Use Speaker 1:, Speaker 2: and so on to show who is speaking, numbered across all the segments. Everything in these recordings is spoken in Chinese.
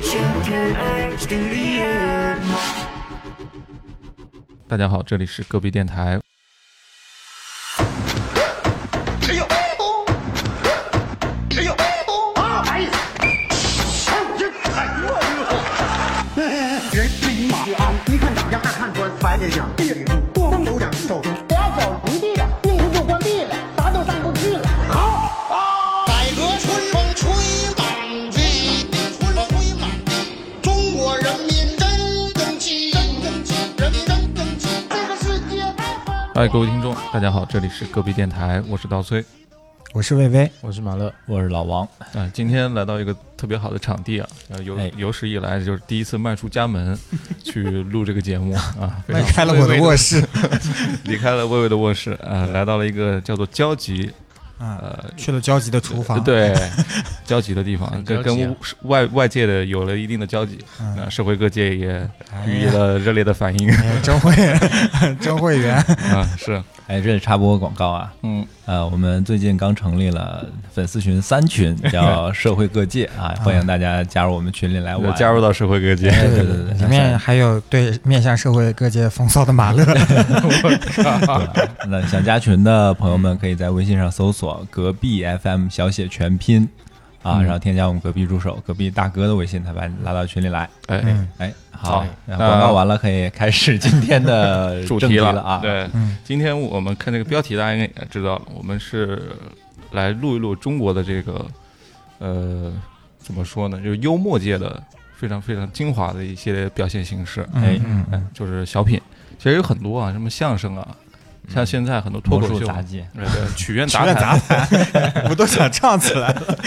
Speaker 1: Shoot your eyes to the end.
Speaker 2: 大家好，这里是隔壁电台，
Speaker 3: 哎呦！哎呦！啊！哎！人最马啊！一看长相，二看穿，白脸相，地里住，动手掌，手中。
Speaker 4: 不要走平地了，内部就关闭了，啥都上不去了。
Speaker 5: 改革春风吹满地，春风吹满地，中国人民真争气，真争气，人民真争气，这个世界太繁华。
Speaker 2: 哎，各位听众，大家好，这里是隔壁电台，我是刀崔，
Speaker 6: 我是魏巍，
Speaker 7: 我是马乐，我是老王。
Speaker 2: 啊、今天来到一个特别好的场地啊，呃、有
Speaker 7: 哎
Speaker 2: 有史以来就是第一次迈出家门 去录这个节目啊，非常
Speaker 6: 哎开了我
Speaker 2: 微
Speaker 6: 的
Speaker 2: 微地
Speaker 6: 卧室，
Speaker 2: 离开了微微的卧室啊、来到了一个叫做交集，
Speaker 6: 啊，去了焦急的厨房，，
Speaker 2: 对，交集的地方，跟
Speaker 7: 很交集啊
Speaker 2: 跟外外界的有了一定的交集，啊、社会各界也予以了热烈的反应啊、
Speaker 6: 嗯哎，真会， 真会员，
Speaker 2: 是，
Speaker 7: 哎，这里插播个广告啊，
Speaker 2: 嗯，
Speaker 7: 呃，我们最近刚成立了粉丝群三 群，叫社会各界啊，欢迎大家加入我们群里来玩。哎
Speaker 2: 加入到社会各界，
Speaker 6: 哎
Speaker 7: 对对对对，
Speaker 6: 里面还有对面向社会各界风骚的 马乐，
Speaker 7: 对那想加群的朋友们可以在微信上搜索“隔壁 FM” 小写全拼
Speaker 2: 嗯
Speaker 7: 啊，然后添加我们隔壁助手、隔壁大哥的微信，他把你拉到群里来。
Speaker 2: 哎。
Speaker 6: 嗯
Speaker 7: 哎，好
Speaker 2: 好，
Speaker 7: 那
Speaker 2: 那
Speaker 7: 广告完了，可以开始今天的
Speaker 2: 主
Speaker 7: 正
Speaker 2: 题
Speaker 7: 了啊。
Speaker 2: 对，今天我们看这个标题，大家应该也知道了，我们是来录一录中国的这个呃，怎么说呢，就是幽默界的非常非常精华的一些表现形式，
Speaker 7: 哎，
Speaker 2: 哎，就是小品，其实有很多啊，什么相声啊，像现在很多脱
Speaker 7: 魔
Speaker 2: 口
Speaker 7: 术
Speaker 2: 秀、啊
Speaker 7: 杂技，
Speaker 2: 对对曲苑
Speaker 6: 随
Speaker 2: 杂
Speaker 6: 便砸
Speaker 2: 谈、
Speaker 6: 盘，我都想唱起来了。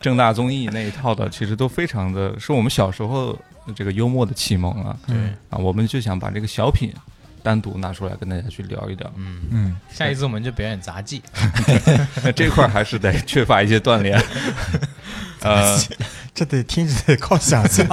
Speaker 2: 正大综艺那一套的，其实都非常的是我们小时候这个幽默的启蒙啊。对啊，我们就想把这个小品单独拿出来跟大家去聊一聊。
Speaker 6: 嗯，
Speaker 8: 下一次我们就表演杂技，
Speaker 2: 那 这块儿还是得缺乏一些锻炼。呃，
Speaker 6: 这得听着得靠想象，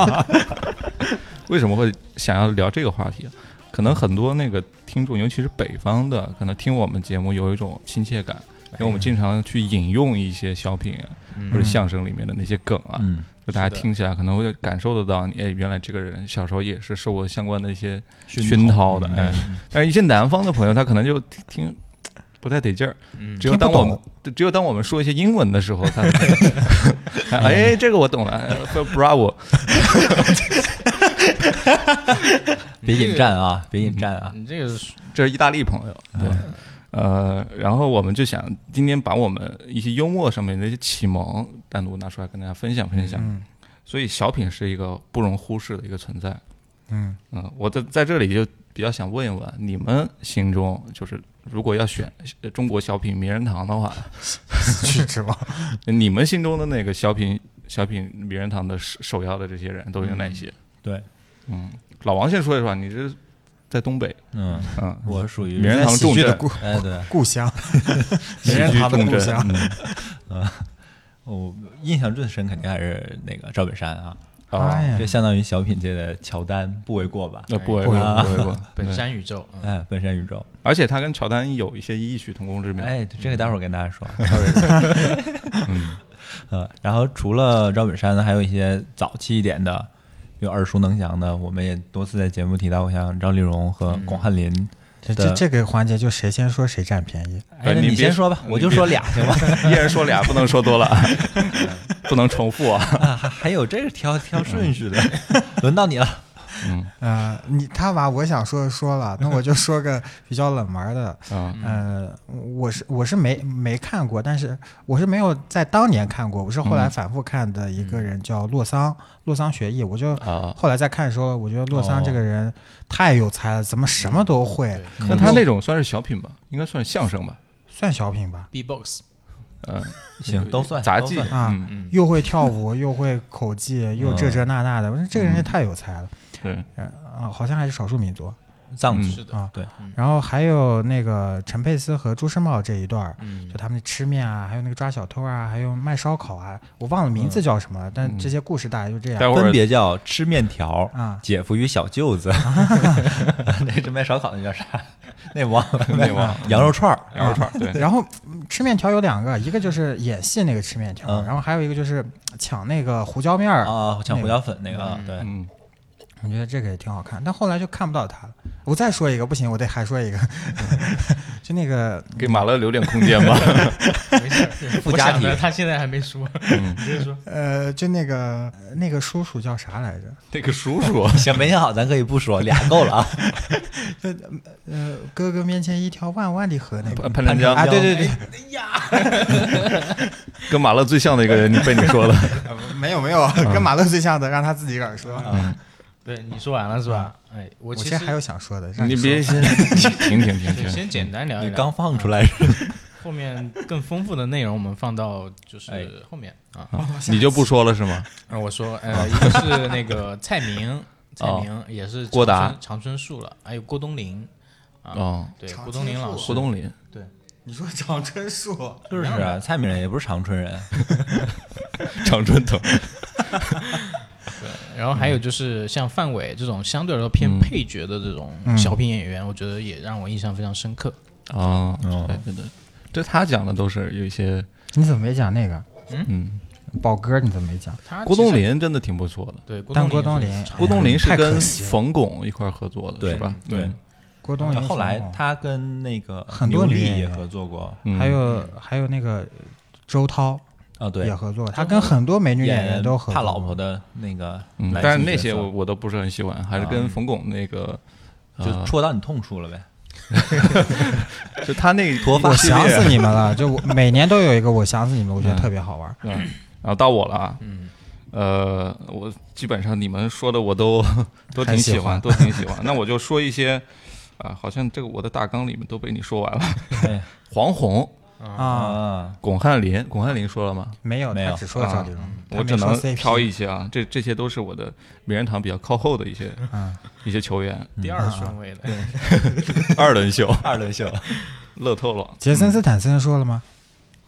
Speaker 2: 为什么会想要聊这个话题？可能很多那个听众，尤其是北方的，可能听我们节目有一种亲切感，因为我们经常去引用一些小品啊或者相声里面的那些梗啊，
Speaker 7: 嗯，
Speaker 2: 就大家听起来可能会感受得到，你哎，原来这个人小时候也是受过相关的一些熏陶的。哎，但是一些南方的朋友，他可能就听听不太得劲儿。只有当我们只有当我们说一些英文的时候， 他哎，这个我懂了哎，Bravo，
Speaker 7: 别引战啊，别引战啊。
Speaker 8: 你这个是
Speaker 2: 这是意大利朋友。对，呃，然后我们就想今天把我们一些幽默上面的一些启蒙单独拿出来跟大家分享分享。所以小品是一个不容忽视的一个存在。
Speaker 6: 嗯
Speaker 2: 嗯，我在在这里就比较想问一问，你们心中就是如果要选呃中国小品名人堂的话，
Speaker 6: 去指望
Speaker 2: 你们心中的那个小品小品名人堂的首首要的这些人都有哪些？
Speaker 7: 对，
Speaker 2: 嗯，老王先说一说，你这是在东北，
Speaker 7: 嗯，
Speaker 2: 嗯，
Speaker 7: 我属于
Speaker 2: 名人堂重
Speaker 6: 喜剧的
Speaker 2: 镇，
Speaker 6: 故
Speaker 7: 哎，对，
Speaker 6: 故乡，
Speaker 2: 喜
Speaker 6: 名人
Speaker 2: 剧
Speaker 6: 堂的
Speaker 2: 重
Speaker 6: 故
Speaker 2: 镇，
Speaker 6: 乡，
Speaker 2: 嗯
Speaker 7: 我哦印象最深肯定还是那个赵本山啊，
Speaker 6: 哎
Speaker 2: 啊，
Speaker 6: 呀
Speaker 7: 这，相当于小品界的乔丹，不为过吧？
Speaker 2: 那不为过，不为 过，
Speaker 8: 本
Speaker 2: 对。
Speaker 8: 山宇宙，嗯
Speaker 7: 哎，本山宇宙，
Speaker 2: 而且他跟乔丹有一些异曲同工之妙，
Speaker 7: 哎，这个待会儿跟大家
Speaker 2: 嗯
Speaker 7: 说。赵本山 呃，然后除了赵本山呢，还有一些早期一点的，有耳熟能详的，我们也多次在节目提到过，像张丽蓉和巩汉林
Speaker 6: 这
Speaker 7: 的
Speaker 6: 这这个环节就谁先说谁占便宜，
Speaker 7: 哎，那
Speaker 2: 你
Speaker 7: 你
Speaker 2: 别
Speaker 7: 先说吧，
Speaker 2: 你
Speaker 7: 我就
Speaker 2: 别
Speaker 7: 说俩行吗？
Speaker 2: 一人说俩，不能说 多了，不能重复啊。
Speaker 7: 啊，还还有这个挑挑顺序的，
Speaker 2: 嗯
Speaker 7: 轮到你了。
Speaker 6: 呃，你他把我想说的 说了，那我就说个比较冷门的，
Speaker 2: 啊，
Speaker 6: 呃，我是我是没没看过，但是我是没有在当年看过，我是
Speaker 2: 嗯
Speaker 6: 后来反复看的一个人叫洛桑，洛桑学艺，我就
Speaker 2: 啊
Speaker 6: 后来再看的时候，我觉得洛桑这个人太有才了，怎么什么都会，
Speaker 2: 那他那种算是小品吧，应该算是相声吧，
Speaker 6: 算小品吧，
Speaker 8: B-box，
Speaker 2: 嗯，
Speaker 7: 行，都算
Speaker 2: 杂
Speaker 7: 都
Speaker 2: 技
Speaker 7: 算
Speaker 6: 啊
Speaker 2: 嗯，
Speaker 6: 又会跳舞， 又会口技，又这这那那的，我说这个人也
Speaker 2: 嗯
Speaker 6: 太有才了，
Speaker 2: 对，
Speaker 6: 嗯、啊好像还是少数民族，
Speaker 7: 藏
Speaker 2: 嗯
Speaker 7: 族
Speaker 8: 是的，
Speaker 6: 啊，
Speaker 7: 对，
Speaker 6: 然后还有那个陈佩斯和朱时茂这一段儿，
Speaker 7: 嗯
Speaker 6: 就他们吃面啊，还有那个抓小偷啊，还有卖烧烤啊，我忘了名
Speaker 7: 嗯
Speaker 6: 字叫什么了，但这些故事大概就这
Speaker 2: 待
Speaker 6: 样。
Speaker 2: 会儿
Speaker 7: 分别叫吃面条
Speaker 6: 啊
Speaker 7: 姐夫与小舅子， 那是卖烧烤的叫啥？那忘了，
Speaker 2: 那忘了
Speaker 7: 羊肉串儿，
Speaker 2: 羊肉串儿，对，
Speaker 6: 然后嗯吃面条有两个，一个就是演戏那个吃面条，
Speaker 7: 嗯
Speaker 6: 然后还有一个就是抢那个胡椒面儿
Speaker 7: 啊，抢胡椒粉那个，
Speaker 8: 嗯
Speaker 7: 对，
Speaker 2: 嗯，
Speaker 6: 我觉得这个也挺好看，但后来就看不到他了。我再说一个，不行，我得还说一个，
Speaker 7: 嗯
Speaker 6: 就那个
Speaker 2: 给马乐留点空间 吧。
Speaker 8: 没事儿，
Speaker 7: 附加
Speaker 8: 我想
Speaker 7: 题
Speaker 8: 着他现在还没说，你接着说。
Speaker 6: 呃，就那个呃那个叔叔叫啥来着？
Speaker 2: 那个叔叔，
Speaker 7: 行，没想好，咱可以不说，俩够了啊。
Speaker 6: 呃，哥哥面前一条弯弯的河那个
Speaker 2: 潘潘长江
Speaker 6: 啊，对对对，
Speaker 8: 哎
Speaker 2: 跟马乐最像的一个人，你被你说了。
Speaker 6: 没有没有，跟马乐最像的，让他自己个儿说。
Speaker 8: 对，你说完了是吧？哎，我
Speaker 6: 我
Speaker 8: 其
Speaker 6: 其
Speaker 8: 实
Speaker 6: 实还有想说的，让
Speaker 2: 你
Speaker 6: 说
Speaker 2: 别先停停停
Speaker 8: 对
Speaker 2: 停，
Speaker 8: 先简单聊一
Speaker 7: 你
Speaker 8: 聊
Speaker 7: 刚，放出来是吧？
Speaker 8: 后面更丰富的内容我们放到就
Speaker 7: 哎
Speaker 8: 是后面啊。
Speaker 2: 你就不说了是吗？
Speaker 8: 呃，我说，呃，一个是那个蔡明，蔡
Speaker 2: 哦
Speaker 8: 明也是
Speaker 2: 郭达
Speaker 8: 长春长春树了，还有郭冬临，
Speaker 2: 哦，
Speaker 8: 对，
Speaker 6: 长
Speaker 8: 郭冬临
Speaker 6: 春
Speaker 8: 老
Speaker 6: 树
Speaker 8: 师，
Speaker 2: 郭冬临，
Speaker 6: 你说长春树，
Speaker 7: 就是 啊，蔡明人也不是长春人，
Speaker 2: 长春藤，
Speaker 8: 然后还有就是像范伟这种相对来说偏配角的这种小品演员，我觉得也让我印象非常深刻。
Speaker 2: 哦，对对对，这他讲的都是有一些，
Speaker 6: 你怎么没讲那个
Speaker 2: 嗯，
Speaker 6: 宝哥？你怎么没讲？
Speaker 8: 他
Speaker 2: 郭
Speaker 8: 其实
Speaker 2: 冬，临真的挺不错的。
Speaker 8: 对，
Speaker 6: 但
Speaker 8: 郭
Speaker 6: 郭
Speaker 8: 冬
Speaker 6: 冬
Speaker 8: 临
Speaker 6: 临
Speaker 8: 也是长
Speaker 2: 郭冬临是
Speaker 6: 哎太可
Speaker 2: 跟
Speaker 6: 惜了
Speaker 2: 冯巩一块儿合作的，
Speaker 7: 对
Speaker 2: 是吧？
Speaker 7: 对
Speaker 2: 嗯，
Speaker 6: 郭冬临
Speaker 7: 后来
Speaker 6: 冯巩
Speaker 7: 他跟那个
Speaker 6: 很多
Speaker 7: 牛
Speaker 6: 女
Speaker 7: 莉
Speaker 6: 演
Speaker 7: 也
Speaker 6: 员
Speaker 7: 合作过
Speaker 2: 嗯
Speaker 6: 还有还有那个周涛
Speaker 7: 啊，对
Speaker 6: 也，合作，他跟很多美女演员都合作。
Speaker 7: 怕老婆的那个
Speaker 2: 嗯
Speaker 7: 来信角色，
Speaker 2: 但是那些我我都不是很喜欢，还是
Speaker 6: 啊
Speaker 2: 跟冯巩那个，
Speaker 7: 就戳到你痛处了呗。
Speaker 2: 就他那
Speaker 7: 脱发
Speaker 6: 我
Speaker 2: 一系列啊
Speaker 6: 想死你们了！就我每年都有一个我想死你们，我觉得特别好玩。
Speaker 2: 嗯，然后到我了啊，嗯，呃，我基本上你们说的我 都都挺喜欢，
Speaker 6: 还喜欢
Speaker 2: 都挺喜欢。那 我就说一些，啊、好像这个我的大纲里面都被你说完了。
Speaker 7: 对
Speaker 2: 黄宏、
Speaker 6: 啊，
Speaker 7: 啊，
Speaker 2: 巩汉林，巩汉林说了吗？
Speaker 6: 没有，
Speaker 7: 没有
Speaker 6: 他只说了赵丽蓉，他
Speaker 2: 我只
Speaker 6: 没说
Speaker 2: 能
Speaker 6: CP
Speaker 2: 挑一些啊，这这些都是我的名人堂比较靠后的一些、
Speaker 6: 嗯
Speaker 2: 一些球员，
Speaker 8: 第二顺位的，
Speaker 2: 二轮秀
Speaker 7: 二轮秀，
Speaker 2: 乐透了。
Speaker 6: 杰森斯坦森说了吗？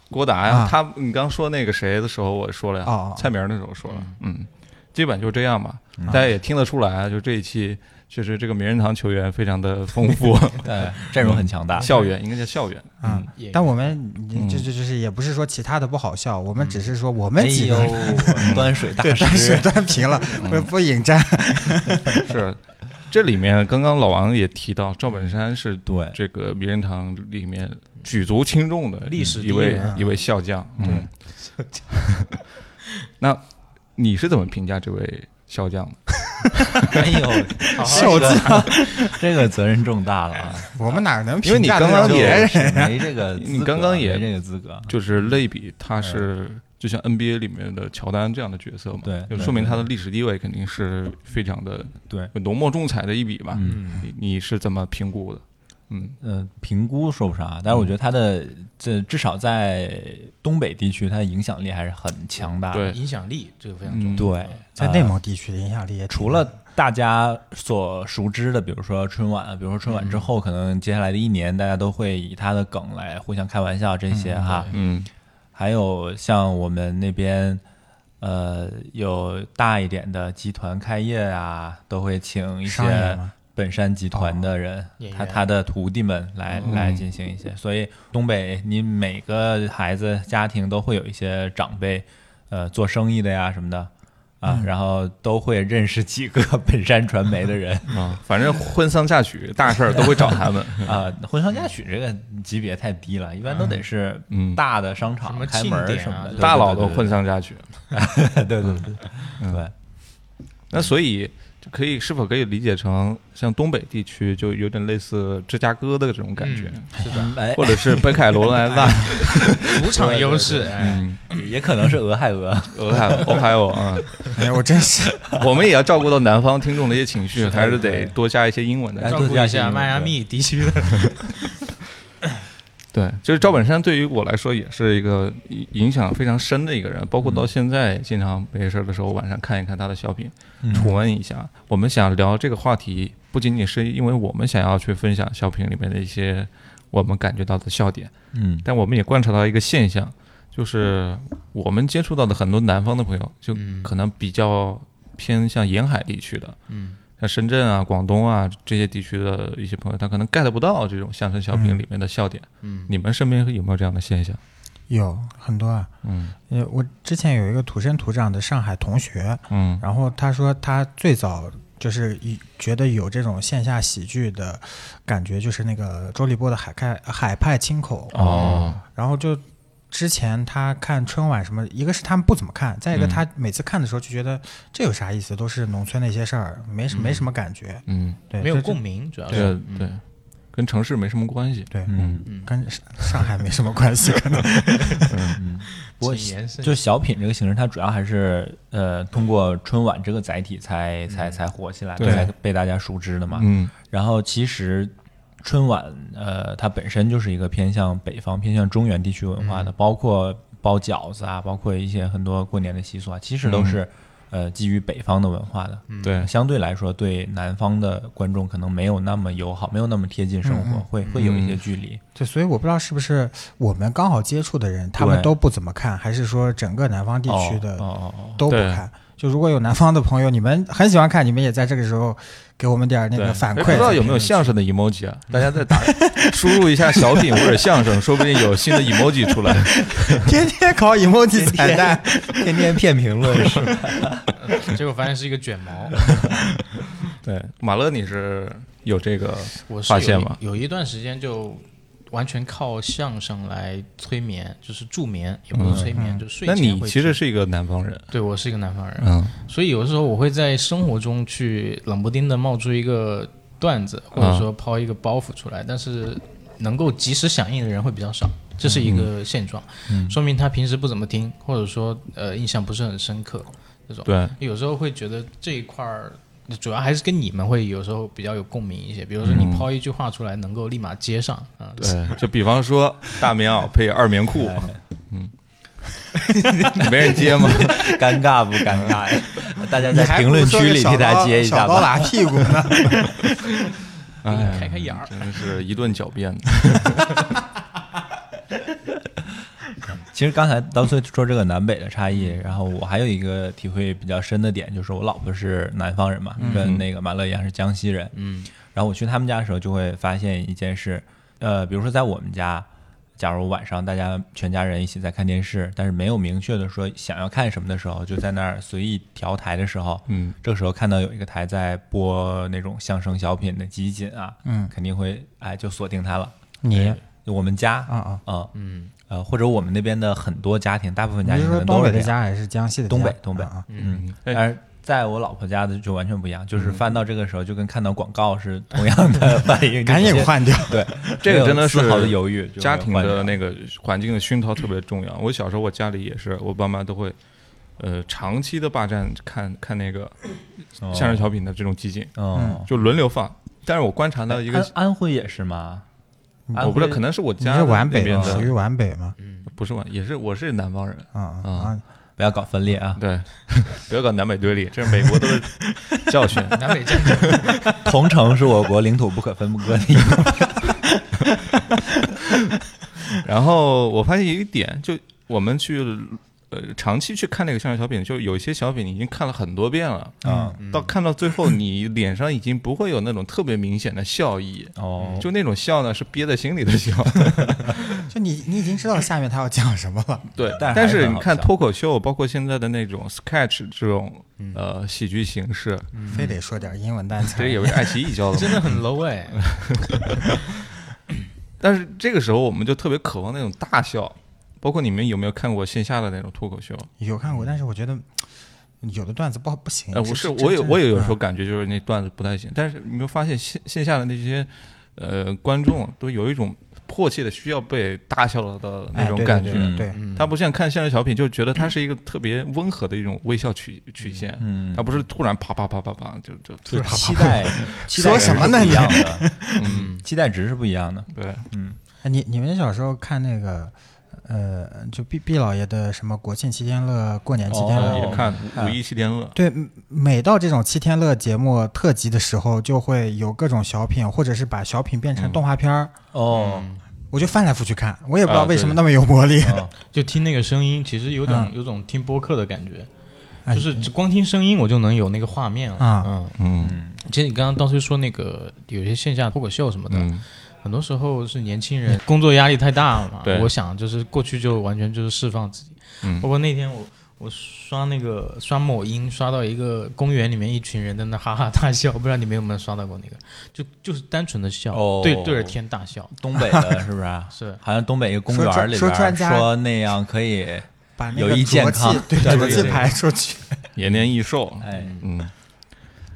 Speaker 2: 郭达呀、
Speaker 6: 啊
Speaker 2: 他你刚说那个谁的时候，我说了呀，
Speaker 6: 哦哦哦
Speaker 2: 蔡明的时候说了，嗯，基本就这样吧。大家也听得出来啊，就这一期确实这个名人堂球员非常的丰富，
Speaker 7: 对，阵容很强大。
Speaker 2: 校园应该叫校园。
Speaker 6: 啊
Speaker 8: 演员，
Speaker 6: 但我们就就就是也不是说其他的不好笑，我们只是说我们
Speaker 7: 哎
Speaker 6: 几
Speaker 7: 呦
Speaker 6: 个人，
Speaker 7: 端水大
Speaker 6: 对，但是
Speaker 7: 师，
Speaker 6: 端平了，
Speaker 2: 嗯
Speaker 6: 不不引战。
Speaker 2: 是，这里面刚刚老王也提到，赵本山是
Speaker 7: 对
Speaker 2: 这个名人堂里面举足轻重的
Speaker 8: 历史第一
Speaker 2: 一位
Speaker 8: 人啊
Speaker 2: 一位笑将。嗯， 那你是怎么评价这位笑将的？
Speaker 7: 哎呦，
Speaker 6: 笑
Speaker 7: 这个责任重大了 啊！
Speaker 6: 我们哪能
Speaker 2: 因为
Speaker 6: 评
Speaker 2: 你
Speaker 6: 价
Speaker 2: 刚
Speaker 6: 得了
Speaker 2: 刚
Speaker 6: 别
Speaker 2: 也
Speaker 6: 人？
Speaker 7: 就是没这个资格，
Speaker 2: 你刚刚也
Speaker 7: 没这个资格，
Speaker 2: 就是类比他是就像 NBA 里面的乔丹这样的角色嘛，
Speaker 7: 哎对
Speaker 2: 就
Speaker 7: 对
Speaker 2: 说明
Speaker 7: 对
Speaker 2: 他的历史地位肯定是非常的
Speaker 7: 对，嗯
Speaker 2: 浓墨重彩的一笔吧。你你是怎么评估的？嗯，
Speaker 7: 呃，评估说不上，但是我觉得他的这至少在东北地区，他的影响力还是很强大的。啊
Speaker 2: 对
Speaker 8: 影响力这个非常重要。
Speaker 7: 对，
Speaker 6: 在
Speaker 2: 啊
Speaker 6: 内蒙地区的影响力也挺
Speaker 7: 除了大家所熟知的，比如说春晚啊，比如说春晚之后，可能接下来的一年，大家都会以他的梗来互相开玩笑这些哈。
Speaker 2: 嗯，
Speaker 7: 还有像我们那边，呃，有大一点的集团开业啊，都会请一
Speaker 6: 商业
Speaker 7: 些
Speaker 6: 吗
Speaker 7: 本山集团的人，
Speaker 8: 演员
Speaker 7: 他他的徒弟们来、来进行一些。
Speaker 8: 嗯
Speaker 7: 所以东北，你每个孩子家庭都会有一些长辈，呃，做生意的呀什么的。啊，
Speaker 8: 嗯
Speaker 7: 然后都会认识几个本山传媒 的人
Speaker 2: 啊，反正婚丧嫁娶大事儿都会找他 们。
Speaker 7: 啊，婚丧嫁娶这个级别太低了，一般都得是
Speaker 2: 嗯
Speaker 7: 大的商
Speaker 8: 什
Speaker 7: 场
Speaker 8: 么
Speaker 7: 开
Speaker 8: 庆
Speaker 7: 门儿
Speaker 8: 典
Speaker 7: 什
Speaker 8: 啊
Speaker 7: 么的，
Speaker 8: 这
Speaker 7: 对
Speaker 2: 大佬
Speaker 7: 对对
Speaker 2: 都
Speaker 7: 对
Speaker 2: 混上下去。
Speaker 7: 对 对对对，
Speaker 2: 嗯
Speaker 7: 对，
Speaker 2: 那所以就可以是否可以理解成像东北地区就有点类似芝加哥的这种感觉，
Speaker 8: 是的，
Speaker 7: 哎
Speaker 2: 或，者是北凯罗 来纳、嗯
Speaker 8: 主场优势，哎，
Speaker 7: 也可能是俄 亥俄，
Speaker 2: 俄亥俄亥俄啊？
Speaker 6: 哎，我真是
Speaker 2: 我们也要照顾到南方听众的一些情绪，还是得多加一些英文
Speaker 7: 哎
Speaker 2: 的。
Speaker 8: 照
Speaker 7: 多
Speaker 8: 顾
Speaker 7: 加
Speaker 8: 一
Speaker 7: 一些
Speaker 8: 下
Speaker 7: 英
Speaker 8: 迈
Speaker 7: 文
Speaker 8: 阿
Speaker 7: 对
Speaker 8: 密地区的
Speaker 2: 对，就是赵本山对于我来说也是一个影影响非常深的一个人，包括到现在经常没事儿的时候晚上看一看他的小品，
Speaker 6: 嗯
Speaker 2: 重温一下。我们想聊这个话题，不仅仅是因为我们想要去分享小品里面的一些我们感觉到的笑点，
Speaker 7: 嗯，
Speaker 2: 但我们也观察到一个现象，就是我们接触到的很多南方的朋友，就可能比较偏向沿海地区的，嗯，像深圳啊、广东啊这些地区的一些朋友，他可能 get 不到这种相声小品里面的笑点。嗯，你们身边有没有这样的现象？
Speaker 6: 有很多啊，
Speaker 2: 嗯
Speaker 6: 呃，我之前有一个土生土长的上海同学，
Speaker 2: 嗯
Speaker 6: 然后他说他最早就是一觉得有这种线下喜剧的感觉，就是那个周立波的海派海派清口，
Speaker 2: 哦，
Speaker 6: 然后就之前他看春晚什么，一个是他们不怎么看，再一
Speaker 2: 嗯
Speaker 6: 个他每次看的时候就觉得这有啥意思，都是农村那些事儿，没什没什么感觉，
Speaker 2: 嗯，
Speaker 6: 对，
Speaker 8: 没有
Speaker 6: 这
Speaker 8: 共，鸣，主要
Speaker 2: 这
Speaker 8: 是
Speaker 2: 个对，嗯跟城市没什么关系。
Speaker 6: 对，
Speaker 7: 嗯，
Speaker 6: 跟上上海没什么关系，可能，
Speaker 8: 谨言慎
Speaker 7: 就小品这个形式，它主要还是呃通过春晚这个载体才才才火起来，
Speaker 2: 嗯对
Speaker 7: 才被大家熟知的嘛。
Speaker 2: 嗯
Speaker 7: 然后其实春晚呃它本身就是一个偏向北方、偏向中原地区文化
Speaker 2: 嗯
Speaker 7: 的，包括包饺子啊，包括一些很多过年的习俗啊，其实
Speaker 2: 嗯
Speaker 7: 都是、呃基于北方的文化的。
Speaker 2: 对
Speaker 7: 相对来说，对南方的观众可能没有那么友好，没有那么贴近
Speaker 2: 嗯
Speaker 7: 生活，会会有一些距离。
Speaker 6: 对，所以我不知道是不是我们刚好接触的人，他
Speaker 7: 对
Speaker 6: 们都不怎么看，还是说整个南方地区的
Speaker 7: 哦哦哦，
Speaker 6: 都不
Speaker 2: 对
Speaker 6: 看。就如果有南方的朋友，你们很喜欢看，你们也在这个时候给我们点儿那
Speaker 2: 对，
Speaker 6: 个反馈。
Speaker 2: 哎不知道有没有相声的 emoji 啊？大家再打 输入一下小品或者相声，说不定有新的 emoji 出来。
Speaker 6: 天天搞 emoji 彩蛋，
Speaker 7: 天天骗 评论是吧？
Speaker 8: 结果发现是一个卷 毛。
Speaker 2: 对，马乐，你是有这个
Speaker 8: 我是
Speaker 2: 发现
Speaker 8: 有
Speaker 2: 吗？
Speaker 8: 有一段时间就完全靠相声来催眠，就是助眠，也不是催眠，就睡
Speaker 2: 嗯那
Speaker 8: 前
Speaker 2: 你
Speaker 8: 会
Speaker 2: 其实
Speaker 8: 听
Speaker 2: 是一个南方人，
Speaker 8: 对我是一个南方人，
Speaker 2: 嗯
Speaker 8: 所以有的时候我会在生活中去冷不丁的冒出一个段子，或者说抛一个包袱出来，但是能够及时响应的人会比较少，这是一个现状，说明他平时不怎么听，或者说呃印象不是很深刻这种。
Speaker 2: 对，
Speaker 8: 有时候会觉得这一块儿。主要还是跟你们会有时候比较有共鸣一些，比如说你抛一句话出来，能够立马接上啊。
Speaker 2: 对，就比方说大棉袄配二棉裤，嗯，没人 接吗？
Speaker 7: 尴尬不尴尬呀？ 大家
Speaker 6: 你
Speaker 7: 在
Speaker 6: 还
Speaker 7: 评
Speaker 6: 不
Speaker 7: 论
Speaker 6: 如说
Speaker 7: 区
Speaker 6: 个
Speaker 7: 里
Speaker 6: 小
Speaker 7: 替他
Speaker 6: 刀
Speaker 7: 接一下
Speaker 6: 小刀
Speaker 7: 吧。
Speaker 6: 拉屁股呢？
Speaker 2: 哎
Speaker 8: 开开眼儿
Speaker 2: 真的是一顿狡辩。
Speaker 7: 其实刚才刀碎说这个南北的差异，然后我还有一个体会比较深的点，就是我老婆是南方人嘛，跟那个马乐一样是江西人。嗯，然后我去他们家的时候，就会发现一件事，呃，比如说在我们家，假如晚上大家全家人一起在看电视，但是没有明确的说想要看什么的时候，就在那儿随意调台的时候，
Speaker 2: 嗯，
Speaker 7: 这个时候看到有一个台在播那种相声小品的集锦啊，嗯，肯定会哎就锁定它了。哎
Speaker 6: 你
Speaker 7: 我们家
Speaker 6: 啊啊
Speaker 7: 啊嗯呃或者我们那边的很多家庭，大部分
Speaker 6: 你
Speaker 7: 家
Speaker 6: 是
Speaker 7: 庭可
Speaker 6: 说
Speaker 7: 能
Speaker 6: 东
Speaker 7: 都
Speaker 6: 北
Speaker 7: 是这
Speaker 6: 的家
Speaker 7: 样。
Speaker 6: 还是江西的家？
Speaker 7: 东北东北
Speaker 6: 啊，啊
Speaker 7: 嗯，
Speaker 2: 哎
Speaker 7: 但是在我老婆家的就完全不一样，就是
Speaker 6: 嗯
Speaker 7: 翻到这个时候就跟看到广告是同样 的反应，
Speaker 6: 赶紧
Speaker 7: 就直接
Speaker 6: 换掉。
Speaker 7: 对，
Speaker 2: 这个真的
Speaker 7: 没有
Speaker 2: 是
Speaker 7: 丝毫的犹豫，就
Speaker 2: 家庭
Speaker 7: 换掉
Speaker 2: 的那个环境的熏陶特别重要。我小时候我家里也是，我爸妈都会，呃，长期的霸占看看那个
Speaker 7: 哦
Speaker 2: 相声小品的这种集锦，
Speaker 6: 嗯
Speaker 7: 哦，
Speaker 2: 就轮流放。但是我观察到一个
Speaker 7: 安，安徽也是吗？安
Speaker 2: 我不知
Speaker 7: 徽
Speaker 2: 道，可能是我
Speaker 6: 你
Speaker 2: 家
Speaker 6: 是皖
Speaker 2: 那
Speaker 6: 北
Speaker 2: 边
Speaker 6: 吗？属于
Speaker 2: 的，嗯
Speaker 6: 皖北吗？
Speaker 2: 不是皖，也是我是南方人。
Speaker 6: 啊啊
Speaker 2: 嗯
Speaker 6: 啊！
Speaker 7: 不要搞分裂啊，
Speaker 2: 对， 不要搞南北对立，这是美国 都是教训。
Speaker 8: 南北战争，
Speaker 7: 同城是我国领土不可分割的一部分。
Speaker 2: 然后我发现一个点，就我们去呃长期去看那个相声小品，就有一些小品你已经看了很多遍了
Speaker 7: 啊，
Speaker 2: 到看到最后你脸上已经不会有那种特别明显的笑意。
Speaker 7: 哦，
Speaker 2: 就那种笑呢，是憋在心里的 笑。
Speaker 6: 就你你已经知道下面他要讲什么了，
Speaker 2: 对，
Speaker 7: 但
Speaker 2: 但
Speaker 7: 还是
Speaker 2: 是
Speaker 7: 很
Speaker 2: 你
Speaker 7: 好
Speaker 2: 看
Speaker 7: 笑
Speaker 2: 脱口秀，包括现在的那种 sketch 这种
Speaker 7: 嗯
Speaker 2: 呃喜剧形式，
Speaker 6: 非得说点英文单词
Speaker 2: 这。也不是爱奇艺教的
Speaker 8: 真
Speaker 2: 嘛。
Speaker 8: 的很 low 哎。
Speaker 2: 但是这个时候，我们就特别渴望那种大笑。包括你们有没有看过线下的那种脱口秀？
Speaker 6: 有看过，但是我觉得有的段子不好不行。
Speaker 2: 呃，
Speaker 6: 这
Speaker 2: 不是，
Speaker 6: 这
Speaker 2: 我有
Speaker 6: 这
Speaker 2: 我有有时候
Speaker 6: 嗯
Speaker 2: 感觉就是那段子不太行，但是你有没有发现线线下的那些呃观众都有一种迫切的需要被大笑的那
Speaker 6: 哎
Speaker 2: 种
Speaker 6: 对对
Speaker 2: 感
Speaker 6: 对
Speaker 2: 觉，嗯
Speaker 6: 对对
Speaker 8: 嗯
Speaker 2: 他不像看相声小品，就觉得它是一个特别温和的一种微笑曲曲线，嗯，他不是突然啪啪啪啪啪就就突
Speaker 7: 就
Speaker 2: 然
Speaker 7: 期待，期待
Speaker 6: 说什么呢
Speaker 7: 值
Speaker 6: 你
Speaker 7: 是不一样的，嗯，期待值是不一样的。
Speaker 2: 对，
Speaker 6: 哎，你你们小时候看那个，呃，就毕毕老爷的什么国庆七天乐、过年七天乐，
Speaker 7: 哦
Speaker 2: 也看五一七天乐，
Speaker 6: 对，嗯每到这种七天乐节目特辑的时候，就会有各种小品，或者是把小品
Speaker 2: 嗯
Speaker 6: 变成动画片儿，
Speaker 7: 哦，
Speaker 6: 我就翻来覆去看，我也不知道
Speaker 2: 啊
Speaker 6: 为什么
Speaker 2: 对啊
Speaker 6: 那么有魔力。
Speaker 7: 哦
Speaker 8: 就听那个声音，其实有种、
Speaker 6: 嗯
Speaker 8: 有种听播客的感觉，
Speaker 6: 哎
Speaker 8: 就是只光听声音我就能有那个画面了。
Speaker 6: 啊
Speaker 8: 嗯，
Speaker 2: 嗯，
Speaker 8: 其实你刚刚当时说那个有些线下脱口秀什么的，
Speaker 2: 嗯，
Speaker 8: 很多时候是年轻人工作压力太大了嘛。
Speaker 2: 对
Speaker 8: 我想就是过去就完全就是释放自己。
Speaker 2: 嗯
Speaker 8: 包括那天我我刷那个刷某音，刷到一个公园里面一群人在那哈哈大笑，不知道你们有没有刷到过那个？就就是单纯的笑，
Speaker 7: 哦
Speaker 8: 对对着天大笑。
Speaker 7: 东北的是不是？
Speaker 8: 是
Speaker 7: 好像东北一个公园里边
Speaker 6: 说说专家
Speaker 7: 说那样可以，
Speaker 6: 把那
Speaker 7: 有
Speaker 6: 个
Speaker 7: 益健
Speaker 6: 浊
Speaker 7: 康
Speaker 6: 气对
Speaker 7: 对
Speaker 6: 浊
Speaker 7: 对
Speaker 6: 气
Speaker 7: 对
Speaker 6: 排 出去。
Speaker 2: 延年益寿，
Speaker 7: 哎，
Speaker 2: 嗯，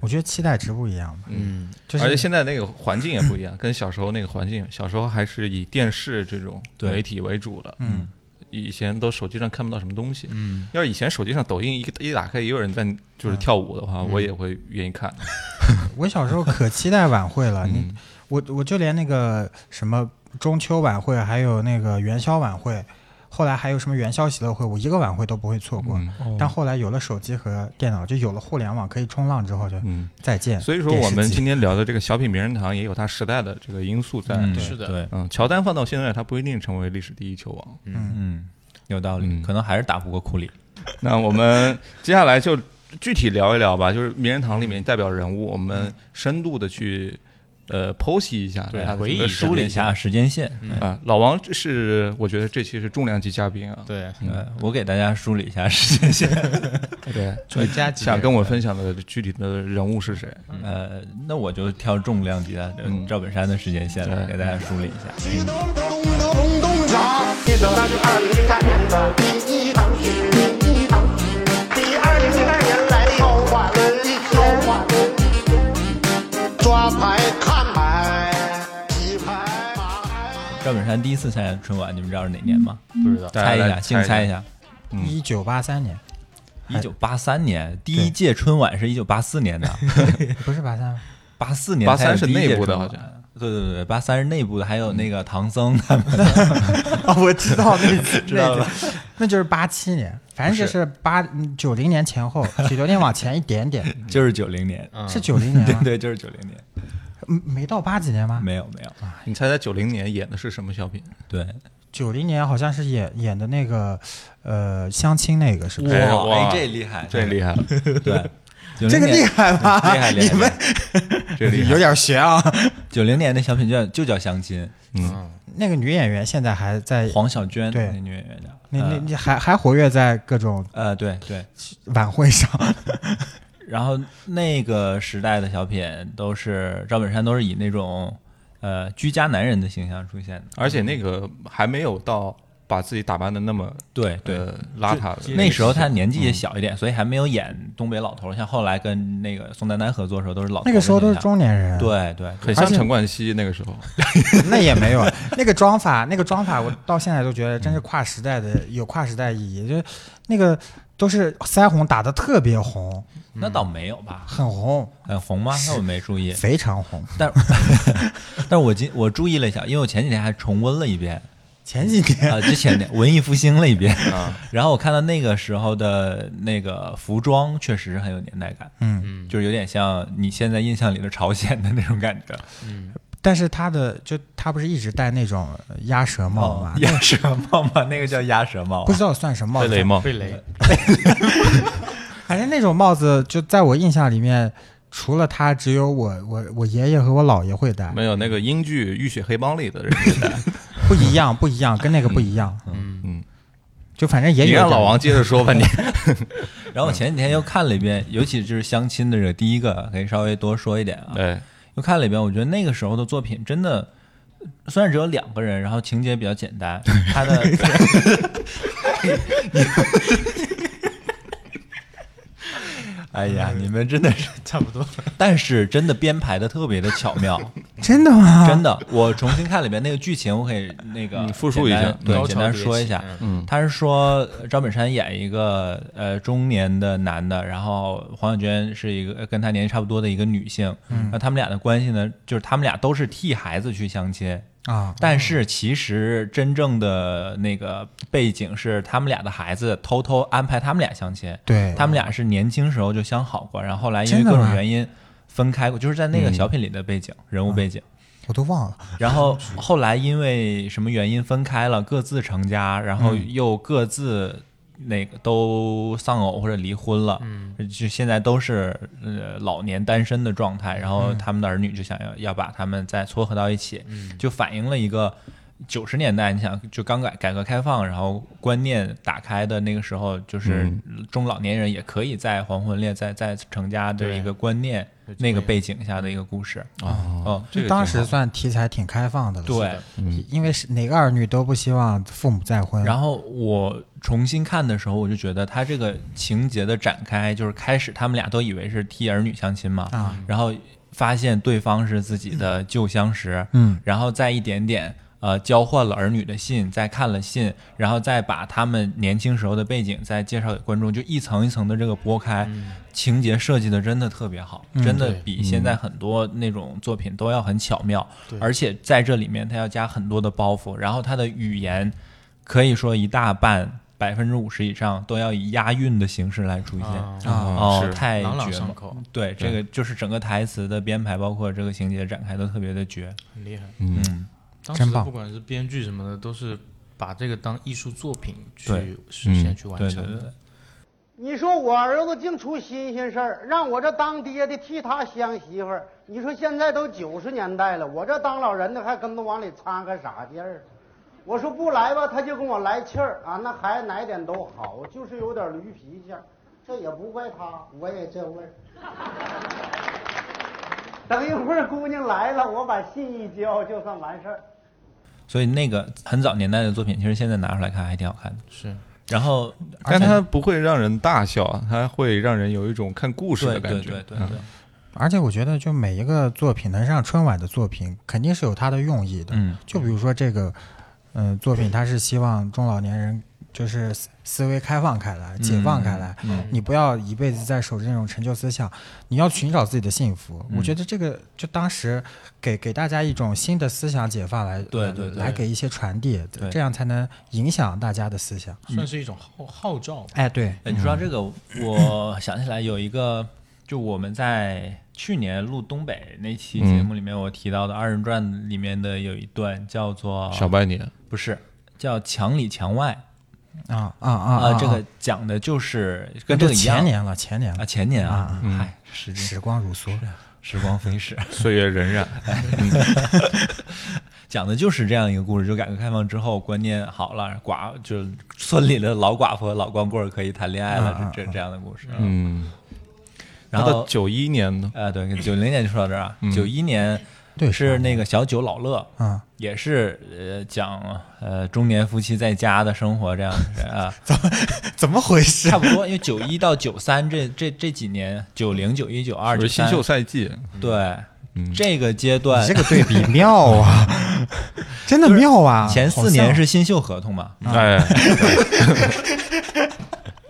Speaker 6: 我觉得期待值不一样吧，嗯，就是
Speaker 2: 而且现在那个环境也不一样，跟小时候那个环境，小时候还是以电视这种
Speaker 7: 对
Speaker 2: 媒体为主的，嗯，以前都手机上看不到什么东西，嗯，要是以前手机上抖音一个一打开，也有人在就是跳舞的话，我也会愿意看，
Speaker 6: 我小时候可期待晚会了，你我我就连那个什么中秋晚会，还有那个元宵晚会，后来还有什么元宵喜乐会，我一个晚会都不会错过。但后来有了手机和电脑，就有了互联网可以冲浪之后，就
Speaker 2: 嗯，
Speaker 6: 再见。
Speaker 2: 所以说我
Speaker 6: 电
Speaker 2: 们
Speaker 6: 视机
Speaker 2: 今天聊的这个小品名人堂也有它时代的这个因素在，
Speaker 7: 嗯，
Speaker 2: 对
Speaker 8: 是的
Speaker 7: 对，
Speaker 2: 嗯，乔丹放到现在，他不一定成为历史第一球王。
Speaker 7: 嗯，有道理，
Speaker 2: 嗯
Speaker 7: 可能还是打不过库里。
Speaker 2: 那我们接下来就具体聊一聊吧，就是名人堂里面代表人物，我们深度的去呃剖析一下，
Speaker 8: 对
Speaker 2: 给他
Speaker 8: 回忆一
Speaker 2: 整个
Speaker 8: 下
Speaker 2: 梳
Speaker 7: 梳理
Speaker 2: 理
Speaker 7: 一下时间线，
Speaker 8: 嗯
Speaker 2: 啊。老王这是我觉得这期是重量级嘉宾啊，
Speaker 8: 对，
Speaker 7: 对嗯我给大家梳理一下时间线。
Speaker 2: 对，
Speaker 8: 专家级
Speaker 2: 想跟我分享的具体的人物是谁？
Speaker 7: 呃，那我就挑重量级的
Speaker 2: 嗯
Speaker 7: 赵本山的时间线来
Speaker 2: 对
Speaker 7: 给大家梳理一
Speaker 5: 咚
Speaker 7: 下。
Speaker 5: 咚咚咚咚锵，
Speaker 3: 记得那是二零零三年的第一场雪，第一场雪，第二零零二年来的交换日，交换
Speaker 5: 抓牌看牌，几牌八牌。
Speaker 7: 赵本山第一次参加春晚，你们知道是哪年吗？
Speaker 8: 不知道。
Speaker 2: 大家
Speaker 7: 猜一
Speaker 2: 来
Speaker 7: 下，竞猜一
Speaker 2: 一下，哎
Speaker 7: 下。
Speaker 6: 一九八三年，
Speaker 7: 一九八三年第一届春晚是一九八 四年的，
Speaker 6: 不是八三，
Speaker 7: 八四年
Speaker 2: 83
Speaker 7: 才有第一届
Speaker 2: 是内部的
Speaker 7: 春晚
Speaker 2: 好像。嗯
Speaker 7: 对对对，八三是内部的，还有那个唐僧他们，
Speaker 6: 哦，我知道那
Speaker 7: 知道了，
Speaker 6: 那那就是八七年，反正就是八嗯九零年前后，九零年往前一点点，
Speaker 2: 嗯
Speaker 7: 就是九零年，
Speaker 6: 是九零年
Speaker 7: 对
Speaker 6: 吗？
Speaker 7: 对，就是九零年，
Speaker 6: 嗯没到八几年吗？
Speaker 7: 没有没有，
Speaker 2: 你猜猜九零年演的是什么小品？
Speaker 7: 对，
Speaker 6: 九零年好像是演演的那个呃相亲那个是不是？
Speaker 2: 哎
Speaker 7: 哇，
Speaker 2: 哇
Speaker 7: 哎这厉害，
Speaker 2: 这厉害了，
Speaker 7: 害，对，90
Speaker 6: 这个
Speaker 7: 年嗯
Speaker 6: 厉害
Speaker 2: 啊
Speaker 6: 吧？
Speaker 7: 厉害 厉害
Speaker 6: 你们
Speaker 2: 这厉害
Speaker 6: 有。点学啊。
Speaker 7: 九零年的小品就叫就叫相亲，
Speaker 6: 那个女演员现在还在，
Speaker 7: 黄小娟
Speaker 6: 对
Speaker 7: 那女演员叫，
Speaker 6: 那那
Speaker 7: 呃
Speaker 6: 那还还活跃在各种
Speaker 7: 呃对对，
Speaker 6: 晚会上。
Speaker 7: 哦然后那个时代的小品都是赵本山都是以那种呃居家男人的形象出现的，
Speaker 2: 而且那个还没有到把自己打扮的那么
Speaker 7: 对对。
Speaker 2: 呃邋遢的
Speaker 7: 那时候他年
Speaker 6: 嗯
Speaker 7: 纪也小一点，所以还没有演东北老头儿。像后来跟那个宋丹丹合作的时候，都是老头 儿
Speaker 6: 那个时候都是
Speaker 7: 的
Speaker 6: 中年人，
Speaker 7: 形象。，对对，
Speaker 2: 很像
Speaker 6: 而且
Speaker 2: 陈冠希那个时候，
Speaker 6: 那也没有 那个妆法，那个妆法我到现在都觉得
Speaker 7: 嗯
Speaker 6: 真是跨时代的，有跨时代意义。就那个都是腮红打的特别红，
Speaker 7: 那倒没有吧？
Speaker 6: 很红，
Speaker 7: 很红吗？那我没注 意。
Speaker 6: 非常红。
Speaker 7: 但但是我今我注意了一下，因为我前几天还重温了一遍
Speaker 6: 前几年
Speaker 7: 啊，之前的文艺复兴了一遍。
Speaker 2: 啊
Speaker 7: 然后我看到那个时候的那个服装，确实很有年代感。
Speaker 6: 嗯
Speaker 7: 嗯，就是有点像你现在印象里的朝鲜的那种感觉。
Speaker 6: 但是他的就他不是一直戴那种鸭舌帽吗？
Speaker 7: 哦鸭舌 帽吗？那个叫鸭舌帽啊。
Speaker 6: 不知道算什么帽
Speaker 2: 贝
Speaker 6: 子，
Speaker 2: 雷哦帽，
Speaker 8: 贝雷，
Speaker 6: 反正那种帽子就在我印象里面，除了他，只有我我我爷爷和我姥爷会戴，
Speaker 2: 没有那个英剧《浴血黑帮》里的人也戴。
Speaker 6: 不一样，不 一样，跟那个不一样。嗯
Speaker 2: 嗯，
Speaker 6: 就反正也
Speaker 2: 你
Speaker 6: 有。
Speaker 2: 让老王，接着说吧，你
Speaker 7: 然后我前几天又看了一遍，尤其就是相亲的这个第一个，可以稍微多说一点啊。
Speaker 2: 对，
Speaker 7: 又看了一遍，我觉得那个时候的作品真的， 虽然只有两个人，然后情节比较简单，他的 你。哎呀，你们真的是差 不多，但是真的编排的特别的巧妙，
Speaker 6: 真的
Speaker 2: 啊
Speaker 6: 吗？
Speaker 7: 真的。我重新看了一遍那个剧情，我可以那个
Speaker 2: 嗯复述一下
Speaker 7: 简单对，
Speaker 8: 高潮
Speaker 7: 简单
Speaker 8: 迭起
Speaker 7: 说一下。嗯，他是说呃赵本山演一个呃中年的男的，然后黄晓娟是一个呃跟他年纪差不多的一个女性，嗯，那他们俩的关系呢，就是他们俩都是替孩子去相亲。
Speaker 6: 啊，
Speaker 7: 但是其实真正的那个背景是，他们俩的孩子偷偷安排他们俩相亲。
Speaker 6: 对
Speaker 7: 他们俩是年轻时候就相好过，然后后来因为
Speaker 6: 真的
Speaker 7: 各种
Speaker 6: 吗嗯
Speaker 7: 原因分开过，就是在那个小品里的背景、人物背景。
Speaker 6: 我都忘了。
Speaker 7: 然后后来因为什么原因分开了，各自成家，然后又各自那个都丧偶或者离婚了，就现在都是呃老年单身的状态，然后他们的儿女就想要要把他们再撮合到一起，就反映了一个九十年代，你想就刚改改革开放，然后观念打开的那个时候，就是中老年人也可以在黄昏恋再再成家的一个观念那个背景下的一个故事哦，
Speaker 2: 啊这个
Speaker 6: 当
Speaker 2: 挺
Speaker 6: 时
Speaker 2: 好嗯
Speaker 6: 算题材挺开放的了。
Speaker 7: 对，
Speaker 6: 因为是哪个儿女都不希望父母再婚。
Speaker 7: 然后我重新看的时候，我就觉得他这个情节的展开，就是开始他们俩都以为是替儿女相亲嘛，
Speaker 6: 啊
Speaker 7: 然后发现对方是自己的旧相识，
Speaker 6: 嗯，
Speaker 7: 然后再一点点呃交换了儿女的信，再看了信，然后再把他们年轻时候的背景再介绍给观众，就一层一层的这个剥开，情节设计的真的特别好，
Speaker 6: 嗯
Speaker 7: 真的
Speaker 8: 对
Speaker 7: 比现在很多那种作品都要很巧妙，而且在这里面他要加很多的包袱，然后他的语言可以说一大半。百分之五十以上都要以押韵的形式来出现
Speaker 8: 啊
Speaker 7: 哦
Speaker 2: 是，
Speaker 7: 太
Speaker 8: 朗朗
Speaker 7: 绝
Speaker 8: 上
Speaker 7: 了
Speaker 8: 口，
Speaker 7: 对，这个就是整个台词的编排，包括这个情节展开都特别的绝。
Speaker 8: 很厉害。
Speaker 7: 嗯，
Speaker 8: 当时
Speaker 6: 真棒
Speaker 8: 不管是编剧什么的，都是把这个当艺术作品
Speaker 7: 对
Speaker 8: 去实现、去完
Speaker 7: 对嗯对
Speaker 8: 成的。
Speaker 7: 对，
Speaker 5: 你说我儿子净出新鲜事儿，让我这当爹的替他相媳妇儿。你说现在都九十年代了，我这当老人的还跟他往里掺和啥劲儿？啊我说不来吧，他就跟我来气儿啊。那孩子哪点都好，就是有点驴脾气儿，这也不怪他，我也这味儿。等一会儿姑娘来了，我把信一交，就算完事儿。
Speaker 7: 所以那个很早年代的作品，其实现在拿出来看还挺好看的。
Speaker 8: 是，
Speaker 7: 然后，
Speaker 2: 但它不会让人大笑，它会让人有一种看故事
Speaker 7: 对
Speaker 2: 的
Speaker 7: 对
Speaker 2: 感
Speaker 7: 对
Speaker 2: 觉。
Speaker 7: 对对
Speaker 2: 嗯，
Speaker 6: 而且我觉得，就每一个作品能上春晚的作品，肯定是有它的用意的。
Speaker 7: 嗯，
Speaker 6: 就比如说这个，嗯、作品它是希望中老年人就是思思维开放开来、解放
Speaker 7: 嗯
Speaker 6: 开来，你不要一辈子在守着那种陈旧思想，你要寻找自己的幸福。
Speaker 7: 嗯
Speaker 6: 我觉得这个就当时给给大家一种新的思想解放来，呃
Speaker 7: 对对对
Speaker 6: 来给一些传递
Speaker 7: 对，
Speaker 6: 这样才能影响大家的思想。
Speaker 8: 算是一种号号召吧。
Speaker 6: 哎，对，
Speaker 7: 哎，你说到这个，我想起来有一个，就我们在去年录东北那期节目里面，我提到的二人转里面的有一段叫做
Speaker 2: 小半年，
Speaker 7: 不是叫墙里墙外
Speaker 6: 啊啊啊
Speaker 7: 啊，这个
Speaker 6: 啊
Speaker 7: 讲的就是
Speaker 6: 那
Speaker 7: 跟这
Speaker 6: 都
Speaker 7: 个一样
Speaker 6: 前年了，前年
Speaker 7: 啊
Speaker 6: 了，
Speaker 7: 前年啊，嗨，时间
Speaker 6: 时光如梭。
Speaker 7: 时光飞逝。
Speaker 2: 岁月荏苒。
Speaker 7: 讲的就是这样一个故事，就改革开放之后，观念好了，寡就村里的老寡妇和老光棍儿可以谈恋爱了，这这这样的故事。
Speaker 2: 嗯，
Speaker 7: 然
Speaker 2: 到
Speaker 7: 后
Speaker 2: 九一年呢，
Speaker 7: 呃，对，九零年就说到这儿啊，九一年啊
Speaker 6: 对
Speaker 7: 是那个小九老乐，
Speaker 6: 嗯，
Speaker 7: 也是呃讲呃中年夫妻在家的生活这样子 啊，
Speaker 6: 怎么回事？
Speaker 7: 差不多，因为九一到九三这这这几年，九零、九一、九二、
Speaker 2: 不
Speaker 7: 九
Speaker 2: 是新
Speaker 7: 三，
Speaker 2: 秀赛季，
Speaker 7: 对。嗯这个阶段，
Speaker 6: 这个对比妙啊， 真的妙啊！
Speaker 7: 前四年是新秀合同嘛？
Speaker 2: 哎，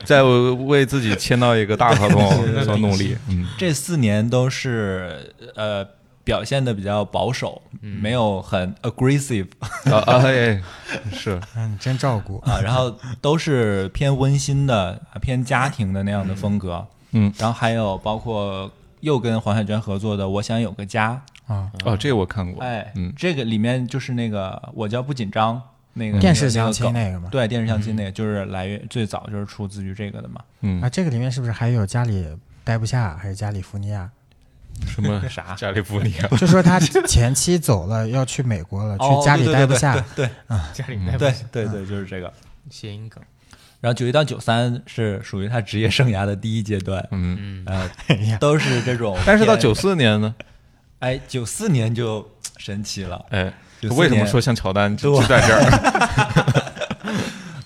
Speaker 2: 在为自己签到一个大合 同所努力。嗯，
Speaker 7: 这四年都是呃表现的比较保守，
Speaker 6: 嗯
Speaker 7: 没有很 aggressive
Speaker 2: 啊啊，哎，是
Speaker 6: 好像，嗯，真照顾。
Speaker 7: 啊，然后都是偏温馨的、啊偏家庭的那样的风格。
Speaker 2: 嗯，
Speaker 7: 然后还有包括又跟黄小娟合作的《我想有个家
Speaker 2: 哦，这个我看》，过。
Speaker 7: 哎，
Speaker 2: 嗯，
Speaker 7: 这个里面就是那个我叫不紧张。那
Speaker 6: 嗯
Speaker 7: 个
Speaker 6: 电视相亲
Speaker 7: 那
Speaker 6: 那个吗嗯
Speaker 7: 对，电视相亲那个就是来源最早就是出自于这个的嘛。
Speaker 2: 嗯
Speaker 6: 啊，这个里面是不是还有家里待不下，还是加利福尼亚？
Speaker 2: 什么
Speaker 7: 啥
Speaker 2: 加利福尼亚？
Speaker 6: 啊就说他前妻走了，要去美国了，
Speaker 7: 哦
Speaker 6: 去家里待不下。啊嗯
Speaker 7: 对
Speaker 8: 家里面
Speaker 7: 对对对对，就是这个。
Speaker 8: 谐音 梗，
Speaker 7: 然后九一到九三是属于他职业生涯的第一阶段，嗯，呃，都是这种偏。
Speaker 2: 但是到九四年呢？
Speaker 7: 哎九四年就神奇了，
Speaker 2: 哎，
Speaker 7: 94
Speaker 2: 为什么说像乔丹就就在这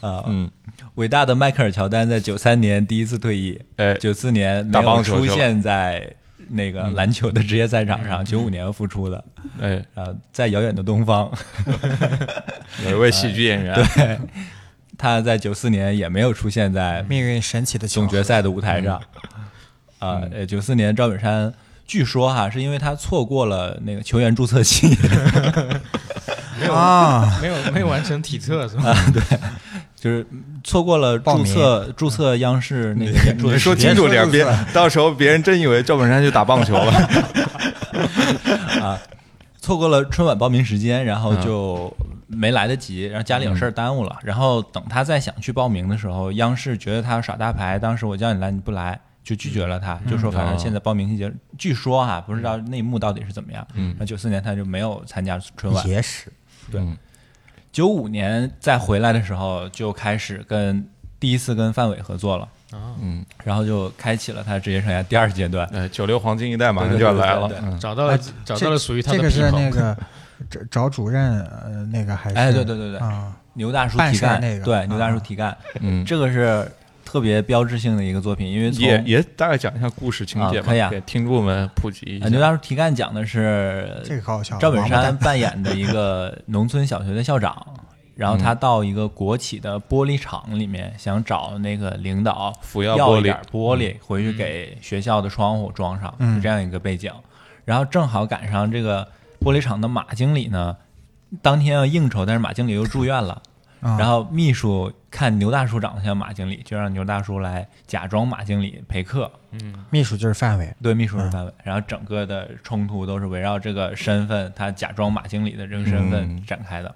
Speaker 2: 儿？
Speaker 7: 伟大的迈克尔乔丹在九三年第一次退役，
Speaker 2: 哎
Speaker 7: 九四年没
Speaker 2: 打
Speaker 7: 有
Speaker 2: 棒球
Speaker 7: 出
Speaker 2: 去了
Speaker 7: 现在那个篮球的职业赛场
Speaker 2: 嗯
Speaker 7: 上，九五年复出的，
Speaker 2: 哎，
Speaker 7: 呃，在遥远的东方，
Speaker 2: 有一位喜剧演员，
Speaker 7: 他在九四年也没有出现在
Speaker 6: 命运神奇的巧
Speaker 7: 总决
Speaker 6: 合，
Speaker 7: 赛的舞台上。
Speaker 2: 嗯
Speaker 7: 啊、呃，九四年赵本山，据说哈，是因为他错过了那个球员注册期，
Speaker 8: 没有
Speaker 6: 啊，
Speaker 8: 没有没有完成体测 是吧？啊
Speaker 7: 就是嗯错过了
Speaker 6: 报
Speaker 7: 注
Speaker 6: 名
Speaker 7: 册注册央视那 个演出
Speaker 2: 你
Speaker 7: 的
Speaker 2: 嗯说
Speaker 7: 时
Speaker 2: 清
Speaker 7: 间
Speaker 2: 楚点，别到时候别人真以为赵本山去打棒球 了。嗯
Speaker 7: 错过了春晚报名时间，然后就没来得及，然后家里有事儿耽误了。然后等他再想去报名的时候，央视觉得他耍大牌，当时我叫你来你不来，就拒绝了他，
Speaker 2: 嗯
Speaker 7: 就说反正现在报名期结，据说哈、不知道内幕到底是怎么样。嗯，那九四年他就没有参加春晚，
Speaker 6: 野史，
Speaker 7: 九五年再回来的时候，就开始跟第一次跟范伟合作了，嗯，然后就开启了他职业生涯第二阶段。
Speaker 2: 呃，九六黄金一代马上就要来了
Speaker 7: 对对对，对
Speaker 2: 嗯
Speaker 8: 找到了
Speaker 6: 啊这
Speaker 8: 呃找到了属于他
Speaker 6: 这
Speaker 8: 的
Speaker 6: 个
Speaker 8: 平
Speaker 6: 是
Speaker 8: 衡。
Speaker 6: 那个找找主任呃那个还是
Speaker 7: 哎，对对对对，
Speaker 6: 啊，
Speaker 7: 牛大叔
Speaker 6: 办
Speaker 7: 题
Speaker 6: 事儿
Speaker 7: 干
Speaker 6: 那个
Speaker 7: 对，牛大叔
Speaker 6: 啊
Speaker 7: 题干，
Speaker 2: 嗯
Speaker 7: 这个是特别标志性的一个作品，因为从
Speaker 2: 也也大概讲一下故事情节
Speaker 7: 啊
Speaker 2: 吧
Speaker 7: 可以，啊
Speaker 2: 给听众们普及一
Speaker 7: 呃牛
Speaker 2: 下。
Speaker 7: 大叔题干讲的是
Speaker 6: 这个高校
Speaker 7: 赵本
Speaker 6: 王八蛋
Speaker 7: 山扮演的一个农村小学的校长，然后
Speaker 6: 嗯
Speaker 7: 他到一个国企的玻璃厂里面，想找那个领导
Speaker 2: 服药
Speaker 7: 要
Speaker 2: 玻璃
Speaker 7: 一点玻
Speaker 6: 嗯
Speaker 7: 璃回去给学校的窗户装上，是这样一个背景。然后正好赶上这个玻璃厂的马经理呢，当天要应酬，但是马经理又住院了。
Speaker 6: 啊
Speaker 7: 然后秘书看牛大叔长得像马经理，就让牛大叔来假装马经理陪客，
Speaker 6: 秘书就是范伟，
Speaker 7: 对秘书是范伟，然后整个的冲突都是围绕这个身份，他假装马经理的这个身
Speaker 6: 嗯
Speaker 7: 份展开的，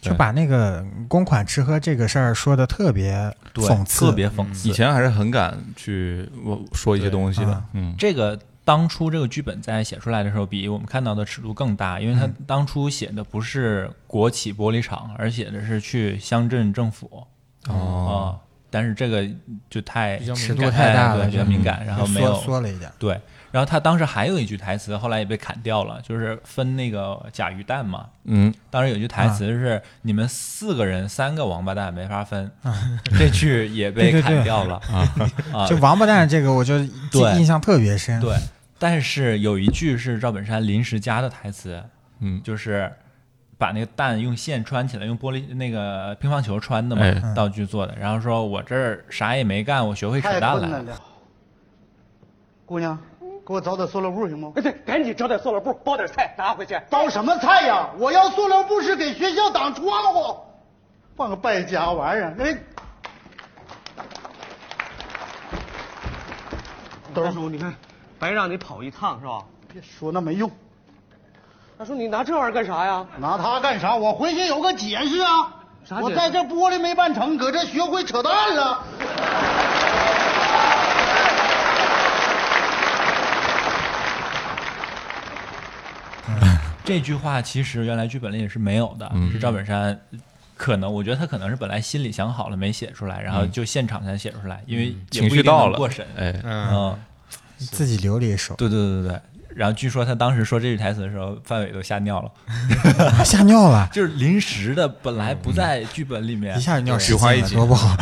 Speaker 6: 就把那个公款吃喝这个事儿说的特别
Speaker 7: 对，
Speaker 6: 讽刺，嗯
Speaker 7: 特别讽刺。
Speaker 2: 以前还是很敢去我说一些东西
Speaker 6: 对
Speaker 2: 的
Speaker 6: 啊，
Speaker 2: 嗯
Speaker 7: 这个当初这个剧本在写出来的时候，比我们看到的尺度更大，因为
Speaker 6: 嗯
Speaker 7: 他当初写的不是国企玻璃厂，而写的是去乡镇政府啊、
Speaker 2: 哦，
Speaker 7: 但是这个就太
Speaker 8: 比较敏
Speaker 6: 尺度
Speaker 8: 感
Speaker 6: 太大了嗯
Speaker 7: 对比较敏感，然后没有
Speaker 6: 缩缩了一点。
Speaker 7: 对，然后他当时还有一句台词，后来也被砍掉了，就是分那个甲鱼蛋嘛。
Speaker 2: 嗯，
Speaker 7: 当时有句台词是：“你们四个人，三个王八蛋没法分。
Speaker 2: 啊
Speaker 7: 这句也被
Speaker 6: 对对
Speaker 7: 砍
Speaker 6: 对
Speaker 7: 掉了啊
Speaker 6: 就王八蛋这个，我就记
Speaker 7: 对
Speaker 6: 印象特别深。
Speaker 7: 对，但是有一句是赵本山临时加的台词，
Speaker 2: 嗯
Speaker 7: 就是把那个蛋用线穿起来，用玻璃那个乒乓球穿的嘛、
Speaker 2: 哎
Speaker 7: 道具做的，然后说我这儿啥也没干，我学会扯
Speaker 5: 太
Speaker 7: 蛋
Speaker 5: 困
Speaker 7: 了
Speaker 5: 难。了。姑娘，给我找点塑料布行吗？
Speaker 9: 对，赶紧找点塑料布包点菜拿回去。
Speaker 5: 包什么菜呀？我要塑料布是给学校挡窗户，放个败家玩意儿。哎，
Speaker 9: 大叔，你看，白让你跑一趟是吧？
Speaker 5: 别说那没用，
Speaker 9: 大叔，你拿这玩意儿干啥呀？
Speaker 5: 拿它干啥？我回去有个解释啊。
Speaker 9: 啥解释
Speaker 5: 我在这玻璃没办成，搁这学会扯淡了。
Speaker 7: 这句话其实原来剧本里也是没有的，
Speaker 2: 嗯
Speaker 7: 是赵本山。可能我觉得他可能是本来心里想好了没写出来，然后就现场才写出来，因为也不
Speaker 2: 嗯情
Speaker 7: 一
Speaker 2: 绪
Speaker 7: 定能
Speaker 2: 到了，
Speaker 7: 过审。
Speaker 2: 哎，
Speaker 7: 嗯，
Speaker 6: 自己留了一手，
Speaker 7: 对对对对对。然后据说他当时说这句台词的时候，范伟都吓尿了，
Speaker 6: 吓尿了，
Speaker 7: 就是临时的，本来不在剧本里面。
Speaker 6: 嗯一下就尿
Speaker 2: 菊
Speaker 6: 十
Speaker 2: 花
Speaker 6: 斤
Speaker 2: 一
Speaker 6: 了，
Speaker 2: 紧
Speaker 6: 多不好。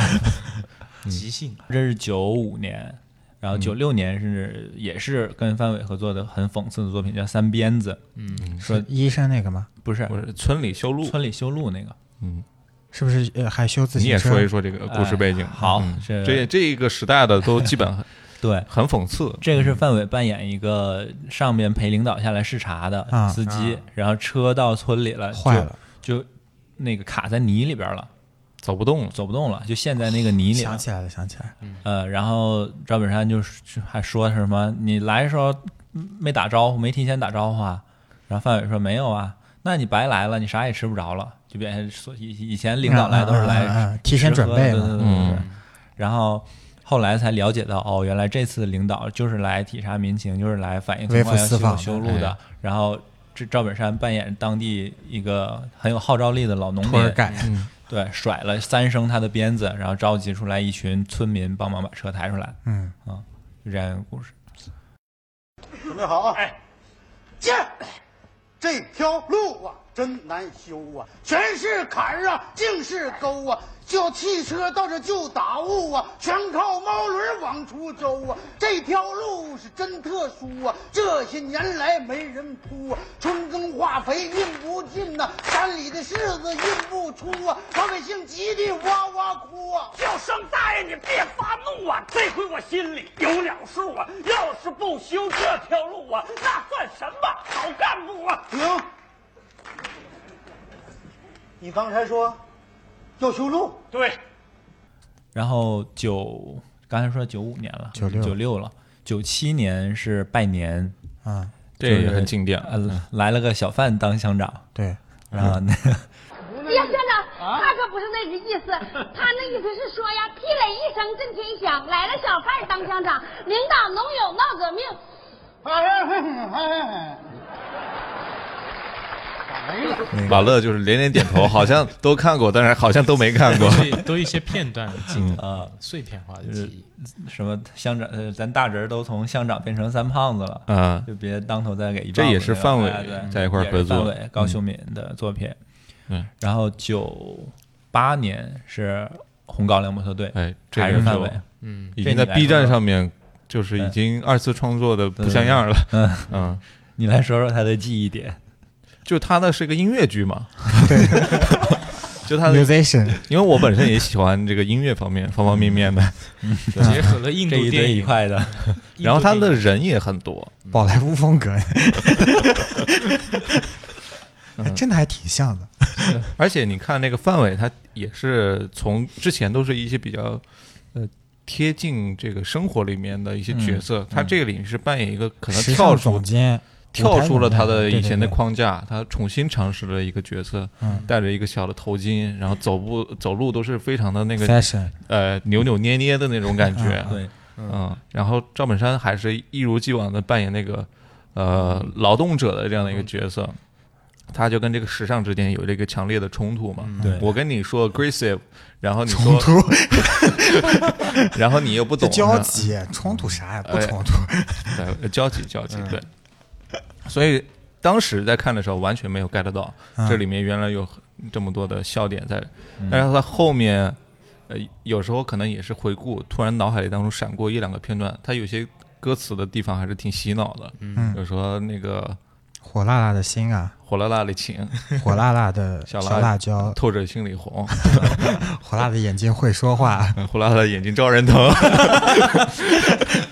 Speaker 7: 嗯
Speaker 8: 即兴，
Speaker 7: 这是九五年，然后
Speaker 6: 嗯
Speaker 7: 九六年是、也是跟范伟合作的很讽刺的作品，叫《三鞭子》。嗯，说
Speaker 6: 医生那个吗？
Speaker 7: 不是
Speaker 2: 我是村里修路，
Speaker 7: 村里修路那个，
Speaker 6: 是不是呃还修自
Speaker 2: 你也
Speaker 6: 行
Speaker 2: 说
Speaker 6: 车
Speaker 2: 一？说这个故事背景。
Speaker 7: 哎好
Speaker 2: 嗯
Speaker 7: 是
Speaker 2: 这这个时代的都基本很，
Speaker 7: 对
Speaker 2: 很讽刺，
Speaker 7: 这个是范伟扮演一个上面陪领导下来视察的
Speaker 6: 啊
Speaker 7: 司机，然后车到村里了，
Speaker 6: 坏了
Speaker 7: 就就那个卡在泥里边了，
Speaker 2: 走不动了。
Speaker 7: 走不动了，就陷在那个泥里了
Speaker 6: 想。起来了，想起来了，
Speaker 7: 呃，然后赵本山就是还说什么你来的时候没打招呼，没提前打招呼啊？然后范伟说没有啊，那你白来了，你啥也吃不着了，就变成说以以前领导来都是来
Speaker 6: 嗯嗯嗯嗯
Speaker 7: 吃
Speaker 6: 提前准备
Speaker 7: 吃喝
Speaker 6: 嘛
Speaker 7: 的对对对对对。然后后来才了解到，哦，原来这次领导就是来体察民情，就是来反映情
Speaker 6: 微
Speaker 7: 况
Speaker 6: 服
Speaker 7: 要
Speaker 6: 私
Speaker 7: 修
Speaker 6: 访
Speaker 7: 修
Speaker 6: 的
Speaker 7: 路
Speaker 2: 哎
Speaker 7: 的。然后这赵本山扮演当地一个很有号召力的老农
Speaker 6: 托尔
Speaker 7: 民，
Speaker 6: 盖
Speaker 2: 嗯
Speaker 7: 对，甩了三声他的鞭子，然后召集出来一群村民帮忙把车抬出来。
Speaker 6: 嗯
Speaker 7: 啊，就这样一个故事。
Speaker 5: 准备好啊！哎，进！这条路啊，真难修啊，全是坎儿啊，尽是沟啊，叫汽车到这就打雾啊，全靠猫轮往出周啊。这条路是真特殊啊，这些年来没人铺啊，春耕化肥运不进呐、山里的柿子运不出啊，老百姓急得哇哇哭啊。
Speaker 9: 叫声大爷，你别发怒啊！这回我心里有了数啊！要是不修这条路啊，那算什么好干部啊？
Speaker 5: 停！你刚才说要修路。
Speaker 9: 对，
Speaker 7: 然后九，刚才说九五年了，
Speaker 6: 96
Speaker 7: 九六了，九七年是拜年，
Speaker 6: 啊，
Speaker 2: 这
Speaker 7: 就
Speaker 2: 也
Speaker 7: 是嗯
Speaker 2: 很经典。
Speaker 7: 呃，来了个小贩当乡长，
Speaker 6: 对，
Speaker 7: 然后那个
Speaker 4: 呀，
Speaker 10: 思，他那意思是说呀，霹雷一声震天响，来了小贩儿当乡长，领导农友闹革命。
Speaker 5: 哎呀，哎呀，
Speaker 2: 马乐就是连连点头，好像都看过，但是好像都没看过。
Speaker 8: 所以都一些片段记忆
Speaker 7: 啊，
Speaker 8: 碎片化的
Speaker 7: 就是
Speaker 8: 记忆。
Speaker 7: 什么乡长，呃，咱大侄儿都从乡长变成三胖子了，
Speaker 2: 啊
Speaker 7: 就别当头再给一棒子
Speaker 2: 这
Speaker 7: 了。
Speaker 2: 也是范伟
Speaker 7: 哎对
Speaker 2: 在一块儿
Speaker 7: 也是
Speaker 2: 合作
Speaker 7: 范伟高秀敏的作品。
Speaker 2: 嗯，
Speaker 7: 然后九八年是红高粱模特队，
Speaker 2: 哎，这
Speaker 7: 还
Speaker 2: 个
Speaker 7: 是
Speaker 2: 时
Speaker 7: 范
Speaker 2: 候
Speaker 7: 伟。
Speaker 2: 已经在 B 站上面就是已经二次创作的不像样了。
Speaker 7: 嗯，
Speaker 2: 嗯，
Speaker 7: 你来说说他的记忆点。
Speaker 2: 就他的是一个音乐剧嘛， 就他的，
Speaker 6: musician，
Speaker 2: 因为我本身也喜欢这个音乐方面方方面面的，
Speaker 8: 结合了印
Speaker 7: 嗯这
Speaker 8: 度
Speaker 7: 一
Speaker 8: 电
Speaker 7: 堆
Speaker 8: 影，
Speaker 7: 一块的，
Speaker 2: 啊
Speaker 7: 嗯
Speaker 8: 印度
Speaker 2: 然后他的
Speaker 8: 电影
Speaker 2: 人也很多，
Speaker 6: 宝莱坞风格，哎
Speaker 2: 嗯
Speaker 6: 真的还挺像的。
Speaker 2: 而且你看那个范伟，他也是从之前都是一些比较呃贴近这个生活里面的一些角色，他这个里面是扮演一个可能
Speaker 6: 时
Speaker 2: 跳
Speaker 6: 尚
Speaker 2: 出
Speaker 6: 总监，
Speaker 2: 跳出了他的
Speaker 6: 对对
Speaker 2: 以前的
Speaker 6: 对
Speaker 2: 框架，他重新尝试了一个角色，戴着一个小的头巾，然后走步走路都是非常的那个
Speaker 6: fashion，
Speaker 2: 呃扭扭捏捏的那种感觉，
Speaker 7: 对，
Speaker 2: 嗯，然后赵本山还是一如既往的扮演那个呃劳动者的这样的一个角色，他就跟这个时尚之间有这个强烈的冲突嘛。
Speaker 7: 对
Speaker 2: 我跟你说 aggressive，然后你说， 然后你又不
Speaker 6: 这
Speaker 2: 懂啊
Speaker 6: 交
Speaker 2: 是吧
Speaker 6: 集冲突啥呀？不
Speaker 2: 哎
Speaker 6: 冲突，
Speaker 2: 对，交集交
Speaker 6: 嗯
Speaker 2: 集，对。所以当时在看的时候，完全没有 get 到
Speaker 6: 嗯
Speaker 2: 这里面原来有这么多的笑点在，但是他后面，呃，有时候可能也是回顾，突然脑海里当中闪过一两个片段，他有些歌词的地方还是挺洗脑的，嗯，比如说那个
Speaker 6: 火辣辣的 心啊，
Speaker 2: 火辣辣的情，
Speaker 6: 火辣辣的
Speaker 2: 小
Speaker 6: 小
Speaker 2: 辣
Speaker 6: 辣椒，
Speaker 2: 透着心里红，呃
Speaker 6: 火辣的眼睛会 说话。
Speaker 2: 火辣辣的眼睛招人疼，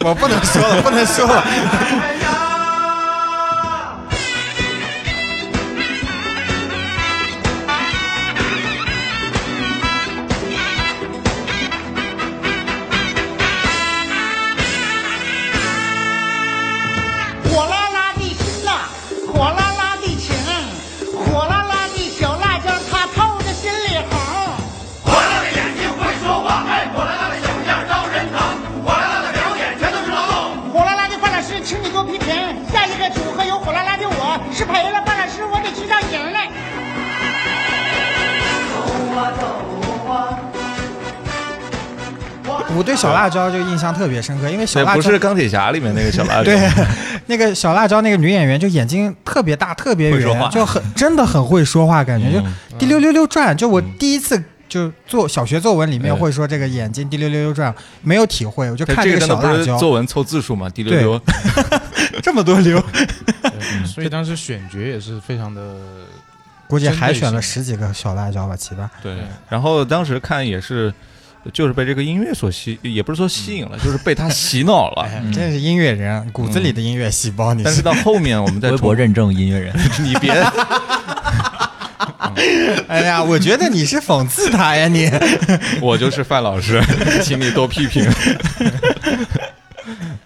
Speaker 6: 我不能说了，不能说了。
Speaker 5: 火辣辣的心呐，火辣辣的情，火辣辣的小辣椒，它透着心里红。
Speaker 9: 火辣辣的眼睛会说话，哎，火辣辣的形象招人疼，火辣辣的表演全都是劳动。
Speaker 5: 火辣辣的范老师，请你给我批评。下一个组合有火辣辣的我，是赔了范老师，我得去趟营来。
Speaker 6: 我对小辣椒这个印象特别深刻，因为小
Speaker 2: 这
Speaker 6: 辣
Speaker 2: 不
Speaker 6: 椒
Speaker 2: 是钢铁侠里面那个小辣椒，
Speaker 6: 对，那个小辣椒那个女演员就眼睛特别大，特别
Speaker 7: 会说话
Speaker 6: 圆，就很真的很会说话，感觉
Speaker 2: 嗯
Speaker 6: 就滴溜溜溜转。就我第一次就做小学作文里面
Speaker 2: 嗯
Speaker 6: 会说这个眼睛滴溜溜溜转，没有体会，我就
Speaker 2: 这
Speaker 6: 看
Speaker 2: 这个真的
Speaker 6: 小
Speaker 2: 不
Speaker 6: 辣
Speaker 2: 是
Speaker 6: 椒
Speaker 2: 作文凑字数嘛，滴溜溜，
Speaker 6: 这么多 溜，
Speaker 8: 对所以当时选角也是非常的
Speaker 6: 估计
Speaker 8: 针对
Speaker 6: 海选了
Speaker 8: 性
Speaker 6: 十几个小辣椒吧，起吧。
Speaker 2: 对，嗯然后当时看也是，就是被这个音乐所吸，也不是说吸引了，就是被他洗脑了。
Speaker 6: 你真是音乐人，骨子里的音乐细胞，你
Speaker 2: 嗯但是到后面我们再
Speaker 7: 微博
Speaker 2: 重，
Speaker 7: 认证音乐人，
Speaker 2: 你别，
Speaker 6: 哎呀，我觉得你是讽刺他呀，你
Speaker 2: 我就是范老师，请你多批评。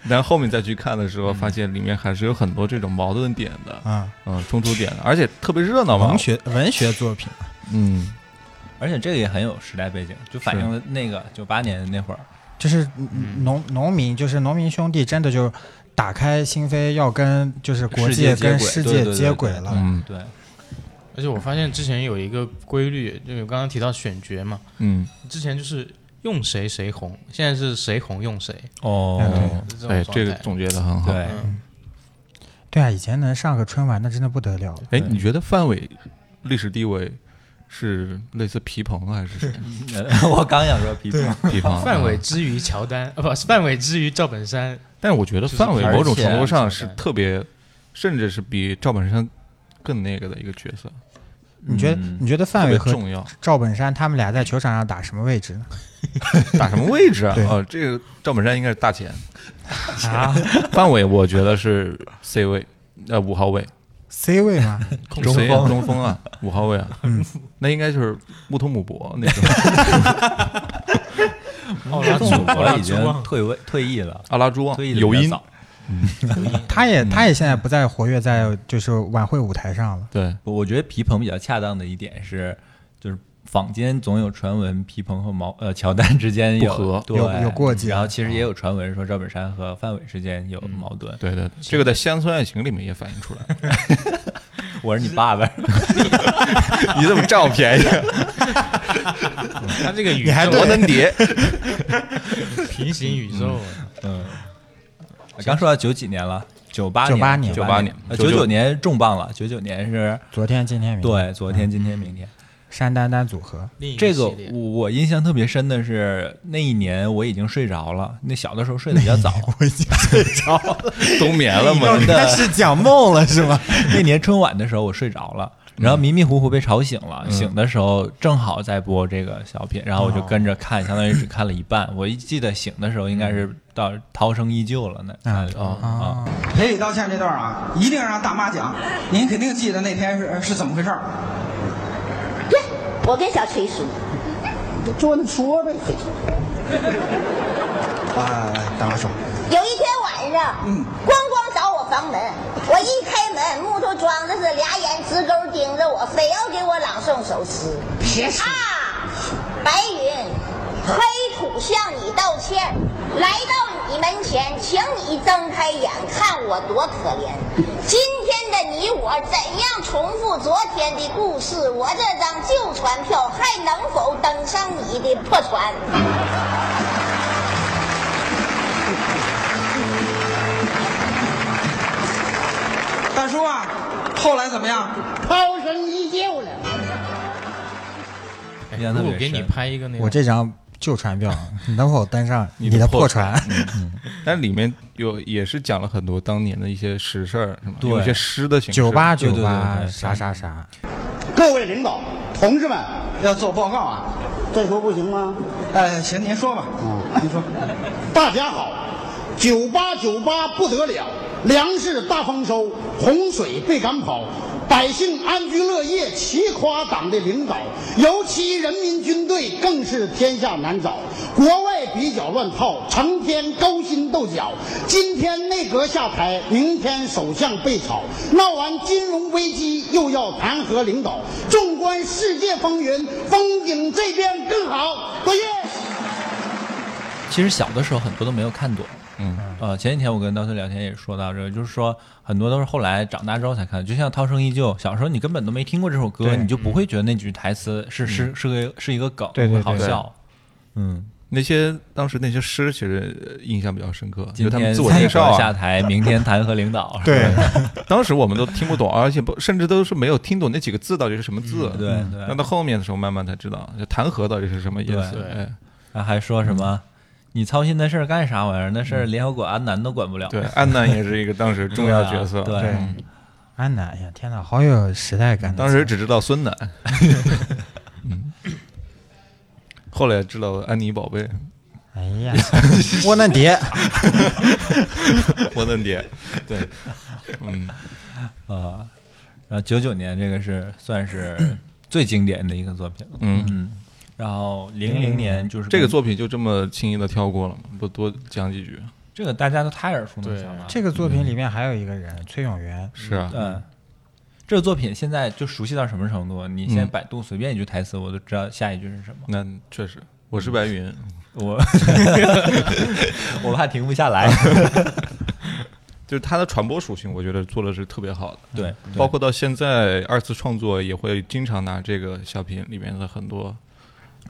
Speaker 2: 然后后面再去看的时候，发现里面还是有很多这种矛盾点的，
Speaker 6: 啊，
Speaker 2: 嗯，冲突点的，而且特别热闹嘛
Speaker 6: 文。学文学作品，
Speaker 2: 嗯，
Speaker 7: 而且这个也很有时代背景，就反映了那个九八年那会儿，
Speaker 6: 就是
Speaker 7: 嗯
Speaker 6: 农农民，就是农民兄弟，真的就打开心扉，要跟就是国
Speaker 7: 世
Speaker 6: 际
Speaker 7: 界接
Speaker 6: 跟
Speaker 7: 轨
Speaker 6: 世
Speaker 7: 对
Speaker 6: 界
Speaker 7: 对对
Speaker 6: 接
Speaker 7: 对
Speaker 6: 轨
Speaker 7: 对
Speaker 6: 了。
Speaker 2: 嗯
Speaker 7: 对，
Speaker 8: 而且我发现之前有一个规律，就我刚刚提到选角嘛，
Speaker 2: 嗯，
Speaker 8: 之前就是用谁谁红，现在是谁红用谁。
Speaker 7: 哦，
Speaker 6: 嗯
Speaker 8: 是种
Speaker 2: 哎，
Speaker 8: 状
Speaker 2: 这个
Speaker 8: 态
Speaker 2: 总结的很好。
Speaker 7: 对，
Speaker 6: 对啊，以前能上个春晚，那真的不得了了。
Speaker 2: 哎，你觉得范伟历史地位是类似皮蓬还是谁？嗯
Speaker 7: 我刚想说皮皮，
Speaker 2: 皮蓬
Speaker 8: 范
Speaker 2: 嗯
Speaker 8: 伟之于乔丹，啊，不是范伟之于赵本山，
Speaker 2: 但是我觉得
Speaker 8: 就是
Speaker 2: 范伟
Speaker 8: 而
Speaker 2: 某种
Speaker 7: 且
Speaker 2: 程度上是
Speaker 8: 现在
Speaker 2: 特别，甚至是比赵本山更那个的一个角色，
Speaker 6: 你觉得
Speaker 7: 嗯
Speaker 6: 你觉得
Speaker 2: 特
Speaker 6: 范
Speaker 2: 别
Speaker 6: 伟和
Speaker 2: 重要。
Speaker 6: 赵本山他们俩在球场上打什么位置呢？
Speaker 2: 打什么位置啊？
Speaker 6: 对
Speaker 2: 哦，这个赵本山应该是大前，
Speaker 6: 啊
Speaker 2: 范伟我觉得是 C 位，呃五号位，
Speaker 6: ，C 位 吗？
Speaker 7: 嗯
Speaker 2: 中锋中锋啊，五号位 啊，
Speaker 6: 嗯
Speaker 2: 那应该就是穆托姆博那种
Speaker 6: 哦
Speaker 8: 奥拉朱，奥
Speaker 7: 我
Speaker 8: 拉
Speaker 7: 已
Speaker 8: 朱
Speaker 7: 经
Speaker 6: 啊
Speaker 8: 旺
Speaker 7: 退位退役了，
Speaker 2: 阿拉朱旺啊
Speaker 7: 退役
Speaker 2: 尤因，
Speaker 6: 他
Speaker 7: 嗯
Speaker 6: 也他也现在不再活跃在就是晚会舞台上了。
Speaker 2: 对，
Speaker 7: 我我觉得皮蓬比较恰当的一点是，就是坊间总有传闻，皮蓬和毛呃乔丹之间有
Speaker 2: 不和
Speaker 7: 对
Speaker 6: 有有过节
Speaker 7: 然后其实也有传闻说赵本山和范伟之间有矛盾。
Speaker 2: 对对，这个在《乡村爱情》里面也反映出来了。
Speaker 7: 我是你爸 爸，
Speaker 2: 你怎么占我便宜？
Speaker 8: 他这个宇
Speaker 6: 你还
Speaker 8: 宙
Speaker 6: 对
Speaker 2: 摩登蝶，
Speaker 8: 平行宇宙，啊
Speaker 7: 刚说到九几年了，九八
Speaker 6: 98
Speaker 7: 年
Speaker 6: 年
Speaker 7: 98年
Speaker 2: 98
Speaker 7: 呃九
Speaker 2: 99
Speaker 7: 九年重磅了，九九年是
Speaker 6: 昨天、今天、明天，
Speaker 7: 对昨天、今天、明天。
Speaker 6: 山丹丹组合，
Speaker 8: 另一
Speaker 7: 这个
Speaker 8: 系列
Speaker 7: 我我印象特别深的是那一年我已经睡着了， 那小的时候睡得比较早，
Speaker 6: 我已经睡着了，
Speaker 2: 冬眠了吗？
Speaker 7: 呃
Speaker 6: 开始讲梦了是吗？
Speaker 7: 那年春晚的时候我睡着了，然后迷迷糊糊被吵醒
Speaker 2: 嗯
Speaker 7: 了，醒的时候正好在播这个小品，然后我就跟着看，相当于只看了一半。我一记得醒的时候应该是到《涛声依旧》了
Speaker 2: 嗯
Speaker 7: 呢。
Speaker 6: 啊
Speaker 7: 啊啊！
Speaker 5: 赔礼道歉这段啊，一定让大妈讲，您肯定记得那天是是怎么回事儿。
Speaker 4: 对，我跟小锤说，
Speaker 5: 照你说呗。啊，大妈说，
Speaker 4: 有一天晚上，
Speaker 5: 嗯
Speaker 4: 咣咣找我房门，我一开门，木头桩子是俩眼直勾盯着我，非要给我朗诵首诗。
Speaker 5: 别说
Speaker 4: 啊，白云，黑土向你道歉，来到你门前，请你睁开眼，看我多可怜。 今天的你我怎样重复昨天的故事？我这张旧船票还能否登上你的破船？
Speaker 5: 大叔啊，后来怎么样？
Speaker 4: 涛声依旧了。
Speaker 8: 哎
Speaker 7: 印象
Speaker 8: 如
Speaker 7: 特
Speaker 8: 果
Speaker 7: 别
Speaker 8: 给你
Speaker 7: 深
Speaker 8: 拍一个那
Speaker 6: 我
Speaker 8: 个，
Speaker 6: 这张旧船票，你能否登上
Speaker 2: 你
Speaker 6: 你
Speaker 2: 的
Speaker 6: 的
Speaker 2: 破嗯
Speaker 6: 破船？
Speaker 7: 嗯
Speaker 2: 但里面有也是讲了很多当年的一些实事儿，是吗？
Speaker 7: 对
Speaker 2: 有一些诗的形式。
Speaker 6: 九八
Speaker 7: 对
Speaker 6: 九
Speaker 7: 对对
Speaker 6: 八
Speaker 7: 对
Speaker 6: 啥啥啥，
Speaker 5: 各位领导、同志们，要做报告啊！
Speaker 11: 这说不行吗？
Speaker 5: 呃，行，您说吧，您说。
Speaker 11: 大家好，九八九八不得了，粮食大丰收，洪水被赶跑，百姓安居乐业，齐夸党的领导，尤其人民军队更是天下难找。国外比较乱套，成天勾心斗角。今天内阁下台，明天首相被炒，闹完金融危机又要弹劾领导。纵观世界风云，风景这边更好。多谢。
Speaker 7: 其实小的时候很多都没有看懂。
Speaker 2: 嗯，
Speaker 7: 呃，前几天我跟刀森聊天也说到这个，就是说很多都是后来长大之后才看，就像《涛声依旧》，小时候你根本都没听过这首歌，
Speaker 6: 对
Speaker 7: 你就不会觉得那句台词是是是个是一个梗，
Speaker 6: 对对
Speaker 7: 会好
Speaker 2: 嗯对
Speaker 7: 笑。嗯，
Speaker 2: 那些当时那些诗，其实呃印象比较深刻，
Speaker 7: 今
Speaker 2: 就他们
Speaker 7: 天
Speaker 2: 自我介绍、
Speaker 7: 蔡
Speaker 2: 啊
Speaker 7: 下，台，明天弹劾 领导。是吧
Speaker 6: 对，
Speaker 2: 当时我们都听不懂，而且不甚至都是没有听懂那几个字到底是什么字。
Speaker 7: 嗯
Speaker 2: 嗯
Speaker 7: 对对
Speaker 2: 那到后面的时候慢慢才知道，就弹劾到底是什么意思
Speaker 7: 对。
Speaker 2: 哎
Speaker 7: 啊，还说什么？
Speaker 2: 嗯
Speaker 7: 你操心那事儿干啥玩意儿？那事儿联合国安南都啊管不了。
Speaker 2: 对，安南也是一个当时重要角色。
Speaker 7: 对啊对
Speaker 2: 嗯
Speaker 6: 安南哎呀，天哪，好有时代感的词。
Speaker 2: 当时只知道孙 楠，嗯，后来知道安妮宝贝，
Speaker 6: 哎呀，窝囊蝶，
Speaker 2: 我的爹，对，嗯，
Speaker 7: 啊，然后九九年这个是 算是最经典的一个作品了。
Speaker 2: 嗯
Speaker 7: 然后零零年就是
Speaker 2: 这个
Speaker 7: 跟
Speaker 2: 作品就这么轻易的跳过了吗，不多讲几句。
Speaker 7: 这个大家都太耳熟能详了。
Speaker 6: 这个作品里面还有一个人，崔永元，
Speaker 2: 是啊，
Speaker 7: 嗯，这个作品现在就熟悉到什么程度？你
Speaker 2: 嗯
Speaker 7: 现在百度随便一句台词，我都知道下一句是什么。
Speaker 2: 那确实，我是白云，
Speaker 7: 我 我怕停不下来。
Speaker 2: 就是它的传播属性，我觉得做的是特别好的。
Speaker 7: 对，对
Speaker 2: 包括到现在二次创作也会经常拿这个小品里面的很多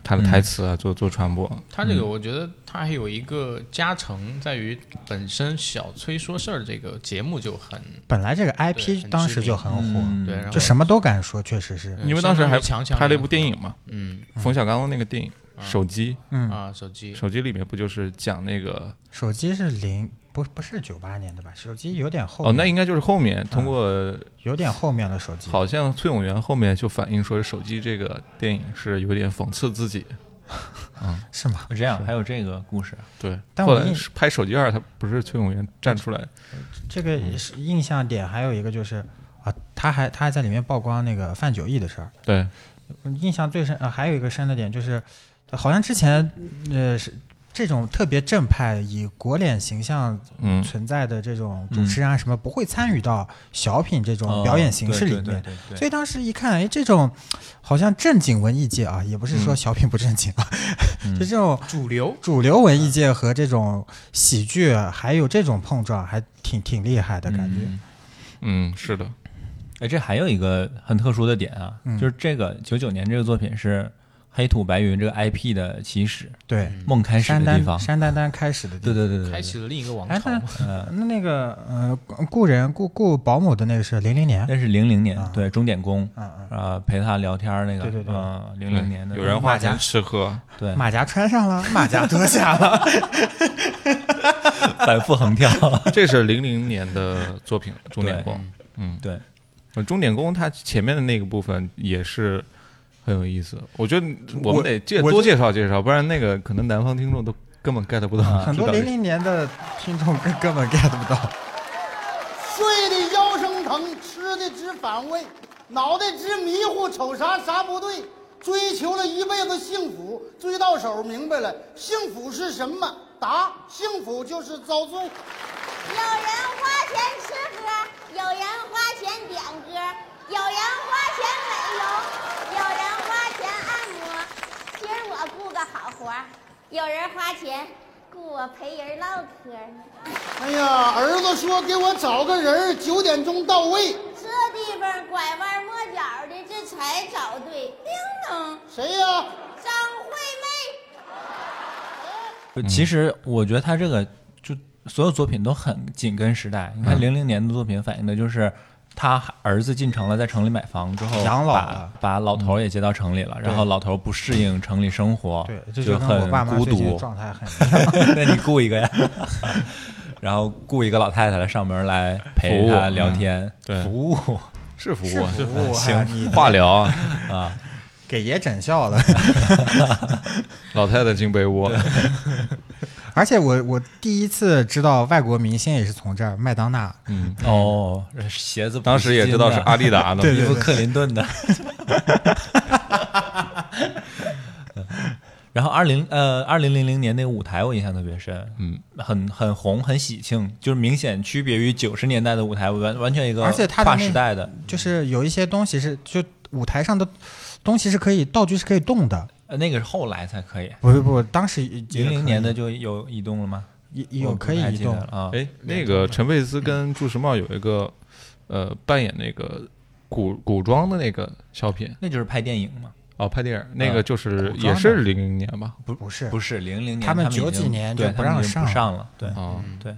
Speaker 2: 他的台词啊做做传播。
Speaker 8: 他这个我觉得他还有一个加成，在于本身小崔说事儿这个节目就很
Speaker 6: 本来这个
Speaker 8: 对
Speaker 6: IP
Speaker 8: 很
Speaker 6: 当
Speaker 8: 知
Speaker 6: 时
Speaker 8: 名
Speaker 6: 就很
Speaker 7: 嗯
Speaker 6: 火，
Speaker 8: 对，然后
Speaker 6: 就什么都敢说，确实是。
Speaker 8: 嗯
Speaker 2: 因为当时还
Speaker 8: 相当于强强
Speaker 2: 拍了一
Speaker 8: 联
Speaker 2: 部
Speaker 8: 合
Speaker 2: 电影嘛，
Speaker 8: 嗯
Speaker 2: 冯小刚的那个电影《手机
Speaker 6: 嗯
Speaker 8: 啊手机》，
Speaker 2: 手机里面不就是讲那个
Speaker 6: 手机是零，不不是九八年的吧？手机有点后
Speaker 2: 哦，那应
Speaker 6: 该
Speaker 2: 该就是后面通过
Speaker 6: 有点后面的手机。
Speaker 2: 好像崔永元后面就反映说，手机这个电影是有点讽刺自己。
Speaker 6: 是吗？
Speaker 7: 这样还有这个故事，啊
Speaker 2: 对，
Speaker 6: 但
Speaker 2: 后
Speaker 6: 我
Speaker 2: 来
Speaker 6: 印
Speaker 2: 是拍手机二，他不是崔永元站出来，
Speaker 6: 这个是印象点还有一个就是啊，他还他还在里面曝光那个范九毅的事儿。
Speaker 2: 对，
Speaker 6: 嗯我印象最深呃，还有一个深的点就是，好像之前呃是这种特别正派、以国脸形象
Speaker 2: 嗯
Speaker 6: 存在的这种主持人啊什么，不会参与到小品这种表演形式里
Speaker 7: 哦对对
Speaker 6: 面
Speaker 7: 对对。对
Speaker 6: 所以当时一看，哎，这种好像正经文艺界啊，也不是说小品不正经啊， 就这种
Speaker 8: 主流
Speaker 6: 主流文艺界和这种喜剧啊还有这种碰撞，还挺挺厉害的感觉。
Speaker 2: 嗯，是的，
Speaker 7: 哎，这还有一个很特殊的点啊，
Speaker 6: 嗯
Speaker 7: 就是这个九九年这个作品是黑土白云这个 IP 的起始，
Speaker 6: 对，
Speaker 7: 梦开始
Speaker 6: 山
Speaker 7: 的地
Speaker 6: 丹
Speaker 7: 方，
Speaker 6: 山丹丹开始的地
Speaker 7: 对
Speaker 6: 方。
Speaker 7: 对对对，
Speaker 8: 开
Speaker 7: 对
Speaker 8: 启了另一个王
Speaker 6: 哎，
Speaker 8: 朝
Speaker 6: 那
Speaker 8: 嘛。
Speaker 6: 那那个呃，雇人雇雇保姆的那个是零零年，
Speaker 7: 那是零零年
Speaker 6: 啊，
Speaker 7: 对，钟点工，
Speaker 6: 嗯嗯
Speaker 7: 啊，陪他聊天儿那个，
Speaker 6: 对对对
Speaker 7: 嗯，零零年的
Speaker 2: 有人花钱吃喝，
Speaker 7: 对
Speaker 6: 马甲穿上 了，马甲脱下了。
Speaker 7: 反复横跳，
Speaker 2: 这是零零年的作品《钟点工》。嗯，
Speaker 7: 对，
Speaker 2: 呃钟点工它前面的那个部分也是很有意思，我觉得我们得介
Speaker 6: 我
Speaker 2: 多介绍介绍，不然那个可能南方听众都根本 get 不到。
Speaker 6: 啊很多
Speaker 2: 知道
Speaker 6: 零
Speaker 2: 这
Speaker 6: 零年的听众根根本 get 不到。
Speaker 11: 睡得腰生疼，吃的直反胃，脑袋直迷糊，瞅啥啥不对。追求了一辈子幸福，追到手明白了，幸福是什么？答：幸福就是遭罪。
Speaker 4: 有人花钱吃喝，有人花钱点歌，有人花钱美容，有人花钱按摩。今儿我雇个好活儿，有人花钱雇我陪人唠嗑儿。
Speaker 11: 哎呀，儿子说给我找个人儿，九点钟到位。
Speaker 4: 这地方拐弯抹角的，这才找对。叮咚，
Speaker 11: 谁呀、
Speaker 4: 张惠妹，
Speaker 6: 嗯
Speaker 7: 其实我觉得他这个就所有作品都很紧跟时代。你
Speaker 6: 嗯
Speaker 7: 看零零年的作品反映的就是他儿子进城了，在城里买房之后
Speaker 6: 养老
Speaker 7: 把
Speaker 6: 了嗯
Speaker 7: 把老头儿也接到城里了，然后老头儿不适应城里生活
Speaker 6: 对，，这就
Speaker 7: 就
Speaker 6: 跟我
Speaker 7: 很
Speaker 6: 爸妈
Speaker 7: 孤
Speaker 6: 最近
Speaker 7: 独
Speaker 6: 的。状态 很一样。
Speaker 7: 那你雇一个呀， 然后雇一个老太太来上门来陪他
Speaker 6: 嗯
Speaker 7: 聊天，
Speaker 2: 对
Speaker 7: 服务。
Speaker 2: 是服务啊，是
Speaker 6: 服务啊你
Speaker 2: 化疗啊，
Speaker 6: 给爷整笑了。
Speaker 2: 老太太进被窝，
Speaker 6: 而且我我第一次知道外国明星也是从这儿，麦当娜。
Speaker 7: 哦，鞋子不
Speaker 2: 当时也知道是阿迪达的，
Speaker 7: 是金的，衣服克林顿的。 然后二零呃二零零零年那个舞台我印象特别深，嗯，很很红很喜庆，就是明显区别于九十年代的舞台，完完全一个
Speaker 6: 而且它的
Speaker 7: 跨
Speaker 6: 那
Speaker 7: 时代的，
Speaker 6: 就是有一些东西是就舞台上的东西是可以道具是可以动的。
Speaker 7: 呃那个是后来才可以。
Speaker 6: 不不不，当时
Speaker 7: 零零年的
Speaker 6: 就
Speaker 7: 就有移动了吗？
Speaker 6: 有可以移动。
Speaker 7: 啊，
Speaker 2: 哎，那个陈佩
Speaker 7: 嗯
Speaker 2: 斯跟朱时茂有一个，呃，扮演那个古古装的那个小品
Speaker 7: 那就是拍电影嘛，
Speaker 2: 哦，拍电影那
Speaker 7: 啊
Speaker 2: 个就是
Speaker 6: 古装的
Speaker 2: 也是零零年吧？
Speaker 7: 不
Speaker 6: 不是
Speaker 7: 不是零零年，
Speaker 6: 他们
Speaker 7: 已经
Speaker 6: 90年就
Speaker 7: 对
Speaker 6: 不
Speaker 7: 他们
Speaker 6: 让
Speaker 7: 已经
Speaker 6: 上
Speaker 7: 不上了，对
Speaker 2: 哦，
Speaker 7: 对，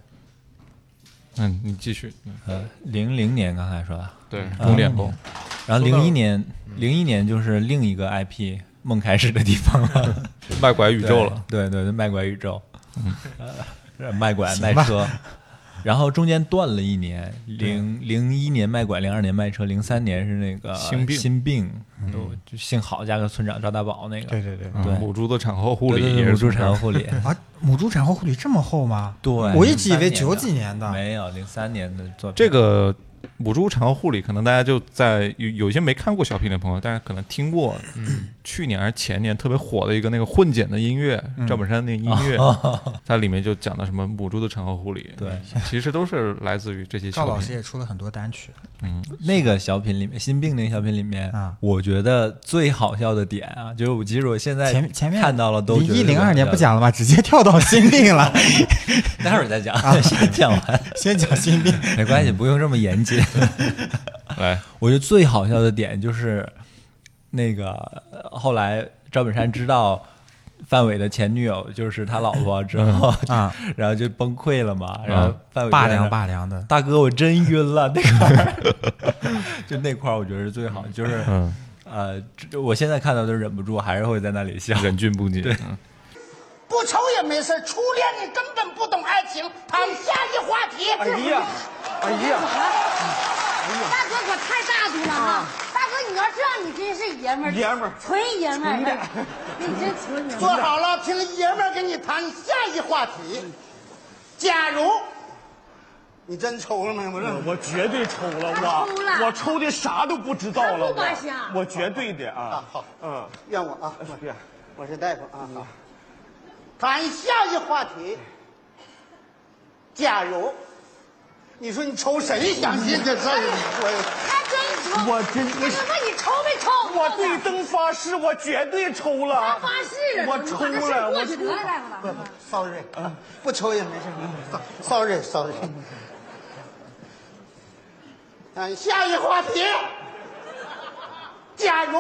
Speaker 2: 嗯，你继续，嗯
Speaker 7: 呃，零零年刚才说的，
Speaker 2: 对，钟点工，
Speaker 7: 然后零一年，
Speaker 2: 嗯
Speaker 7: 零一年就是另一个 IP 梦开始的地方了，
Speaker 2: 卖拐 宇宙了，嗯
Speaker 7: 对，对对，卖拐宇宙，呃 卖拐卖车，然后中间断了一年，零零一年卖拐，零二年卖车，零三年是那个
Speaker 2: 心病
Speaker 7: 心病，都就幸好加个村长赵大宝那个，
Speaker 6: 对对对。
Speaker 2: 嗯
Speaker 7: 对
Speaker 2: 母猪的产后护
Speaker 7: 对
Speaker 2: 理也
Speaker 7: 对对
Speaker 2: 是
Speaker 7: 母猪产
Speaker 2: 从
Speaker 7: 后
Speaker 2: 这儿
Speaker 7: 护 理，
Speaker 6: 啊，母猪产后护理这么厚吗？
Speaker 7: 对，
Speaker 6: 我一直以为
Speaker 7: 03
Speaker 6: 九几年的。
Speaker 7: 没有零三年的作品，
Speaker 2: 这个。母猪产后护理，可能大家就在有有些没看过小品的朋友，大家可能听过，
Speaker 6: 嗯
Speaker 2: 去年还是前年特别火的一个那个混剪的音乐，
Speaker 6: 嗯
Speaker 2: 赵本山那个音乐，
Speaker 6: 哦
Speaker 2: 它里面就讲到什么母猪的产后护理，
Speaker 7: 对，
Speaker 2: 其实都是来自于这些小
Speaker 6: 赵
Speaker 2: 品。
Speaker 6: 老师也出了很多单曲，
Speaker 7: 那个小品里面，心病那个小品里面
Speaker 6: 啊
Speaker 7: 我觉得最好笑的点啊，就是我即使我现在
Speaker 6: 前前面
Speaker 7: 看到了都觉得
Speaker 6: 一零二年不
Speaker 7: 最好
Speaker 6: 讲了吧，直接跳到心病 了，
Speaker 7: 笑的，待会儿再讲， 先讲完，
Speaker 6: 先讲心病。
Speaker 7: 没关系，不用这么严谨。
Speaker 2: 来，
Speaker 7: 我觉得最好笑的点就是那个呃后来赵本山知道。范伟的前女友就是他老婆之后
Speaker 6: 啊，
Speaker 7: 然后就崩溃了嘛，然后范伟就在那
Speaker 6: 拔凉拔凉的
Speaker 7: 大哥我真晕了那块儿， 就那块儿我觉得是最好，就是
Speaker 2: 嗯，
Speaker 7: 呃，这我现在看到都忍不住，还是会在那里笑。
Speaker 2: 忍俊不禁。嗯
Speaker 11: 不愁也没事，初恋你根本不懂爱情。他们下一话题。哎呀，哎呀，
Speaker 10: 大哥可太大度了哈！大哥，你要这样，你真是爷们儿，爷们儿，纯爷们儿，你真纯爷们
Speaker 11: 坐
Speaker 10: 儿。
Speaker 11: 好了，听爷们儿跟你谈下一话题。假如你真抽了没？我这
Speaker 9: 我绝对抽了，
Speaker 10: 他抽了
Speaker 9: 我我抽的啥都不知道
Speaker 10: 他
Speaker 9: 了，
Speaker 10: 不管事
Speaker 9: 我我绝对的啊
Speaker 11: 好，
Speaker 9: 嗯，
Speaker 11: 怨我啊，我我是大夫啊。好咱啊下一话题，假如，你说你瞅谁想
Speaker 9: 嗯
Speaker 11: 信这事儿呢？我
Speaker 10: 还真抽，
Speaker 11: 我真
Speaker 10: 我就问你抽没抽？
Speaker 9: 我对灯发誓，我绝对抽
Speaker 11: 啊
Speaker 9: 了。
Speaker 10: 发誓了，
Speaker 9: 我
Speaker 10: 你
Speaker 9: 抽
Speaker 10: 把这事
Speaker 9: 了，
Speaker 10: 儿过
Speaker 9: 我
Speaker 10: 去
Speaker 9: 抽
Speaker 10: 得了吧。
Speaker 11: 不不，sorry，不
Speaker 9: 嗯
Speaker 11: 啊抽也没事，sorry 啊 sorry。咱下一话题，假如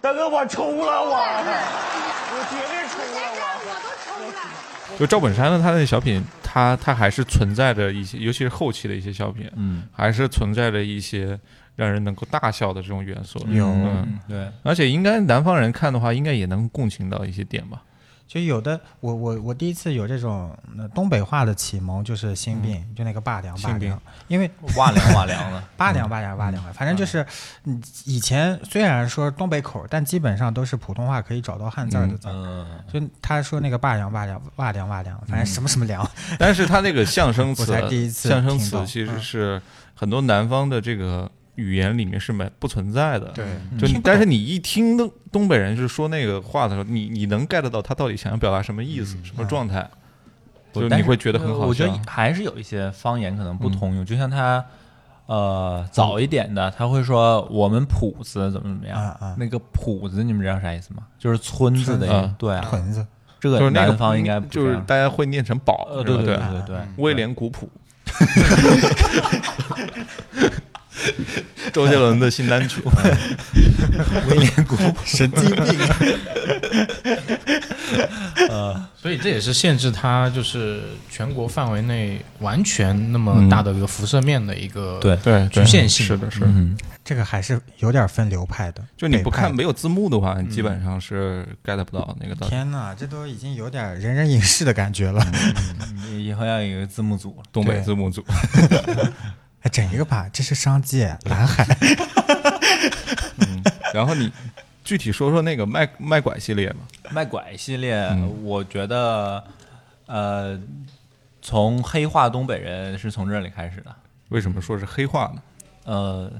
Speaker 9: 大哥，我抽了，我 我绝对抽了，我。
Speaker 2: 就赵本山的他的小品，他他还是存在着一些，尤其是后期的一些小品，
Speaker 7: 嗯，
Speaker 2: 还是存在着一些让人能够大笑的这种元素的。
Speaker 6: 有
Speaker 2: 嗯，
Speaker 7: 对，
Speaker 2: 而且应该南方人看的话，应该也能共情到一些点吧。
Speaker 6: 就有的，我我我第一次有这种呃东北话的启蒙，就是新病，
Speaker 7: 嗯
Speaker 6: 就那个拔凉拔
Speaker 2: 新病
Speaker 6: 凉，因为
Speaker 7: 哇凉哇凉的，
Speaker 6: 拔凉拔凉拔凉的，反正就是嗯以前虽然说东北口，但基本上都是普通话可以找到汉字儿的字儿，
Speaker 7: 嗯，
Speaker 6: 就他说那个拔凉拔凉拔凉拔凉，反正什么什么凉，
Speaker 2: 但是他那个相声 词
Speaker 6: 我才第一，次
Speaker 2: 相声
Speaker 6: 听
Speaker 2: 词
Speaker 6: 到
Speaker 2: 其实
Speaker 6: 嗯
Speaker 2: 是很多南方的这个语言里面是没不存在的。
Speaker 6: 对
Speaker 2: 就
Speaker 7: 嗯
Speaker 2: 你，但是你一听东东北人是说那个话的时候，你你能 get 到他到底想要表达什么意思、什么状态，就
Speaker 7: 但
Speaker 2: 你
Speaker 7: 是呃
Speaker 2: 会觉得很好笑。
Speaker 7: 嗯
Speaker 2: 嗯
Speaker 7: 我觉得还是有一些方言可能不通用，就像他，呃，早一点的他会说我们谱子怎么怎么样，
Speaker 6: 啊啊
Speaker 7: 那个谱子你们知道啥意思吗？就是村子的意思，
Speaker 2: 村子
Speaker 7: 对啊，
Speaker 6: 屯子，
Speaker 7: 这个
Speaker 2: 就是那个
Speaker 7: 南方应该不
Speaker 2: 就
Speaker 7: 这
Speaker 2: 是
Speaker 7: 样
Speaker 2: 大家会念成宝，
Speaker 7: 呃，
Speaker 2: 是
Speaker 7: 对
Speaker 2: 吧对
Speaker 7: 对
Speaker 2: 啊
Speaker 7: 对对，
Speaker 2: 威廉古朴。 周杰伦的新单曲，嗯
Speaker 6: 威廉古神经病，
Speaker 8: 所以这也是限制它就是全国范围内完全那
Speaker 6: 嗯
Speaker 8: 么大的一个辐射面的一个
Speaker 7: 对
Speaker 2: 对
Speaker 8: 局限性
Speaker 2: 是的，是的。
Speaker 6: 这个还是有点分流派的，
Speaker 2: 就你不
Speaker 6: 北派
Speaker 2: 看哎嗯没有字幕的话，你基本上是 get 不到那个到底
Speaker 6: 天哪，这都已经有点人人影视的感觉了，
Speaker 7: 以以后要有一个字幕组了。
Speaker 2: 东北
Speaker 6: 对
Speaker 2: 字幕组。
Speaker 6: 哎整一个吧，这是商机，蓝海。
Speaker 2: 然后你具体说说那个卖卖拐系列吧。
Speaker 7: 卖拐系列，
Speaker 6: 嗯
Speaker 7: 我觉得，呃，从黑化东北人是从这里开始的，
Speaker 2: 为什么说是黑化呢？
Speaker 7: 呃，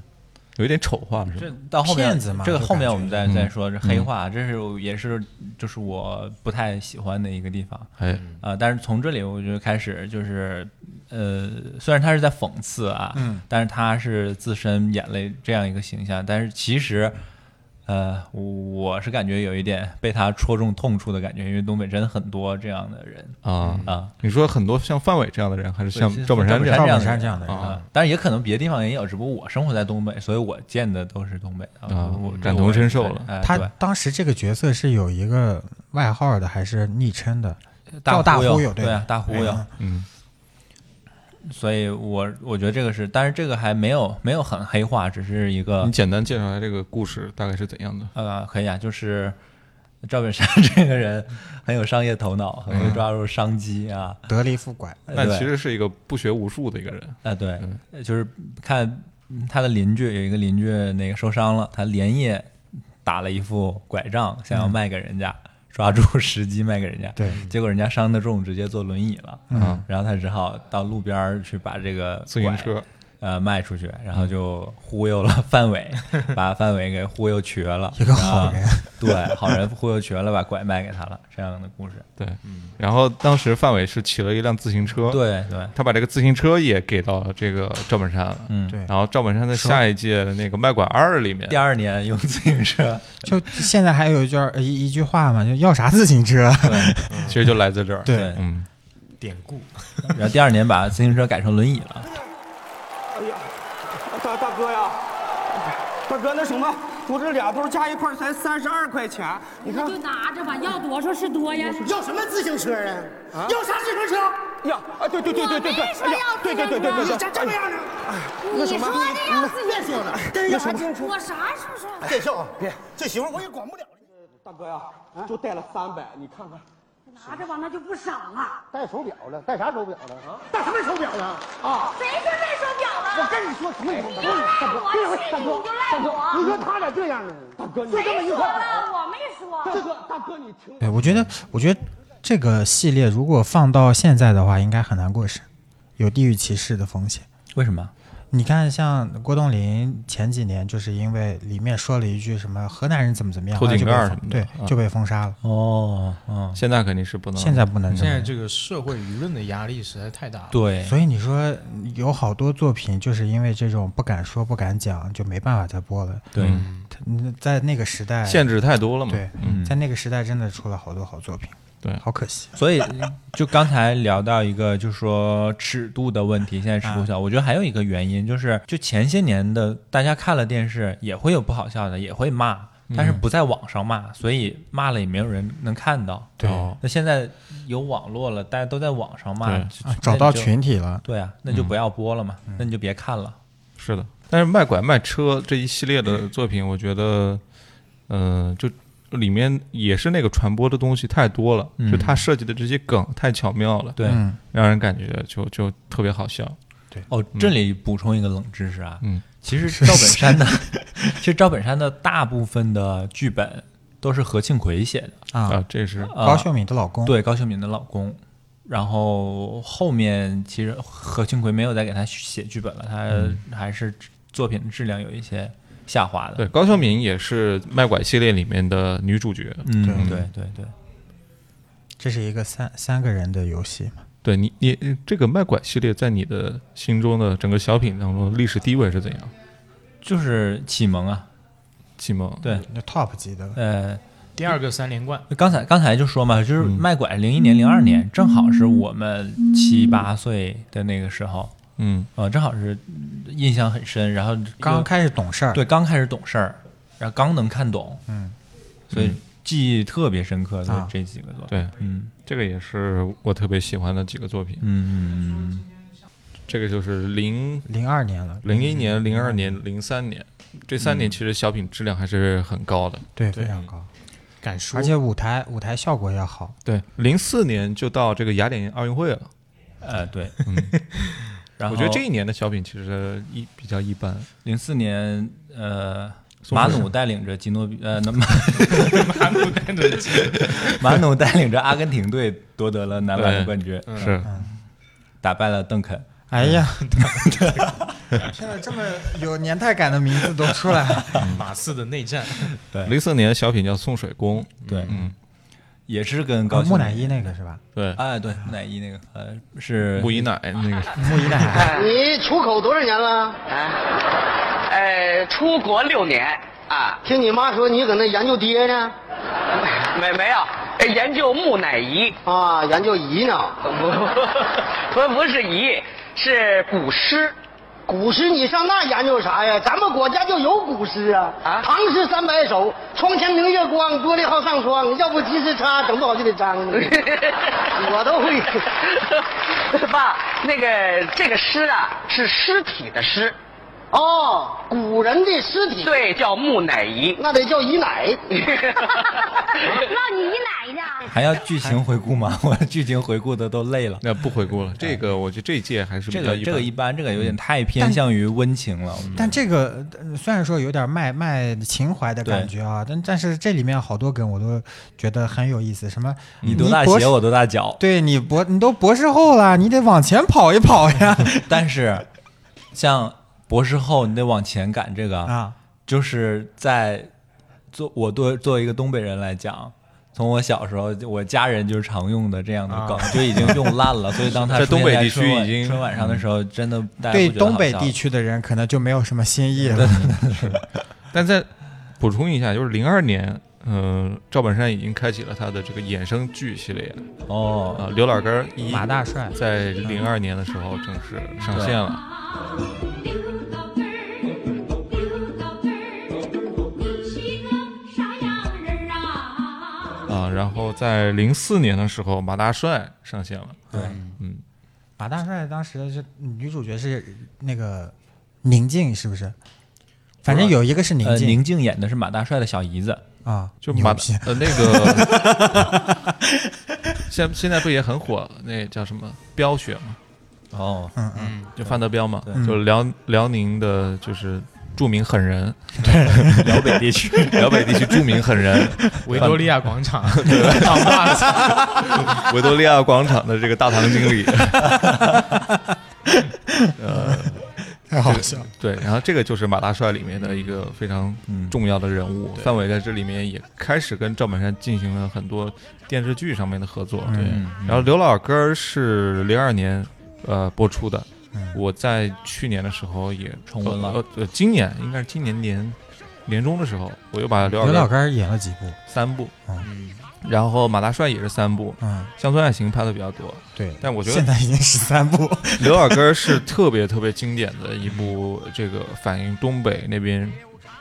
Speaker 2: 有一点丑化是
Speaker 7: 这
Speaker 2: 吧？
Speaker 7: 到后面
Speaker 6: 骗子嘛
Speaker 7: 这个
Speaker 6: 就
Speaker 7: 后
Speaker 6: 感
Speaker 7: 面
Speaker 6: 觉嗯
Speaker 7: 我们再再说这黑化，这是我也是就是我不太喜欢的一个地方
Speaker 2: 哎，
Speaker 7: 啊、但是从这里我觉得开始就是，呃，虽然他是在讽刺啊，
Speaker 6: 嗯，
Speaker 7: 但是他是自身演了这样一个形象，但是其实。呃，我是感觉有一点被他戳中痛处的感觉，因为东北真的很多这样的人
Speaker 2: 啊
Speaker 7: 啊、
Speaker 2: 你说很多像范伟这样的人，还是像
Speaker 7: 对
Speaker 2: 赵本山这样
Speaker 7: 赵
Speaker 2: 的
Speaker 7: 本
Speaker 2: 人？
Speaker 7: 山
Speaker 6: 这样的人
Speaker 7: 啊，但是也可能别的地方也有，只不过我生活在东北，所以我见的都是东北的
Speaker 2: 啊
Speaker 7: 我我
Speaker 2: 感同身受了
Speaker 7: 哎
Speaker 6: 他
Speaker 7: 对
Speaker 6: 当时这个角色是有一个外号的，还是昵称的？
Speaker 7: 呃大
Speaker 6: 叫大
Speaker 7: 忽悠，
Speaker 6: 悠，
Speaker 7: 对啊，大忽悠。
Speaker 6: 哎
Speaker 2: 嗯，
Speaker 7: 所以我我觉得这个是，但是这个还没有没有很黑化，只是一个
Speaker 2: 你简单介绍一下这个故事大概是怎样的？
Speaker 7: 呃，可以啊，就是赵本山 这个人很有商业头脑，很
Speaker 2: 嗯
Speaker 7: 会抓住商机啊。
Speaker 6: 得力副拐，
Speaker 2: 那
Speaker 7: 对
Speaker 2: 其实是一个不学无术的一个人。
Speaker 7: 啊，对，呃就是看嗯他的邻居有一个邻居那个受伤了，他连夜打了一副拐杖，想要卖给人家，抓住时机卖给人家。
Speaker 6: 对，
Speaker 7: 结果人家伤得重，直接坐轮椅了。嗯，然后他只好到路边儿去把这个
Speaker 2: 自行
Speaker 7: 拐
Speaker 2: 车
Speaker 7: 呃卖出去，然后就忽悠了范伟，把范伟给忽悠瘸了。
Speaker 6: 一个好人
Speaker 7: 然后，对，好人忽悠瘸了，把拐卖给他了，这样的故事。
Speaker 2: 对，然后当时范伟是骑了一辆自行车，，
Speaker 7: 嗯对对，
Speaker 2: 他把这个自行车也给到了这个赵本山了。
Speaker 7: 嗯
Speaker 6: 对
Speaker 2: 然后赵本山在下一届的那个《卖拐二》里面
Speaker 7: 第，二年用自行车。
Speaker 6: 就现在还有一句儿一一句话嘛，就要啥自行车？
Speaker 2: 其实就来自这儿。
Speaker 6: 对
Speaker 2: 嗯，
Speaker 8: 典故。
Speaker 7: 然后第二年把自行车改成轮椅了。
Speaker 12: 大大哥呀，大哥，那什么，我这俩兜加一块儿才三十二块钱，你看
Speaker 10: 那就拿着吧，要多少是多呀。
Speaker 11: 要什么自行车啊？要啥自行车？
Speaker 12: 呀，啊，对对对对对对，哎呀，对对对对对对，
Speaker 11: 咋这么样呢？
Speaker 10: 你说的要自
Speaker 11: 别
Speaker 10: 己
Speaker 11: 说了，真要啥自行车？
Speaker 10: 我啥时候说
Speaker 9: 哎
Speaker 10: 的？
Speaker 11: 别笑啊！别，这媳妇儿我也管不了。
Speaker 12: 大哥哎呀，就带了三百，你看看，
Speaker 10: 拿着吧，那就不啊少了。
Speaker 11: 戴手表了，戴啥手表了？啊，戴什么手表了？啊！
Speaker 10: 谁说没手表
Speaker 11: 我
Speaker 10: 了？
Speaker 11: 跟你说，同意
Speaker 10: 你要赖哎我，是你就赖
Speaker 11: 你
Speaker 10: 我。
Speaker 11: 说他俩这样呢？啊大哥，你就这么
Speaker 10: 谁
Speaker 11: 一
Speaker 10: 说
Speaker 11: 块儿。
Speaker 10: 了？我没说。
Speaker 12: 大哥大哥你听，
Speaker 6: 对，我觉得，我觉得这个系列如果放到现在的话，应该很难过审，有地域歧视的风险。
Speaker 7: 为什么？
Speaker 6: 你看，像郭冬临前几年就是因为里面说了一句什么河南人怎么怎么样，
Speaker 2: 偷井
Speaker 6: 然后就被
Speaker 2: 盖儿
Speaker 6: 封
Speaker 2: 什么的
Speaker 6: 对，
Speaker 2: 啊
Speaker 6: 就被封杀了。
Speaker 7: 哦，嗯，
Speaker 2: 现在肯定是不能，
Speaker 6: 现在不能这
Speaker 8: 现
Speaker 6: 么
Speaker 8: 在这个社会舆论的压力实在太大了。
Speaker 6: 所以你说有好多作品就是因为这种不敢说、不敢讲，就没办法再播了。
Speaker 2: 对
Speaker 6: 嗯，它那在那个时代
Speaker 2: 限制太多了嘛
Speaker 6: 对，
Speaker 2: 嗯
Speaker 6: 在那个时代真的出了好多好作品。
Speaker 2: 对，
Speaker 6: 好可惜。啊
Speaker 7: 所以就刚才聊到一个，就是说尺度的问题，现在尺度
Speaker 9: 啊
Speaker 7: 小，我觉得还有一个原因就是，就前些年的大家看了电视也会有不好笑的，也会骂。但是
Speaker 2: 嗯
Speaker 7: 不在网上骂，所以骂了也没有人能看到。
Speaker 6: 对
Speaker 2: 哦
Speaker 7: 那现在有网络了，大家都在网上骂
Speaker 2: 对，
Speaker 7: 就
Speaker 6: 啊找到
Speaker 7: 那你就
Speaker 6: 群嗯体了
Speaker 7: 对啊，那就不要播了嘛，那你就别看了。
Speaker 2: 是的，但是卖拐卖车这一系列的作品，我觉得，呃，就里面也是那个传播的东西太多了，
Speaker 7: 嗯
Speaker 2: 就他设计的这些梗太巧妙了，
Speaker 7: 对嗯
Speaker 2: 让人感觉就就特别好笑。
Speaker 6: 对，
Speaker 7: 哦，这里补充一个冷知识啊，
Speaker 2: 嗯，
Speaker 7: 其实赵本山 的，其实赵本山的大部分的剧本都是何庆魁写的
Speaker 6: 啊
Speaker 2: 啊这是
Speaker 7: 呃
Speaker 6: 高秀敏的老公
Speaker 7: 对，高秀敏的老公。然后后面其实何庆魁没有再给他写剧本了，他还是作品质量有一些下滑的。
Speaker 2: 对，高秀敏也是卖拐系列里面的女主角。
Speaker 7: 嗯对对对，
Speaker 6: 这是一个三三个人的游戏嘛？
Speaker 2: 对你你这个卖拐系列在你的心中的整个小品当中的历史地位是怎样？
Speaker 7: 就是启蒙啊，
Speaker 2: 启蒙
Speaker 7: 对，
Speaker 6: 那 top 级的了。
Speaker 7: 呃，
Speaker 8: 第二个三连冠，
Speaker 7: 刚才刚才就说嘛，就是卖拐零一年零二年，正好是我们七八岁的那个时候，
Speaker 2: 嗯，
Speaker 7: 呃，正好是印象很深，然后
Speaker 6: 刚开始懂事儿
Speaker 7: 对，刚开始懂事儿，然后刚能看懂，
Speaker 6: 嗯，
Speaker 7: 所以记忆特别深刻的
Speaker 2: 啊
Speaker 7: 这几个作品，
Speaker 2: 对，
Speaker 7: 嗯，
Speaker 2: 这个也是我特别喜欢的几个作品。
Speaker 7: 嗯嗯
Speaker 2: 这个就是零
Speaker 6: 零二年了，
Speaker 2: 零一
Speaker 7: 嗯
Speaker 2: 年、零二年、零三年，这三年其实小品质量还是很高的。
Speaker 6: 对，非常高，
Speaker 8: 敢
Speaker 6: 而且舞台舞台效果也好。
Speaker 2: 对，零四年就到这个雅典奥运会了。
Speaker 7: 呃， 对，
Speaker 2: 嗯，
Speaker 7: 然后
Speaker 2: 我觉得这一年的小品其实一比较一般。
Speaker 7: 零四年，呃，
Speaker 2: 松
Speaker 7: 马
Speaker 2: 鼠
Speaker 7: 努带领着吉诺比，呃， 那马马努带领着马努带领着阿根廷队夺得了男篮的冠军，
Speaker 2: 对哎是嗯
Speaker 7: 打败了邓肯。
Speaker 6: 哎呀， 现在这么有年代感的名字都出来 了，
Speaker 8: 马刺的内 战，
Speaker 7: 对
Speaker 2: 零四年小品叫《送水工》，
Speaker 7: 对，
Speaker 2: 嗯，
Speaker 7: 也是跟
Speaker 6: 啊
Speaker 7: 高
Speaker 6: 木乃伊那个是吧？
Speaker 2: 对，
Speaker 7: 哎，对，木乃伊那个，呃，是
Speaker 2: 木伊乃那个
Speaker 6: 木伊乃，
Speaker 13: 你出口多少年了？啊，呃，出国六年啊。
Speaker 11: 听你妈说你搁那研究爹呢？
Speaker 13: 没没有，呃研究木乃伊啊，研究姨呢？ 不，不不是姨，是古诗。
Speaker 11: 古诗你上那研究啥呀？咱们国家就有古诗啊，啊唐诗三百首，窗前明月光，玻璃好上霜，要不及时擦，整不好就得 脏。我都会。
Speaker 13: 爸，那个这个诗啊，是尸体的尸。
Speaker 11: 哦，古人的尸体。
Speaker 13: 对，叫木乃伊。
Speaker 11: 那得叫姨奶。
Speaker 10: 那你姨奶呢？
Speaker 7: 还要剧情回顾吗？ 我剧情回顾的都累了。
Speaker 2: 那不回顾了。这个我觉得这一届还是比
Speaker 7: 哎这
Speaker 2: 较
Speaker 7: 个
Speaker 2: 一
Speaker 7: 这个一
Speaker 2: 般。嗯
Speaker 7: 般，这个有点太偏向于温情了。
Speaker 6: 但这个呃虽然说有点卖卖情怀的感觉啊，但但是这里面好多梗我都觉得很有意思，什么
Speaker 7: 你多大
Speaker 6: 博
Speaker 7: 鞋，
Speaker 6: 士
Speaker 7: 我多大脚。
Speaker 6: 对你博你都博士后了，你得往前跑一跑 呀。
Speaker 7: 但是，像博士后，你得往前赶这个
Speaker 6: 啊，
Speaker 7: 就是在做我作作为一个东北人来讲。从我小时候，我家人就是常用的这样的梗，
Speaker 6: 啊
Speaker 7: 就已经用烂 了，所以当他
Speaker 2: 在东北地
Speaker 7: 出
Speaker 2: 区
Speaker 7: 现春晚
Speaker 2: 已经
Speaker 7: 春晚上的时候，真的大家
Speaker 6: 对
Speaker 7: 不哎觉得
Speaker 6: 东北
Speaker 7: 好笑
Speaker 6: 地区的人可能就没有什么新意 了。
Speaker 2: 但再补充一下，就是零二年，呃，赵本山已经开启了他的这个衍生剧系列。
Speaker 7: 哦，
Speaker 2: 啊，刘老根儿一
Speaker 6: 马大帅
Speaker 2: 在零二年的时候正式上线了。
Speaker 7: 嗯
Speaker 2: 啊，然后在零四年的时候，马大帅上线了。
Speaker 6: 对，
Speaker 2: 嗯，
Speaker 6: 马大帅当时是女主角是那个宁静，是不是？反正有一个是宁
Speaker 7: 呃，
Speaker 6: 静
Speaker 7: 宁静演的是马大帅的小姨子，
Speaker 6: 啊，
Speaker 2: 就
Speaker 6: 牛
Speaker 2: 马
Speaker 6: 逼
Speaker 2: 呃那个， 现现在不也很火？那叫什么飙血嘛，
Speaker 7: 哦，
Speaker 6: 嗯嗯，
Speaker 2: 就范德彪嘛
Speaker 7: 对，
Speaker 2: 就辽辽宁的，就是著名狠人，
Speaker 7: 辽北地区，
Speaker 2: 辽北地区著名狠人，
Speaker 8: 维多利亚广 场，长袜子，
Speaker 2: 维多利亚广场的这个大堂经理。呃，
Speaker 6: 太
Speaker 2: 这
Speaker 6: 好
Speaker 2: 个
Speaker 6: 笑。
Speaker 2: 对，然后这个就是马大帅里面的一个非常重要的人物，范伟在这里面也开始跟赵本山进行了很多电视剧上面的合作。
Speaker 7: 对
Speaker 2: 嗯然后刘老根儿是零二年呃播出的，我在去年的时候也
Speaker 7: 重温了
Speaker 2: 呃呃呃今年应该是今年年年中的时候，我又把刘老
Speaker 6: 刘老
Speaker 2: 根
Speaker 6: 根
Speaker 2: 儿
Speaker 6: 儿演了几部？
Speaker 2: 三部，
Speaker 6: 嗯，
Speaker 2: 然后马大帅也是三部，
Speaker 6: 嗯，
Speaker 2: 乡村爱情拍的比较多，
Speaker 6: 对
Speaker 2: 但我觉得
Speaker 6: 现在已经13部
Speaker 2: 刘老根儿是特别特别经典的一部，这个反映东北那边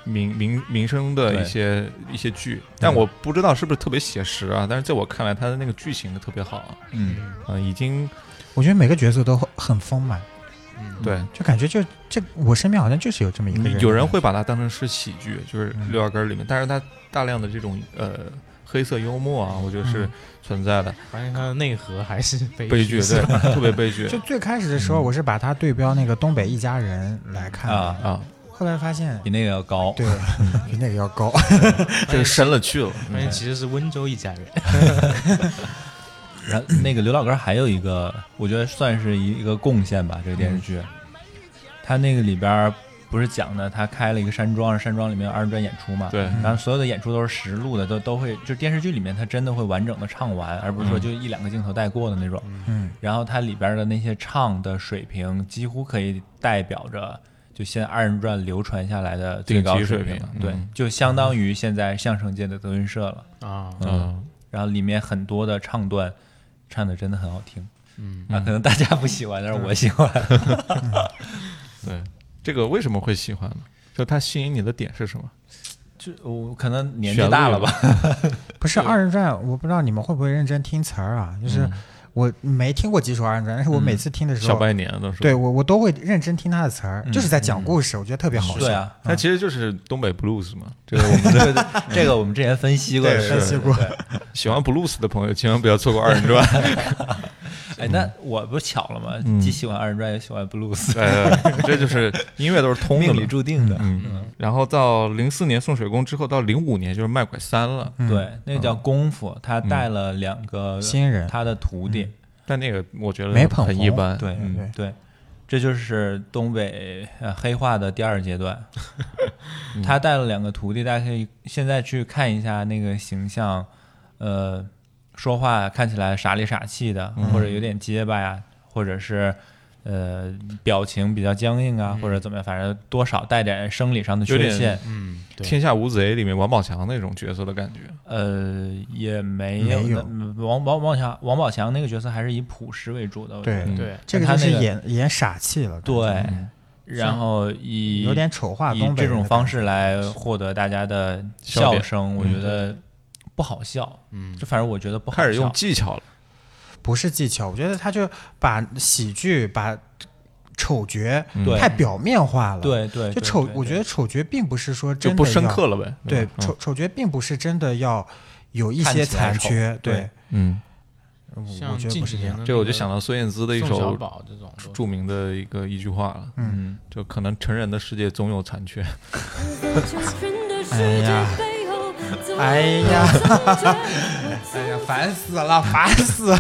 Speaker 2: 民民民生的一些一些剧，但我不知道是不是特别写实啊，但是在我看来，他的那个剧情特别好啊，
Speaker 7: 嗯
Speaker 2: 啊，已经
Speaker 6: 我觉得每个角色都很丰满，
Speaker 2: 对，
Speaker 6: 就感觉就这，我身边好像就是有这么一个人，
Speaker 2: 有人会把它当成是喜剧，就是六小根儿里面，但是它大量的这种呃黑色幽默啊，我觉得是
Speaker 8: 嗯
Speaker 2: 存在的。
Speaker 8: 发现它的内核还是悲
Speaker 2: 悲剧对特别悲剧
Speaker 6: 就最开始的时候，我是把它对标那个东北一家人来看的
Speaker 7: 啊
Speaker 2: 嗯啊，
Speaker 6: 后来发现
Speaker 7: 比那个要高，，
Speaker 6: 对，比那个要高
Speaker 2: 哎
Speaker 7: 这个深了去了
Speaker 8: 发现其实是温州一家人。
Speaker 7: 然 后那个刘老根儿还有一个，我觉得算是一一个贡献吧，这个电视剧。他那个里边儿不是讲的，他开了一个山庄，山庄里面有二人转演出嘛。
Speaker 2: 对
Speaker 7: 然后所有的演出都是实录的，都都会，就电视剧里面他真的会完整的唱完，而不是说
Speaker 2: 嗯
Speaker 7: 就一两个镜头带过的那种。
Speaker 6: 嗯。
Speaker 7: 然后它里边的那些唱的水平，几乎可以代表着就现在二人转流传下来的最高
Speaker 2: 顶级水
Speaker 7: 平
Speaker 2: 平
Speaker 7: 了。
Speaker 2: 嗯
Speaker 7: 对，就相当于现在相声界的德云社了
Speaker 8: 啊
Speaker 7: 嗯
Speaker 2: 嗯，
Speaker 7: 然后里面很多的唱段唱的真的很好听。
Speaker 8: 嗯
Speaker 7: 啊，可能大家不喜欢，但是我喜欢。
Speaker 2: 对，这个为什么会喜欢呢？就它吸引你的点是什么？
Speaker 7: 就
Speaker 2: 嗯
Speaker 7: 我可能年纪大了吧，
Speaker 6: 不是二人转，我不知道你们会不会认真听词儿啊？就是
Speaker 7: 嗯
Speaker 6: 我没听过几首二人转，但是我每次听的时候，
Speaker 2: 小白年都是
Speaker 6: 对我我都会认真听他的词儿，
Speaker 2: 嗯
Speaker 6: 就是在讲故事，我觉得特别好
Speaker 7: 啊
Speaker 6: 笑。
Speaker 2: 它其实就是东北 blues 嘛。这个我们
Speaker 7: 对对这个我们之前分析过
Speaker 2: 对
Speaker 7: 是
Speaker 2: 分析过
Speaker 7: 对。
Speaker 2: 喜欢 blues 的朋友千万不要错过二人 转。
Speaker 7: 哎，那我不巧了吗？
Speaker 2: 嗯
Speaker 7: 既喜欢二人转，也喜欢 blues，
Speaker 2: 呃，这就是音乐都是通的嘛，
Speaker 7: 命里注定的。
Speaker 2: 嗯，然后到零四年送水工之后，到零五年就是卖拐三了。
Speaker 7: 对，那个叫
Speaker 2: 嗯
Speaker 7: 功夫，他带了两个
Speaker 6: 新人
Speaker 7: 他的徒弟，
Speaker 2: 但那个我觉得
Speaker 6: 没捧
Speaker 2: 很
Speaker 6: 红
Speaker 2: 一般。
Speaker 7: 对
Speaker 2: 嗯
Speaker 7: 对，这就是东北呃黑化的第二阶段。他带了两个徒弟，大家可以现在去看一下那个形象，呃，说话看起来傻里傻气的，
Speaker 2: 嗯
Speaker 7: 或者有点结巴呀，或者是。呃，表情比较僵硬啊，或者怎么样，反正多少带点生理上的
Speaker 2: 有
Speaker 7: 缺
Speaker 2: 点
Speaker 7: 陷。
Speaker 8: 嗯，
Speaker 2: 天下无贼》里面王宝强那种角色的感觉。
Speaker 7: 呃，
Speaker 4: 嗯
Speaker 7: 也没有。
Speaker 2: 没有
Speaker 7: 那嗯王王王宝强，王宝强那个角色还是以朴实为主的。我觉
Speaker 6: 对
Speaker 7: 得
Speaker 6: 这个
Speaker 7: 嗯他
Speaker 6: 就是
Speaker 7: 那
Speaker 6: 演演傻气了。
Speaker 7: 对
Speaker 6: 嗯，
Speaker 7: 然后以
Speaker 6: 有点丑化
Speaker 7: 以
Speaker 6: 东北
Speaker 7: 这
Speaker 6: 人的
Speaker 7: 种
Speaker 6: 感
Speaker 7: 方式来获得大家的
Speaker 2: 笑
Speaker 7: 笑
Speaker 2: 点
Speaker 7: 声，我
Speaker 2: 嗯
Speaker 7: 觉得不好笑。
Speaker 8: 嗯，
Speaker 7: 就反正我觉得不好笑。
Speaker 2: 开始用技巧了。
Speaker 6: 不是技巧，我觉得他就把喜剧把丑角
Speaker 7: 嗯对
Speaker 6: 太表面化了。
Speaker 7: 对对
Speaker 6: 就
Speaker 7: 对
Speaker 6: 丑
Speaker 7: 对，
Speaker 6: 我觉得丑角并不是说真的
Speaker 2: 就不深
Speaker 6: 要
Speaker 2: 刻了呗对
Speaker 6: 对
Speaker 2: 吧，嗯
Speaker 6: 丑丑角并不是真的要有一
Speaker 7: 看
Speaker 6: 些
Speaker 7: 起来
Speaker 6: 残
Speaker 7: 丑
Speaker 6: 缺，
Speaker 7: 对
Speaker 6: 对，
Speaker 2: 嗯，
Speaker 6: 我我觉得不是这
Speaker 8: 嗯
Speaker 6: 样。
Speaker 2: 这我就想到孙燕姿的一
Speaker 8: 宋小
Speaker 2: 首
Speaker 8: 宝这种都
Speaker 2: 著名的一个一句话了，
Speaker 8: 嗯，
Speaker 2: 就可能成人的世界总有残缺。
Speaker 6: 哎呀，哎呀，哎呀，烦死了，烦死了！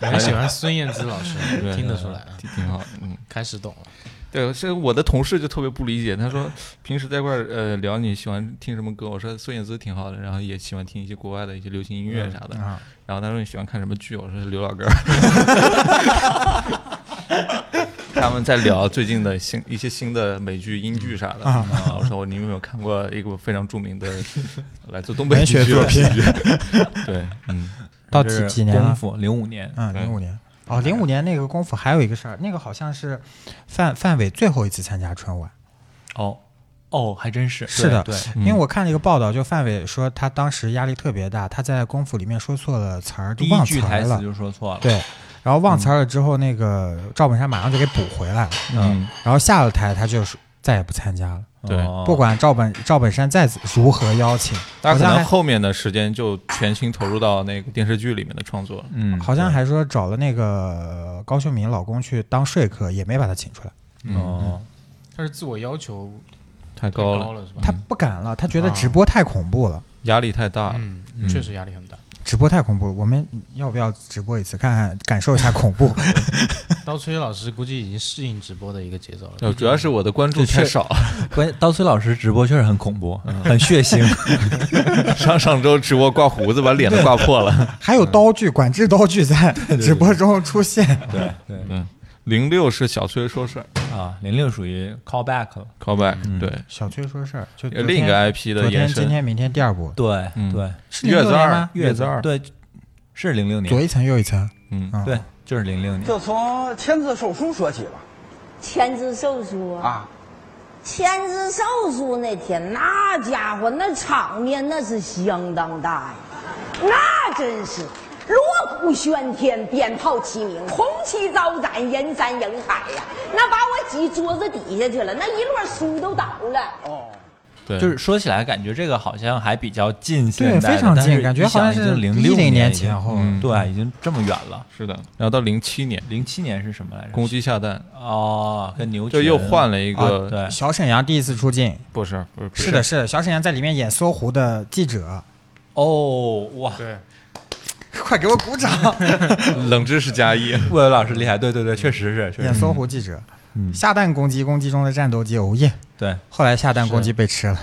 Speaker 8: 我很喜欢孙燕姿老师
Speaker 2: 哎 对，
Speaker 8: 听得出来，啊
Speaker 2: 挺挺好，嗯，
Speaker 8: 开始懂了。
Speaker 2: 对，这我的同事就特别不理解，他说平时在一块儿呃聊你喜欢听什么歌，我说孙燕姿挺好的，然后也喜欢听一些国外的一些流行音乐啥的，
Speaker 6: 嗯啊
Speaker 2: 然后他说你喜欢看什么剧，我说是刘老 根儿。他们在聊最近的新一些新的美剧、英剧啥的。
Speaker 6: 啊
Speaker 2: 啊，我说你有没有看过一个非常著 名的来自东北
Speaker 6: 文
Speaker 2: 地
Speaker 6: 学
Speaker 2: 区的
Speaker 6: 作品
Speaker 2: 喜剧？对，嗯，
Speaker 6: 到几几年啊了
Speaker 7: 功夫零五年，
Speaker 6: 嗯，零五年哦，零五年那个功夫还有一个事儿，那个好像是范范伟最后一次参加春晚。
Speaker 7: 哦哦，还真是
Speaker 6: 是的，
Speaker 7: 对，嗯对
Speaker 6: 因为我看了一个报道，就范伟说他当时压力特别大，他在功夫里面说错了词儿，就
Speaker 7: 第一
Speaker 6: 忘
Speaker 7: 句
Speaker 6: 词儿
Speaker 7: 台词
Speaker 6: 了，
Speaker 7: 就说错了
Speaker 6: 对，然后忘词儿了之后，那个赵本山马上就给补回来了，
Speaker 7: 嗯，
Speaker 6: 然后下了台他就说再也不参加了，
Speaker 2: 对
Speaker 6: 不管赵本赵本山再如何邀请，
Speaker 2: 大家可
Speaker 6: 好像
Speaker 2: 能
Speaker 6: 还
Speaker 2: 后面的时间就全心投入到那个电视剧里面的创作。
Speaker 7: 嗯
Speaker 6: 好像还说找了那个高秀敏老公去当说客，也没把他请出来。
Speaker 7: 哦，
Speaker 8: 他是自我要求
Speaker 2: 太
Speaker 8: 高
Speaker 2: 高了
Speaker 7: 嗯
Speaker 8: 了是吧？
Speaker 7: 啊
Speaker 6: 他不敢了，他觉得直播太恐怖了，
Speaker 2: 压力太大了，
Speaker 8: 嗯确实压力很大。
Speaker 6: 直播太恐怖了，我们要不要直播一次，看看感受一下恐怖？
Speaker 8: 刀崔老师估计已经适应直播的一个节奏了。
Speaker 2: 呃，主要是我的关注太少。
Speaker 7: 关刀崔老师直播确实很恐怖，很血腥。
Speaker 2: 上上周直播刮胡子，把脸都刮破了。
Speaker 6: 还有刀具，管制刀具在直播中出现。
Speaker 7: 对对，
Speaker 2: 嗯，零六是小崔说事儿
Speaker 7: 啊，零六属于 callback 了
Speaker 2: callback，对，
Speaker 7: 嗯
Speaker 6: 小崔说事儿，就
Speaker 2: 另一个 IP 的
Speaker 6: 昨
Speaker 2: 延
Speaker 6: 天、
Speaker 2: 伸
Speaker 6: 今天、明天第二波。
Speaker 7: 对对，
Speaker 6: 是06年吗
Speaker 7: 月子二，对，是零六年，
Speaker 6: 左一层右一层。
Speaker 2: 嗯
Speaker 6: 啊
Speaker 7: 对，就是零六年。
Speaker 12: 就从签字售书说起吧。
Speaker 10: 签字售书
Speaker 12: 啊，
Speaker 10: 签字售书那天，那家伙那场面那是相当大呀，那真是锣鼓喧天，鞭炮齐鸣，红旗招展，人山人海呀，那把我挤桌子底下去了，那一摞书都倒了。哦，
Speaker 2: 对，
Speaker 7: 就是说起来，感觉这个好像还比较近现代的，
Speaker 6: 对非常近
Speaker 7: 但是
Speaker 6: 感觉好像是
Speaker 7: 一想已经零六
Speaker 6: 10年
Speaker 7: 年
Speaker 6: 前后
Speaker 7: 嗯对，已经这么远了。
Speaker 2: 是的，然后到零七年，
Speaker 7: 零七年是什么来着？
Speaker 2: 公鸡下蛋，
Speaker 7: 哦，跟牛
Speaker 2: 就
Speaker 7: 群
Speaker 2: 又换了一个
Speaker 7: 啊对
Speaker 6: 小沈阳第一次出镜，
Speaker 2: 不是不是不
Speaker 6: 是的，是的，小沈阳在里面演搜狐的记者。
Speaker 7: 哦，哇，
Speaker 8: 对，
Speaker 6: 快给我鼓掌！
Speaker 2: 冷知识加 一，
Speaker 7: 魏文老师厉害，对对对，确实是，确实
Speaker 6: 演
Speaker 7: 是
Speaker 6: 搜狐记者，下蛋公鸡，公鸡中的战斗机熬夜。
Speaker 7: 对，
Speaker 6: 后来下蛋公鸡被吃了，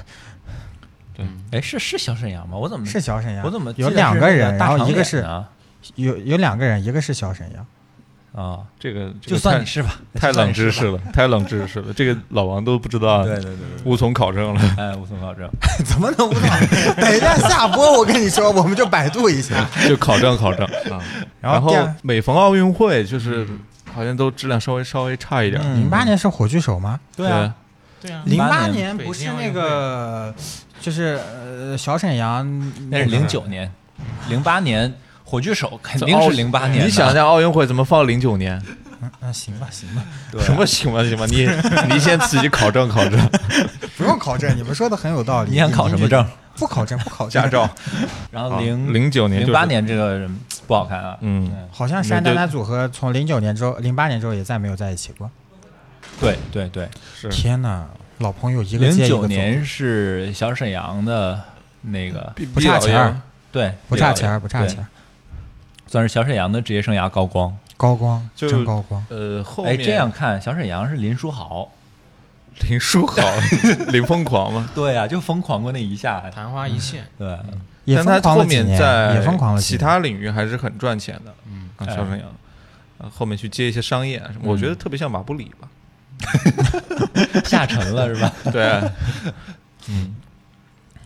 Speaker 2: 对，
Speaker 7: 哎，是是小沈阳吗？我怎么
Speaker 6: 是小沈阳。
Speaker 7: 嗯我怎么记
Speaker 6: 有
Speaker 7: 得
Speaker 6: 两
Speaker 7: 是
Speaker 6: 个
Speaker 7: 那
Speaker 6: 人，
Speaker 7: 大
Speaker 6: 然后
Speaker 7: 长
Speaker 6: 一个
Speaker 7: 脸
Speaker 6: 是
Speaker 7: 啊
Speaker 6: 有有两个人，一个是小沈阳。
Speaker 7: 啊，
Speaker 2: 这个这
Speaker 7: 就
Speaker 2: 个
Speaker 7: 算
Speaker 2: 太
Speaker 7: 你是吧
Speaker 2: 太
Speaker 7: 就算
Speaker 2: 冷
Speaker 7: 你
Speaker 2: 知
Speaker 7: 是
Speaker 2: 识了，太冷知识了，这个老王都不知道，啊
Speaker 7: 对对对对对
Speaker 2: 无从考证了。
Speaker 7: 哎，无从考 证。
Speaker 6: 怎么能不懂？ 等一下下播，我跟你说，我们就百度一下。
Speaker 2: 就考证考证啊。然
Speaker 6: 然
Speaker 2: 后
Speaker 6: 后第二
Speaker 2: 每逢奥运会，就是
Speaker 7: 嗯
Speaker 2: 好像都质量稍微稍微差一点。
Speaker 6: 零八年是火炬手吗？
Speaker 2: 对啊
Speaker 8: 对啊
Speaker 6: 零
Speaker 2: 08
Speaker 6: 八
Speaker 2: 年
Speaker 6: 年不是那个，就是呃小沈阳，
Speaker 7: 那是零九年，零八年火炬手肯定是零八年的。
Speaker 2: 你想一下奥运会怎么放零九年？
Speaker 6: 啊，行吧，行吧，
Speaker 7: 对
Speaker 2: 什么行吧行吧，你 你先自己考证考证，
Speaker 6: 不用考证，你们说的很有道理。
Speaker 7: 你想考什么证？
Speaker 6: 不考证，不考证
Speaker 2: 驾照。
Speaker 7: 然后
Speaker 2: 好
Speaker 7: 零
Speaker 2: 09年就啊
Speaker 7: 零
Speaker 2: 是
Speaker 7: 八年这个人不好看啊。
Speaker 2: 嗯，
Speaker 6: 好像山丹丹组合从零九年之后，零八年之后也再没有在一起过。
Speaker 7: 对对对，
Speaker 2: 是
Speaker 6: 天哪，老朋友一个
Speaker 7: 零
Speaker 6: 接一个
Speaker 7: 九
Speaker 6: 走。
Speaker 7: 年是小沈阳的那个
Speaker 2: 嗯
Speaker 6: 不差钱啊儿
Speaker 7: 对，
Speaker 6: 不差钱儿
Speaker 7: 对
Speaker 6: 不差钱儿，
Speaker 7: 算是小沈阳的职业生涯高光。
Speaker 6: 高光
Speaker 2: 就
Speaker 6: 真高光。
Speaker 2: 呃后
Speaker 7: 哎，
Speaker 2: 面
Speaker 7: 这样看，小沈阳是林书豪，
Speaker 2: 林书 豪林疯狂吗？
Speaker 7: 对啊，就疯狂过那一下，
Speaker 8: 昙花
Speaker 2: 嗯
Speaker 8: 一现，
Speaker 7: 对，
Speaker 6: 也
Speaker 2: 但
Speaker 6: 疯
Speaker 2: 他
Speaker 6: 狂
Speaker 2: 后
Speaker 6: 了几
Speaker 2: 面
Speaker 6: 年，
Speaker 2: 在
Speaker 6: 也疯狂了几
Speaker 2: 其
Speaker 6: 年。
Speaker 2: 他领域还是很赚钱的。嗯，啊，
Speaker 7: 哎
Speaker 2: 小沈阳，啊后面去接一些商业啊
Speaker 6: 嗯
Speaker 2: 什么，我觉得特别像马布里 吧。
Speaker 7: 下沉了是吧？
Speaker 2: 对，啊
Speaker 6: 嗯
Speaker 2: 嗯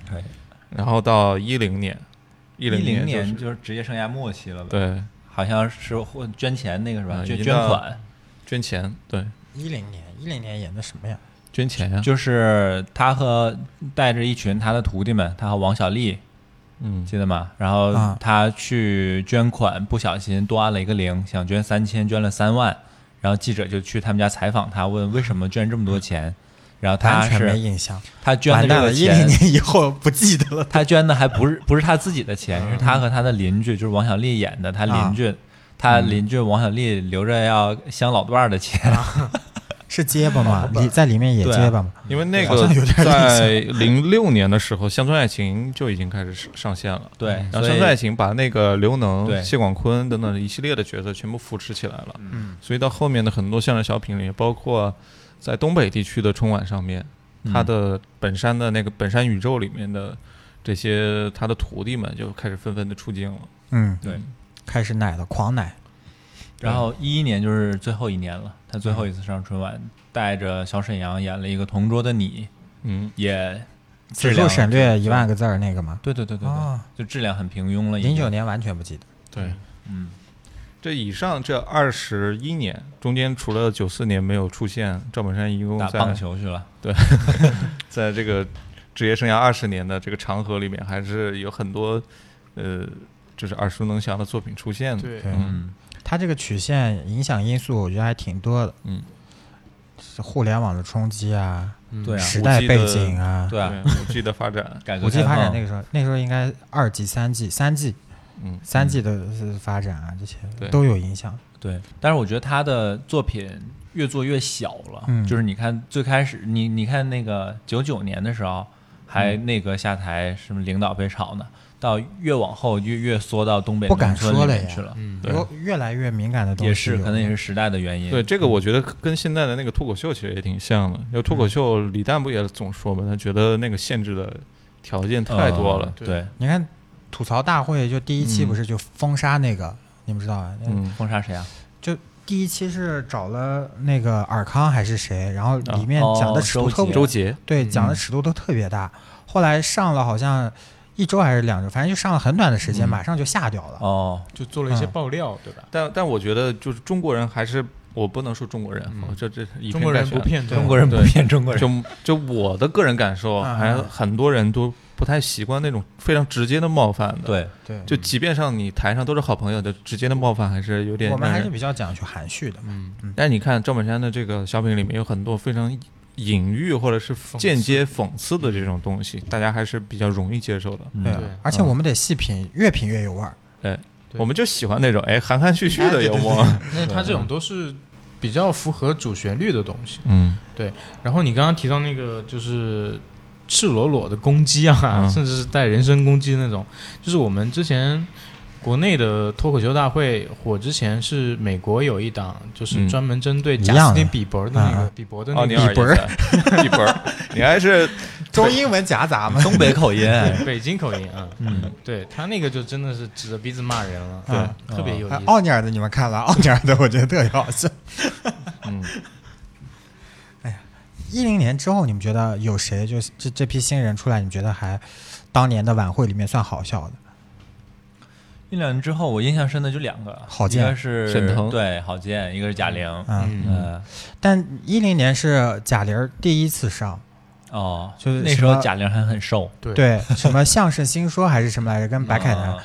Speaker 7: 可以。
Speaker 2: 然后到一零年， 一零
Speaker 7: 零
Speaker 2: 就是
Speaker 7: 年就是职业生涯末期了吧？，
Speaker 2: 对，
Speaker 7: 好像是或捐钱那个是吧？
Speaker 2: 啊
Speaker 7: 捐
Speaker 2: 已经
Speaker 7: 捐
Speaker 2: 到
Speaker 7: 款，
Speaker 2: 捐钱，对，
Speaker 6: 一零年，一零年演的什么呀？
Speaker 2: 捐钱啊呀，
Speaker 7: 就是他和带着一群他的徒弟们，他和王小利，
Speaker 2: 嗯，
Speaker 7: 记得吗？然后
Speaker 6: 啊
Speaker 7: 他去捐款，不小心多按了一个零，想捐三千，捐了三万。然后记者就去他们家采访他，问为什么捐这么多钱。然后他
Speaker 6: 完全没
Speaker 7: 是
Speaker 6: 印象。
Speaker 7: 他捐
Speaker 6: 完
Speaker 7: 的这
Speaker 6: 蛋
Speaker 7: 个
Speaker 6: 了，一
Speaker 7: 钱
Speaker 6: 零，年以后不记得了。
Speaker 7: 他捐的还不是不是他自己的钱，是他和他的邻居，就是王小利演的，他
Speaker 6: 啊
Speaker 7: 邻居，
Speaker 6: 嗯
Speaker 7: 他邻居王小利留着要镶老段儿的钱，
Speaker 6: 啊 是结巴吗？里在里面也
Speaker 7: 对啊
Speaker 6: 结巴吗？
Speaker 2: 因为那
Speaker 6: 好
Speaker 2: 个
Speaker 6: 像有点印象
Speaker 2: 在零六年的时候，《乡村爱情》就已经开始上上线了。嗯
Speaker 7: 对
Speaker 2: 然后
Speaker 7: 所
Speaker 2: 《
Speaker 7: 以
Speaker 2: 乡村爱情》把那个刘能、
Speaker 7: 对
Speaker 2: 谢广坤等等一系列的角色全部扶持起来了。
Speaker 6: 嗯，
Speaker 2: 所以到后面的很多相声小品里，包括在东北地区的春晚上面，
Speaker 7: 嗯
Speaker 2: 他的本山的那个本山宇宙里面的这些他的徒弟们就开始纷纷的出镜了。
Speaker 6: 嗯，
Speaker 7: 对。
Speaker 6: 开始奶了，狂奶。
Speaker 7: 然后一一年就是最后一年了，他最后一次上春晚，带着小沈阳演了一个《同桌的你
Speaker 2: 嗯》，，
Speaker 7: 也质
Speaker 6: 此处
Speaker 7: 量
Speaker 6: 省略一万个字儿那个吗？
Speaker 7: 对对对对对
Speaker 6: 哦，
Speaker 7: 就质量很平庸了已经。
Speaker 6: 零九年完全不记得。
Speaker 2: 对，
Speaker 7: 嗯，
Speaker 2: 这以上这二十一年中间，除了九四年没有出现，赵本山一共
Speaker 7: 打
Speaker 2: 在
Speaker 7: 棒球去了，
Speaker 2: 对，在这个职业生涯二十年的这个长河里面，还是有很多呃，就是耳熟能详的作品出现的。
Speaker 8: 对
Speaker 6: 对
Speaker 7: 嗯，
Speaker 6: 它这个曲线影响因素，我觉得还挺多的。
Speaker 2: 嗯，
Speaker 6: 是互联网的冲击啊，
Speaker 7: 对啊，
Speaker 6: 时代背景啊，
Speaker 7: 对啊，
Speaker 2: 五 G 的发展，
Speaker 7: 改革
Speaker 6: 五 G
Speaker 7: 开
Speaker 6: 发展
Speaker 7: 放
Speaker 6: 那个时候，那时候应该二 G、三 G、三 G、
Speaker 2: 嗯，
Speaker 6: 三 G 的呃发展啊，这些
Speaker 2: 对
Speaker 6: 都有影响。
Speaker 7: 对，但是我觉得他的作品越做越小了，
Speaker 6: 嗯
Speaker 7: 就是你看最开始，你你看那个九九年的时候，还那个下台什么领导被炒呢，到越往后越越缩到东北
Speaker 6: 不敢
Speaker 7: 农村
Speaker 6: 说
Speaker 7: 里
Speaker 6: 了
Speaker 7: 面
Speaker 6: 呀
Speaker 7: 去了，
Speaker 6: 嗯
Speaker 7: 对
Speaker 6: 有越来越敏感的东西
Speaker 7: 也是
Speaker 6: 有
Speaker 7: 可能也是时代的原因。
Speaker 2: 对，这个我觉得跟现在的那个脱口秀其实也挺像的。要脱口秀，李诞不也总说嘛，他觉得那个限制的条件太多
Speaker 8: 嗯
Speaker 2: 了。
Speaker 7: 呃对，
Speaker 6: 你看吐槽大会就第一期不是就封杀那个，你们知道吧？那个
Speaker 7: 嗯，封杀谁啊？
Speaker 6: 就第一期是找了那个尔康还是谁，然后里面
Speaker 7: 哦
Speaker 6: 讲的尺度特别、
Speaker 7: 周杰
Speaker 6: 对，
Speaker 7: 嗯
Speaker 6: 讲的尺度都特别大。后来上了好像一周还是两周，反正就上了很短的时间，
Speaker 2: 嗯
Speaker 6: 马上就下掉了。
Speaker 7: 哦，
Speaker 8: 就做了一些
Speaker 6: 嗯
Speaker 8: 爆料，对吧？
Speaker 2: 但但我觉得就是中国人还是。我不能说中国人，我这这
Speaker 8: 嗯
Speaker 2: 以
Speaker 8: 中国人
Speaker 2: 偏概全
Speaker 8: 不骗
Speaker 2: 对
Speaker 8: 中国人不骗
Speaker 2: 对
Speaker 8: 中国人
Speaker 2: 就就我的个人感受，
Speaker 8: 嗯
Speaker 2: 还很多人都不太习惯那种非常直接的冒犯的。
Speaker 7: 对
Speaker 6: 对
Speaker 2: 就即便上你台上都是好朋友的，直接的冒犯还是有点
Speaker 6: 我
Speaker 2: 让人。
Speaker 6: 们还是比较讲究含蓄的嘛。嗯
Speaker 2: 但你看赵本山的这个小品里面有很多非常隐喻或者是间接讽刺的这种东西，大家还是比较容易接受的。
Speaker 6: 嗯对，而且我们得细品，越品越有味儿。
Speaker 2: 对，我们就喜欢那种哎含含蓄蓄的幽默。
Speaker 8: 那他这种都是比较符合主旋律的东西。
Speaker 2: 嗯，
Speaker 8: 对。然后你刚刚提到那个就是赤裸裸的攻击啊，
Speaker 2: 嗯
Speaker 8: 甚至是带人身攻击那种，就是我们之前。国内的脱口秀大会火之前是美国有一档，就是
Speaker 2: 嗯
Speaker 8: 专门针对
Speaker 2: 一
Speaker 8: 贾
Speaker 2: 样
Speaker 8: 斯汀
Speaker 2: 的
Speaker 8: 比伯的那个
Speaker 2: 啊
Speaker 8: 比伯的
Speaker 2: 奥
Speaker 8: 那
Speaker 2: 尼
Speaker 8: 个
Speaker 2: 尔也在比伯儿你还是
Speaker 6: 中英文夹杂嘛，
Speaker 7: 东北口音
Speaker 8: 对北京口音啊，
Speaker 7: 嗯，
Speaker 8: 对他那个就真的是指着鼻子骂人了，嗯
Speaker 6: 啊
Speaker 8: 特别有意
Speaker 6: 啊
Speaker 8: 思。
Speaker 6: 奥尼尔的你们看了， 奥尼尔的我觉得特别好笑。
Speaker 2: 嗯，
Speaker 6: 哎呀，一零年之后，你们觉得有谁就是这这批新人出来，你们觉得还当年的晚会里面算好笑的？
Speaker 7: 一两年之后，我印象深的就两个，
Speaker 6: 郝建
Speaker 7: 一个是
Speaker 6: 沈腾
Speaker 7: 对郝建，一个是贾玲，
Speaker 6: 嗯
Speaker 7: 呃，
Speaker 6: 但一零年是贾玲儿第一次上，
Speaker 7: 哦，
Speaker 6: 就是
Speaker 7: 那
Speaker 6: 什
Speaker 7: 时候
Speaker 6: 么
Speaker 7: 贾玲还很瘦，
Speaker 6: 对，什么相声新说还是什么来着，跟白凯南。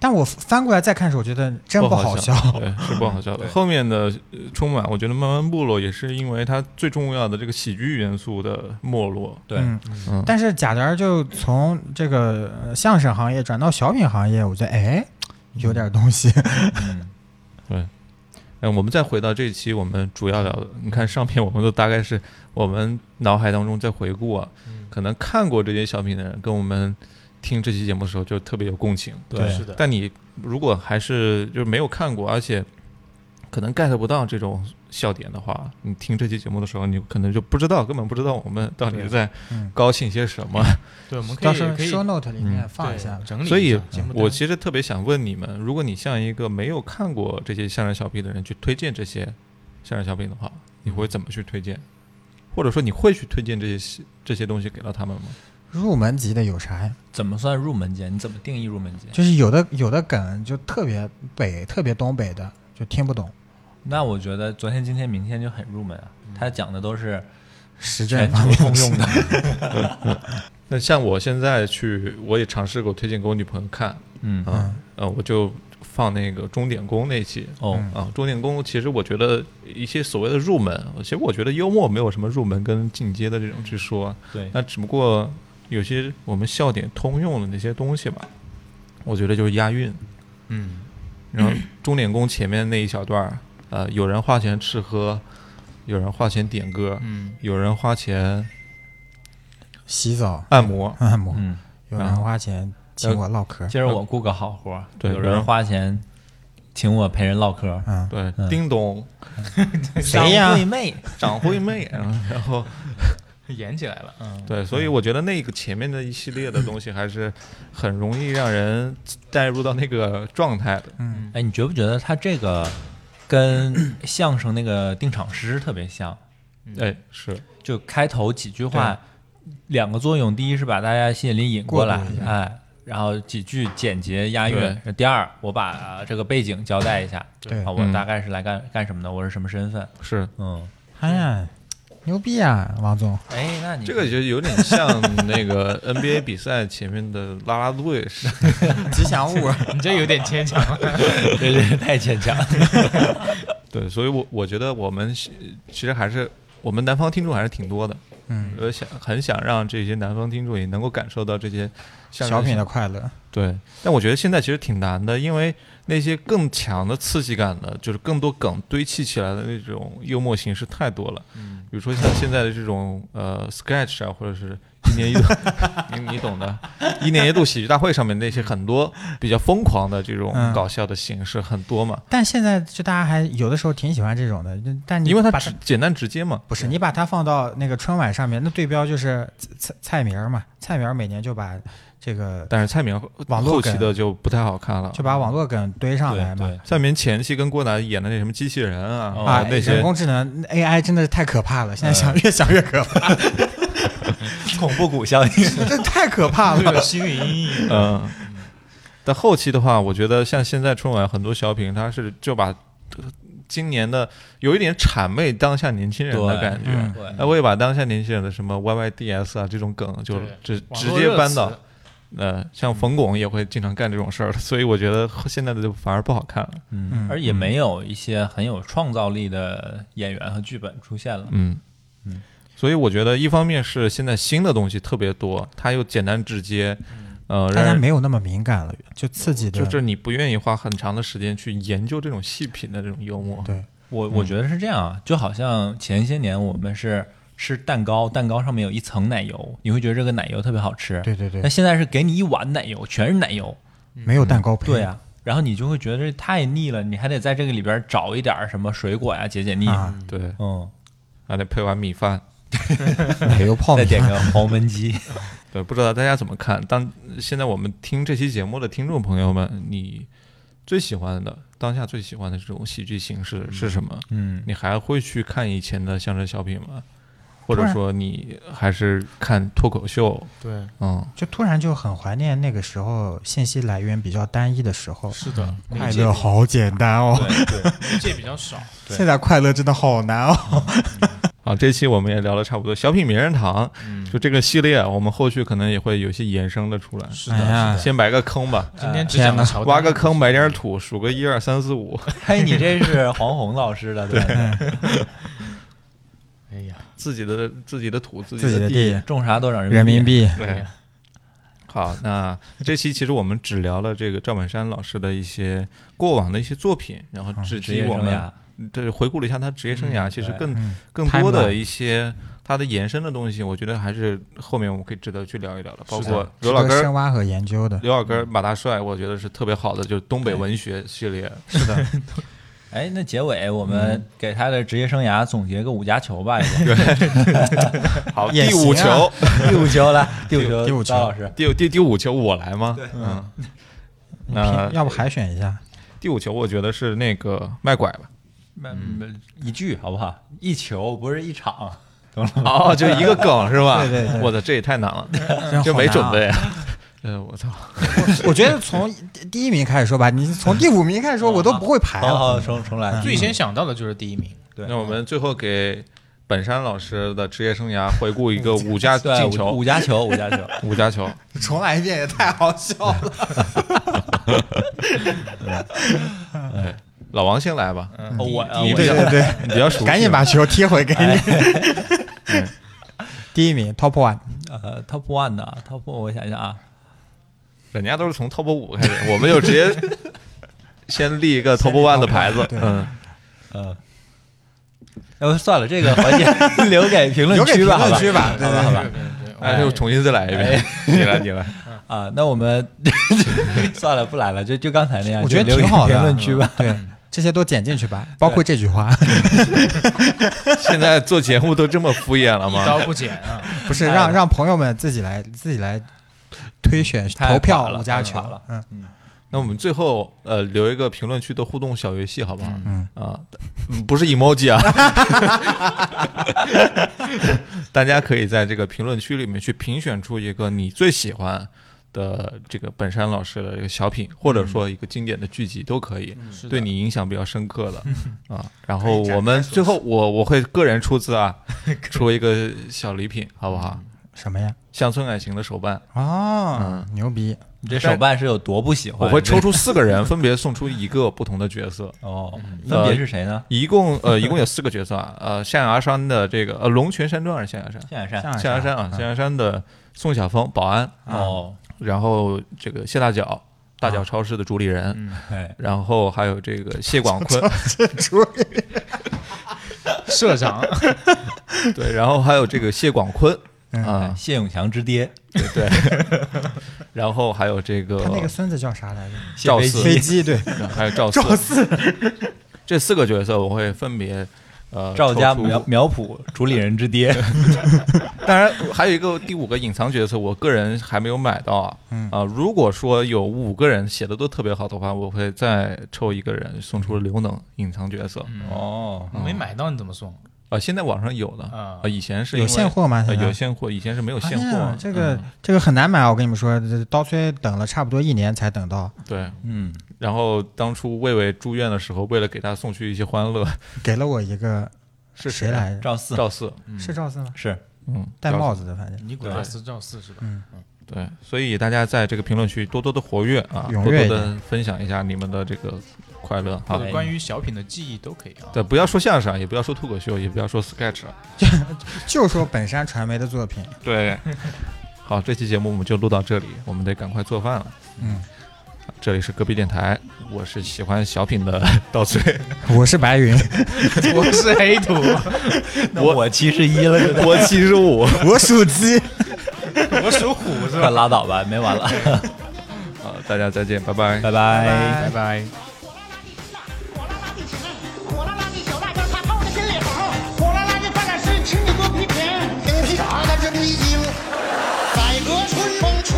Speaker 6: 但我翻过来再看的时候，我觉得真
Speaker 2: 不
Speaker 6: 好
Speaker 2: 笑， 嗯对，是不好笑的。后面的呃充满，我觉得慢慢没落，也是因为它最重要的这个喜剧元素的没落。
Speaker 6: 嗯，
Speaker 2: 嗯，
Speaker 6: 但是贾玲儿就从这个呃相声行业转到小品行业，我觉得哎，有点东西。
Speaker 2: 对，嗯，我们再回到这一期我们主要聊的，你看上篇我们都大概是我们脑海当中在回顾啊，可能看过这些小品的人跟我们听这期节目的时候就特别有共情，
Speaker 7: 对对是的
Speaker 2: 但你如果还是就是没有看过，而且可能 get 不到这种笑点的话，你听这期节目的时候，你可能就不知道，根本不知道我们到底
Speaker 8: 对
Speaker 2: 在
Speaker 8: 嗯
Speaker 2: 高兴些什么。
Speaker 8: 对我们可以
Speaker 6: 到时候
Speaker 8: 可以
Speaker 6: show note 里面放一
Speaker 8: 对
Speaker 6: 下
Speaker 8: 整理一下
Speaker 2: 所以
Speaker 8: 节目，单
Speaker 2: 我其实特别想问你们，如果你像一个没有看过这些相声小品的人去推荐这些相声小品的话，你会怎么去推荐？或者说你会去推荐这些这些东西给到他们吗？
Speaker 6: 入门级的有啥呀？
Speaker 7: 怎么算入门级？你怎么定义入门级？啊
Speaker 6: 就是有的有的梗就特别北，特别东北的就听不懂。
Speaker 7: 那我觉得昨天、今天、明天就很入门啊，
Speaker 6: 嗯
Speaker 7: 他讲的都是
Speaker 6: 实
Speaker 7: 全
Speaker 6: 践
Speaker 7: 球
Speaker 6: 方面
Speaker 7: 通 用的
Speaker 2: 那像我现在去，我也尝试过推荐给我女朋友看，
Speaker 7: 嗯
Speaker 2: 啊，呃，我就放那个钟点工那期
Speaker 7: 哦
Speaker 2: 啊，钟点工其实我觉得一些所谓的入门，其实我觉得幽默没有什么入门跟进阶的这种去说，
Speaker 7: 对
Speaker 2: 那只不过有些我们笑点通用的那些东西吧，我觉得就是押韵，
Speaker 8: 嗯，
Speaker 2: 然后钟点工前面那一小段儿，呃，有人花钱吃喝，有人花钱点歌，
Speaker 8: 嗯，
Speaker 2: 有人花钱
Speaker 6: 洗澡、
Speaker 2: 按摩
Speaker 6: 按摩，
Speaker 7: 嗯
Speaker 6: 有人
Speaker 7: 然后
Speaker 6: 花钱请我唠嗑。
Speaker 7: 今儿我雇个好活儿，
Speaker 2: 对
Speaker 7: 有
Speaker 2: 有
Speaker 7: 人
Speaker 2: 人
Speaker 7: 花钱请我陪人唠嗑，
Speaker 6: 嗯
Speaker 2: 对叮咚，
Speaker 7: 嗯谁呀？掌柜妹，
Speaker 2: 掌柜妹，啊然后。
Speaker 8: 演起来了，嗯，
Speaker 2: 对，所以我觉得那个前面的一系列的东西还是很容易让人带入到那个状态的。
Speaker 6: 嗯，
Speaker 7: 哎，你觉不觉得他这个跟相声那个定场诗特别像？
Speaker 2: 哎，是，
Speaker 7: 就开头几句话，两个作用：第一是把大家吸引力引过来
Speaker 2: 过渡一，下
Speaker 7: 哎，然后几句简洁押韵；第二，我把呃这个背景交代一下，
Speaker 6: 对嗯
Speaker 7: 啊，我大概是来干干什么的，我是什么身份？
Speaker 2: 是，
Speaker 7: 嗯，
Speaker 6: 哎呀，牛逼啊，王总！
Speaker 7: 哎，那你，
Speaker 2: 这个就有点像那 个 NBA 比赛前面的啦啦队是
Speaker 6: 吉祥物
Speaker 8: 你这有点牵强了
Speaker 7: 这这太牵强了
Speaker 2: 对，所以我我觉得我们是其实还是我们南方听众还是挺多的，呃
Speaker 6: 嗯
Speaker 2: 我想很想让这些南方听众也能够感受到这些相声
Speaker 6: 小品的快乐。
Speaker 2: 对，但我觉得现在其实挺难的，因为那些更强的刺激感的，就是更多梗堆砌起来的那种幽默形式太多了。嗯，比如说像现在的这种呃 sketch 啊，或者是一年一 度，你你懂的，一年一度喜剧大会上面那些很多比较疯狂的这种
Speaker 6: 嗯
Speaker 2: 搞笑的形式很多嘛。
Speaker 6: 但现在就大家还有的时候挺喜欢这种的，就但你
Speaker 2: 因为它
Speaker 6: 把
Speaker 2: 直简单直接嘛，
Speaker 6: 不是你把它放到那个春晚上面，那对标就是蔡蔡蔡明儿嘛，蔡明儿每年就把这个，
Speaker 2: 但是蔡明后
Speaker 6: 网络
Speaker 2: 后期
Speaker 6: 梗
Speaker 2: 的就不太好看了，
Speaker 6: 就把网络梗堆上来嘛。
Speaker 2: 蔡明前期跟郭达演的那什么机器人啊，
Speaker 6: 啊，
Speaker 2: 那些
Speaker 6: 人工智能 AI 真的是太可怕了，现在想 越想越可怕， 嗯
Speaker 7: 恐怖谷效应，
Speaker 6: 这太可 怕了，
Speaker 7: 这
Speaker 8: 啊
Speaker 7: 个心理阴影
Speaker 2: 嗯，但后期的话，我觉得像现在春晚很多小品，它是就把呃今年的有一点谄媚当下年轻人的
Speaker 7: 对
Speaker 2: 感觉
Speaker 7: 嗯对，
Speaker 2: 那我也把当下年轻人的什么 YYDS 啊这种梗就直
Speaker 7: 网
Speaker 2: 直
Speaker 7: 络
Speaker 2: 接
Speaker 7: 热
Speaker 2: 搬
Speaker 7: 词
Speaker 2: 到。呃，像冯巩也会经常干这种事儿，所以我觉得现在的就反而不好看了。
Speaker 7: 嗯，而也没有一些很有创造力的演员和剧本出现了。
Speaker 2: 嗯嗯，所以我觉得一方面是现在新的东西特别多，它又简单直接，呃，
Speaker 6: 大
Speaker 2: 让
Speaker 6: 家
Speaker 2: 人
Speaker 6: 没有那么敏感了，就刺激的，
Speaker 2: 就是你不愿意花很长的时间去研究这种细品的这种幽默。
Speaker 6: 对
Speaker 7: 我我觉得是这样啊，就好像前些年我们是吃蛋糕，蛋糕上面有一层奶油，你会觉得这个奶油特别好吃。
Speaker 6: 对对对
Speaker 7: 那现在是给你一碗奶油，全是奶油，
Speaker 6: 没有蛋糕配。
Speaker 7: 对啊，然后你就会觉得这太腻了，你还得在这个里边找一点儿什么水果呀解解腻。
Speaker 6: 啊
Speaker 2: 对，
Speaker 7: 嗯，
Speaker 2: 还得配碗米饭，
Speaker 6: 奶油泡
Speaker 7: 再
Speaker 6: 面
Speaker 7: 点个黄焖鸡。
Speaker 2: 对，不知道大家怎么看？当现在我们听这期节目的听众朋友们，你最喜欢的当下最喜欢的这种喜剧形式是什么？
Speaker 7: 嗯
Speaker 2: 你还会去看以前的相声小品吗？或
Speaker 6: 当
Speaker 2: 者
Speaker 6: 然
Speaker 2: 说你还是看脱口秀？
Speaker 8: 对
Speaker 2: 嗯，
Speaker 6: 就突然就很怀念那个时候信息来源比较单一的时候。是
Speaker 8: 的
Speaker 6: 快
Speaker 8: 理解
Speaker 6: 乐好简单哦。
Speaker 8: 对对理解比较少对
Speaker 6: 现在快乐真的好难哦。
Speaker 2: 好，这期我们也聊了差不多，小品名人堂，
Speaker 8: 嗯
Speaker 2: 就这个系列，我们后续可能也会有一些延伸的出来。是
Speaker 8: 的哎呀是的
Speaker 2: 先埋个坑吧。
Speaker 8: 今天只讲了朝代
Speaker 2: 挖个坑，埋点土，数个一二三四五。
Speaker 7: 嘿，你这是黄宏老师的对吧。
Speaker 8: 哎呀，
Speaker 2: 自己的自己的土，自
Speaker 6: 自己
Speaker 2: 的
Speaker 6: 的地
Speaker 7: 种啥都让
Speaker 6: 人民币
Speaker 2: 对，啊好，那这期其实我们只聊了这个赵本山老师的一些过往的一些作品，然后只
Speaker 7: 嗯职业
Speaker 2: 及我
Speaker 7: 生
Speaker 2: 们
Speaker 7: 涯
Speaker 2: 对回顾了一下他职业生涯，
Speaker 7: 嗯
Speaker 2: 其实
Speaker 7: 对
Speaker 2: 更
Speaker 7: 嗯
Speaker 2: 更多的
Speaker 7: timeline
Speaker 2: 一些他的延伸的东西，我觉得还是后面我们可以值得去聊一聊的，包
Speaker 6: 是的
Speaker 2: 括
Speaker 6: 值
Speaker 2: 刘老
Speaker 6: 得
Speaker 2: 根儿
Speaker 6: 深挖和研究的
Speaker 2: 刘老根儿、马大帅，我觉得是特别好的，就是东北文学系列。
Speaker 6: 是的，
Speaker 7: 哎，那结尾我们
Speaker 6: 嗯
Speaker 7: 给他的职业生涯总结个五加球吧，要不
Speaker 2: 好，第五
Speaker 7: 啊
Speaker 2: 球，
Speaker 7: 第五球来，第五球，高老师，
Speaker 2: 第第第五球我来吗？
Speaker 7: 对
Speaker 2: 嗯，
Speaker 6: 你
Speaker 2: 那
Speaker 6: 拼要不海选一下？
Speaker 2: 第五球我觉得是那个卖拐吧。
Speaker 7: 嗯，一句好不好？一球不是一场，懂了吗？
Speaker 2: 哦，就一个梗是吧？
Speaker 7: 对对对
Speaker 2: 我的这也太难了
Speaker 6: 真，
Speaker 2: 就
Speaker 6: 好
Speaker 2: 没
Speaker 6: 难
Speaker 2: 准
Speaker 6: 啊
Speaker 2: 备啊。呃，我操！
Speaker 6: 我觉得从第第一名开始说吧，你从第五名开始说，我都不会排了。嗯
Speaker 8: 最先想到的就是第一名。
Speaker 7: 对，
Speaker 2: 那我们最后给本山老师的职业生涯回顾一个五
Speaker 6: 啊
Speaker 2: 加进球，
Speaker 7: 啊五加球，五加球，
Speaker 2: 五加球。
Speaker 6: 重来一遍也太好笑了。
Speaker 2: 哎老王先来吧，
Speaker 7: 哦我啊
Speaker 2: 你
Speaker 7: 我
Speaker 2: 比较
Speaker 7: 先来
Speaker 2: 你比较熟悉嘛，
Speaker 6: 赶紧把球踢回给你。
Speaker 2: 哎
Speaker 6: 嗯第一名 Top One，
Speaker 7: 呃，Top One 的 Top，我想一想啊，
Speaker 2: 人家都是从 top 五开始，我们就直接先立一个 top one 的牌子。
Speaker 7: 对
Speaker 2: 嗯，
Speaker 7: 呃，要不哎算了，这个环节 留给评论
Speaker 2: 留给
Speaker 7: 区
Speaker 2: 评
Speaker 7: 吧，
Speaker 2: 论
Speaker 7: 好吧，
Speaker 2: 区吧对
Speaker 7: 好吧，
Speaker 2: 对
Speaker 7: 好吧
Speaker 2: 对对对，
Speaker 7: 哎
Speaker 2: 哎又重新再来一遍你来你来
Speaker 7: 啊，那我们 算了，不来了，就就刚才那样，
Speaker 6: 我觉
Speaker 7: 就
Speaker 6: 得
Speaker 7: 留
Speaker 6: 挺
Speaker 7: 给
Speaker 6: 好的。
Speaker 7: 评论区吧，
Speaker 2: 啊
Speaker 6: 对，这些都剪进去吧，包括这句话。
Speaker 2: 现在做节目都这么敷衍了吗？
Speaker 6: 一刀不剪啊 不是让让朋友们自己来自己来推选
Speaker 2: 太垮
Speaker 6: 投票
Speaker 2: 了
Speaker 6: 五加
Speaker 2: 太
Speaker 6: 球
Speaker 2: 垮了。
Speaker 6: 嗯，
Speaker 2: 那我们最后呃留一个评论区的互动小游戏，好不好？嗯啊，嗯不是 emoji 啊， 大家可以在这个评论区里面去评选出一个你最喜欢的这个本山老师的这个小品，或者说一个经典的剧集都可以，
Speaker 7: 嗯是的
Speaker 2: 对你影响比较深刻 的、
Speaker 7: 嗯
Speaker 2: 啊。然后我们最后我我会个人出资啊， 出一个小礼品，好不好？
Speaker 6: 什么呀？
Speaker 2: 乡村爱情的手办
Speaker 6: 哦，牛逼！
Speaker 7: 你这手办是有多不喜欢？
Speaker 2: 我会抽出四个 人，分别送出一个不同的角色。
Speaker 7: 哦
Speaker 2: 呃
Speaker 7: 分别是谁呢
Speaker 2: 一共呃，一 共有四个角色啊。呃，象牙山的这个呃，龙泉山庄还是象牙山？
Speaker 7: 象牙山
Speaker 2: 象牙山啊，
Speaker 7: 象牙山
Speaker 2: 象牙山的宋晓峰保安啊
Speaker 7: 哦，
Speaker 2: 然后这个谢大脚。大脚超市的主理人，
Speaker 7: 哎
Speaker 2: 然后还有这个谢广坤
Speaker 6: 主理
Speaker 8: 社长，
Speaker 2: 对，然后还有这个谢广坤啊，
Speaker 7: 谢永强之爹，
Speaker 2: 对对，然后还有这个
Speaker 6: 他那个孙子叫啥来着？
Speaker 2: 赵四
Speaker 6: 飞机对，
Speaker 2: 还有赵
Speaker 6: 赵四，
Speaker 2: 这四个角色我会分别呃
Speaker 7: 赵家
Speaker 2: 抽出
Speaker 7: 苗苗圃主理人 之爹，
Speaker 2: 当然，还有一个第五个隐藏角色，我个人还没有买到啊。
Speaker 7: 嗯
Speaker 2: 啊，如果说有五个人写的都特别好的话，我会再抽一个人送出刘能隐藏角色。
Speaker 7: 哦
Speaker 8: 没买到你怎么送？
Speaker 2: 啊，现在网上有的啊，以前是因为
Speaker 6: 有现货吗
Speaker 2: 呃
Speaker 6: 现在
Speaker 2: 有现货，以前是没有现
Speaker 6: 哎呀
Speaker 2: 货。
Speaker 6: 这个这个很难买，我跟你们说，这刀崔等了差不多一年才等到，
Speaker 2: 对，
Speaker 7: 嗯。
Speaker 2: 然后当初魏魏住院的时候，为了给他送去一些欢乐，
Speaker 6: 给了我一个
Speaker 2: 是谁
Speaker 6: 谁
Speaker 2: 啊
Speaker 6: 来着？
Speaker 2: 赵四赵四嗯
Speaker 6: 是赵四吗？
Speaker 7: 是
Speaker 2: 嗯
Speaker 6: 戴
Speaker 2: 赵
Speaker 6: 帽
Speaker 2: 四
Speaker 6: 子的，反正
Speaker 8: 尼古拉斯赵四是吧？嗯
Speaker 2: 对，所以大家在这个评论区多多的活跃啊，
Speaker 6: 踊
Speaker 2: 多多
Speaker 6: 跃一
Speaker 2: 的分享一下你们的这个快乐
Speaker 8: 或
Speaker 2: 啊
Speaker 8: 者。关于小品的记忆都可以啊。
Speaker 2: 对，不要说相声啊，也不要说脱口秀，也不要说 sketch 啊。
Speaker 6: 就说本山传媒的作品，
Speaker 2: 对， 好，这期节目我们就录到这里，我们得赶快做饭了。
Speaker 6: 嗯，
Speaker 2: 这里是隔壁电台，我是喜欢小品的 稻穗，
Speaker 6: 我是白云，
Speaker 8: 我是黑土，
Speaker 7: 那我七十一了，
Speaker 2: 我七十五，
Speaker 6: 我属鸡，
Speaker 8: 我属虎是
Speaker 7: 快？拉倒吧，没 完了，
Speaker 2: 好，大家再见，拜拜，
Speaker 7: 拜
Speaker 8: 拜
Speaker 7: 拜
Speaker 8: 拜。
Speaker 5: 火辣辣的小辣椒，它泡的真脸红。火辣辣的饭点是吃你多皮甜，
Speaker 11: 天天披啥呢？这不一听，
Speaker 5: 改革春风吹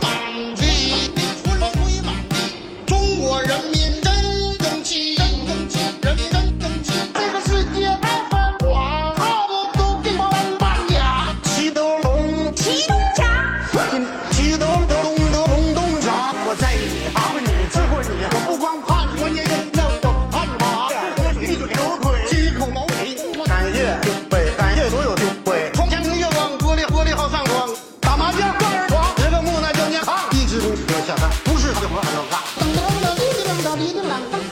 Speaker 5: 满地，春风吹满地，
Speaker 11: 中国人民真争气，真争气，人民真争气。
Speaker 5: 这个世界太繁华，好多都变成半哑。
Speaker 11: 齐德龙，
Speaker 5: 齐东家，
Speaker 11: 齐德龙，东德龙洞察，我在你打过你，吃过你，我不光怕你，关键是那我怕你妈。喝水闭嘴流腿，七口毛皮，感谢丁伟，感谢所有丁伟。
Speaker 5: 窗前明月光，玻璃玻璃好上光。打麻将挂人床，十个木讷叫年炕，
Speaker 11: 一支公车下蛋，不是他就不让他干。
Speaker 5: 噔噔噔滴滴噔噔滴滴噔噔。